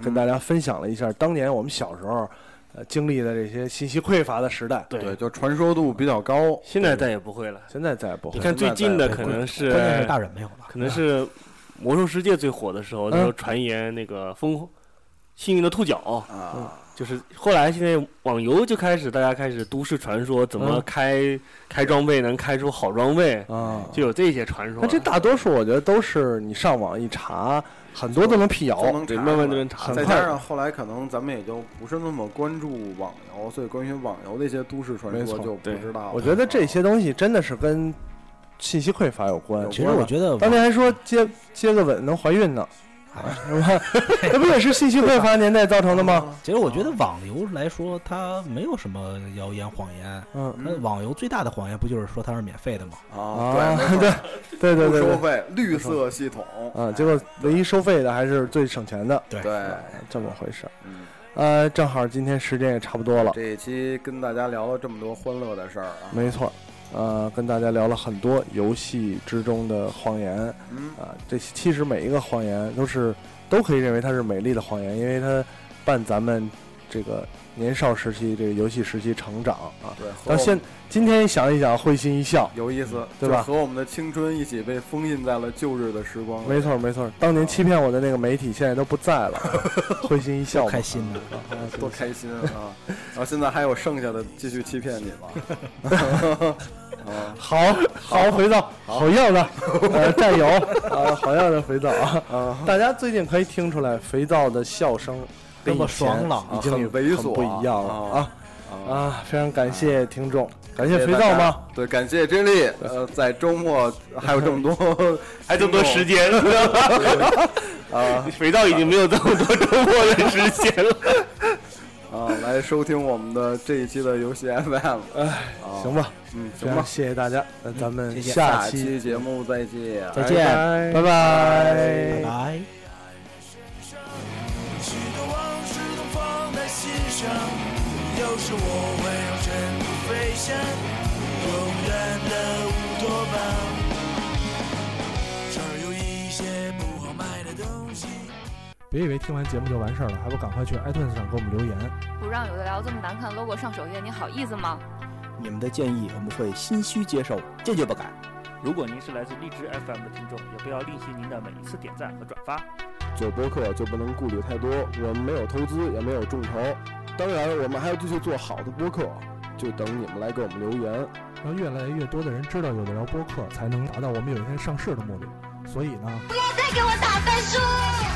B: 跟大家分享了一下当年我们小时候呃经历的这些信息匮乏的时代。
F: 对，，就传说度比较高。
D: 现在再也不会了。
B: 现在再也不会了。
D: 你看最近的可能是，
C: 关键是大人没有了，啊
D: 可能是
B: 嗯
D: 魔兽世界最火的时候，那时候传言那个风。幸运的兔角
F: 啊，
D: 就是后来现在网游就开始大家开始都市传说，怎么
B: 嗯
D: 开、开装备能开出好装备，
F: 哎
B: 啊。
D: 就有这些传说
B: 那
D: 了。
B: 这大多数我觉得都是你上网一查，很多都能辟
A: 都
B: 谣
A: 能。
D: 对，
A: 查
D: 慢慢
A: 出
D: 就
A: 来
D: 能查
B: 很
D: 到
A: 再
B: 快
A: 加上后来可能咱们也就不是那么关注网游，所以关于网游的一些都市传
B: 没
A: 说
B: 错
A: 就不
D: 对
A: 知道了。
B: 我觉得这些东西真的是跟信息匮乏有关。
C: 其实我觉得
B: 当
C: 网
B: 年还说接接个吻能怀 孕呢，是吧？那不也是信息匮乏年代造
F: 啊
B: 成的吗？
C: 其实我觉得网游来说，它没有什么谣言谎言。
B: 嗯，
C: 那网游最大的谎言不就是说它是免费的吗？
A: 啊
B: 啊，
A: 对没错
B: 对对
A: 不
B: 对
A: 收
B: 对，
A: 费，绿色系统
B: 啊，结果唯一收费的还是最省钱的，
A: 对，
B: 这么回事儿。
A: 嗯，
B: 呃，正好今天时间也差不多了，
A: 这一期跟大家聊了这么多欢乐的事儿啊，
B: 没错儿，呃，跟大家聊了很多游戏之中的谎言啊、
A: 嗯，
B: 这其实每一个谎言都是都可以认为它是美丽的谎言，因为它伴咱们这个年少时期这个游戏时期成长啊。
A: 对，和
B: 到
A: 我
B: 现
A: 们
B: 今天想一想，会心一笑。
A: 有意思，
B: 对
A: 就
B: 吧
A: 和我们的青春一起被封印在了旧日的时光里。
B: 没错儿没错儿，当年欺骗我的那个媒体现在都不在了，啊会心一笑
C: 多
B: 嘛。
C: 开心呢！
B: 啊啊
A: 多开心 啊！然后现在还有剩下的继续欺骗你了。啊
B: 好好肥皂，好样 的，呃，战友啊，好样的肥皂啊！
A: 啊，
B: 大家最近可以听出来，肥皂的笑声
C: 那
B: 跟
C: 么
B: 以前
C: 爽朗
B: 已经
A: 很猥琐
B: 不一样了啊
A: 啊！
B: 啊！非常感谢听众，
A: 感
B: 感谢肥皂吗？？
A: 对，感谢真力。呃，在周末还有这 么多，
D: 还这么多时间，
A: 啊
D: 肥皂已经没有这么多周末的时间了。
A: 啊，来收听我们的这一期的游戏 FM。
B: 哎，
A: 啊
B: 行，吧，
A: 嗯，
B: 非
A: 行
B: 常
A: 吧，
B: 谢谢大家，那咱们
C: 谢谢
B: 下期
A: 期节目再见。
C: 再见
B: 拜拜
C: 拜。拜。
G: 许多往事都放在心上，有时我会让尘土飞翔，永远的乌托邦。这儿有一些不好卖的东西。
H: 别以为听完节目就完事儿了，还不赶快去 iTunes 上给我们留言。
I: 不让有的聊这么难看的 logo 上首页，你好意思吗？
C: 你们的建议我们会心虚接受，坚决不改。
J: 如果您是来自荔枝 FM 的听众，也不要吝惜您的每一次点赞和转发。
A: 做播客就不能顾虑太多，我们没有投资，也没有众筹，当然我们还要继续做好的播客，就等你们来给我们留言。
H: 让越来越多的人知道有的聊播客，才能达到我们有一天上市的目的。所以呢，
E: 再给我打分数！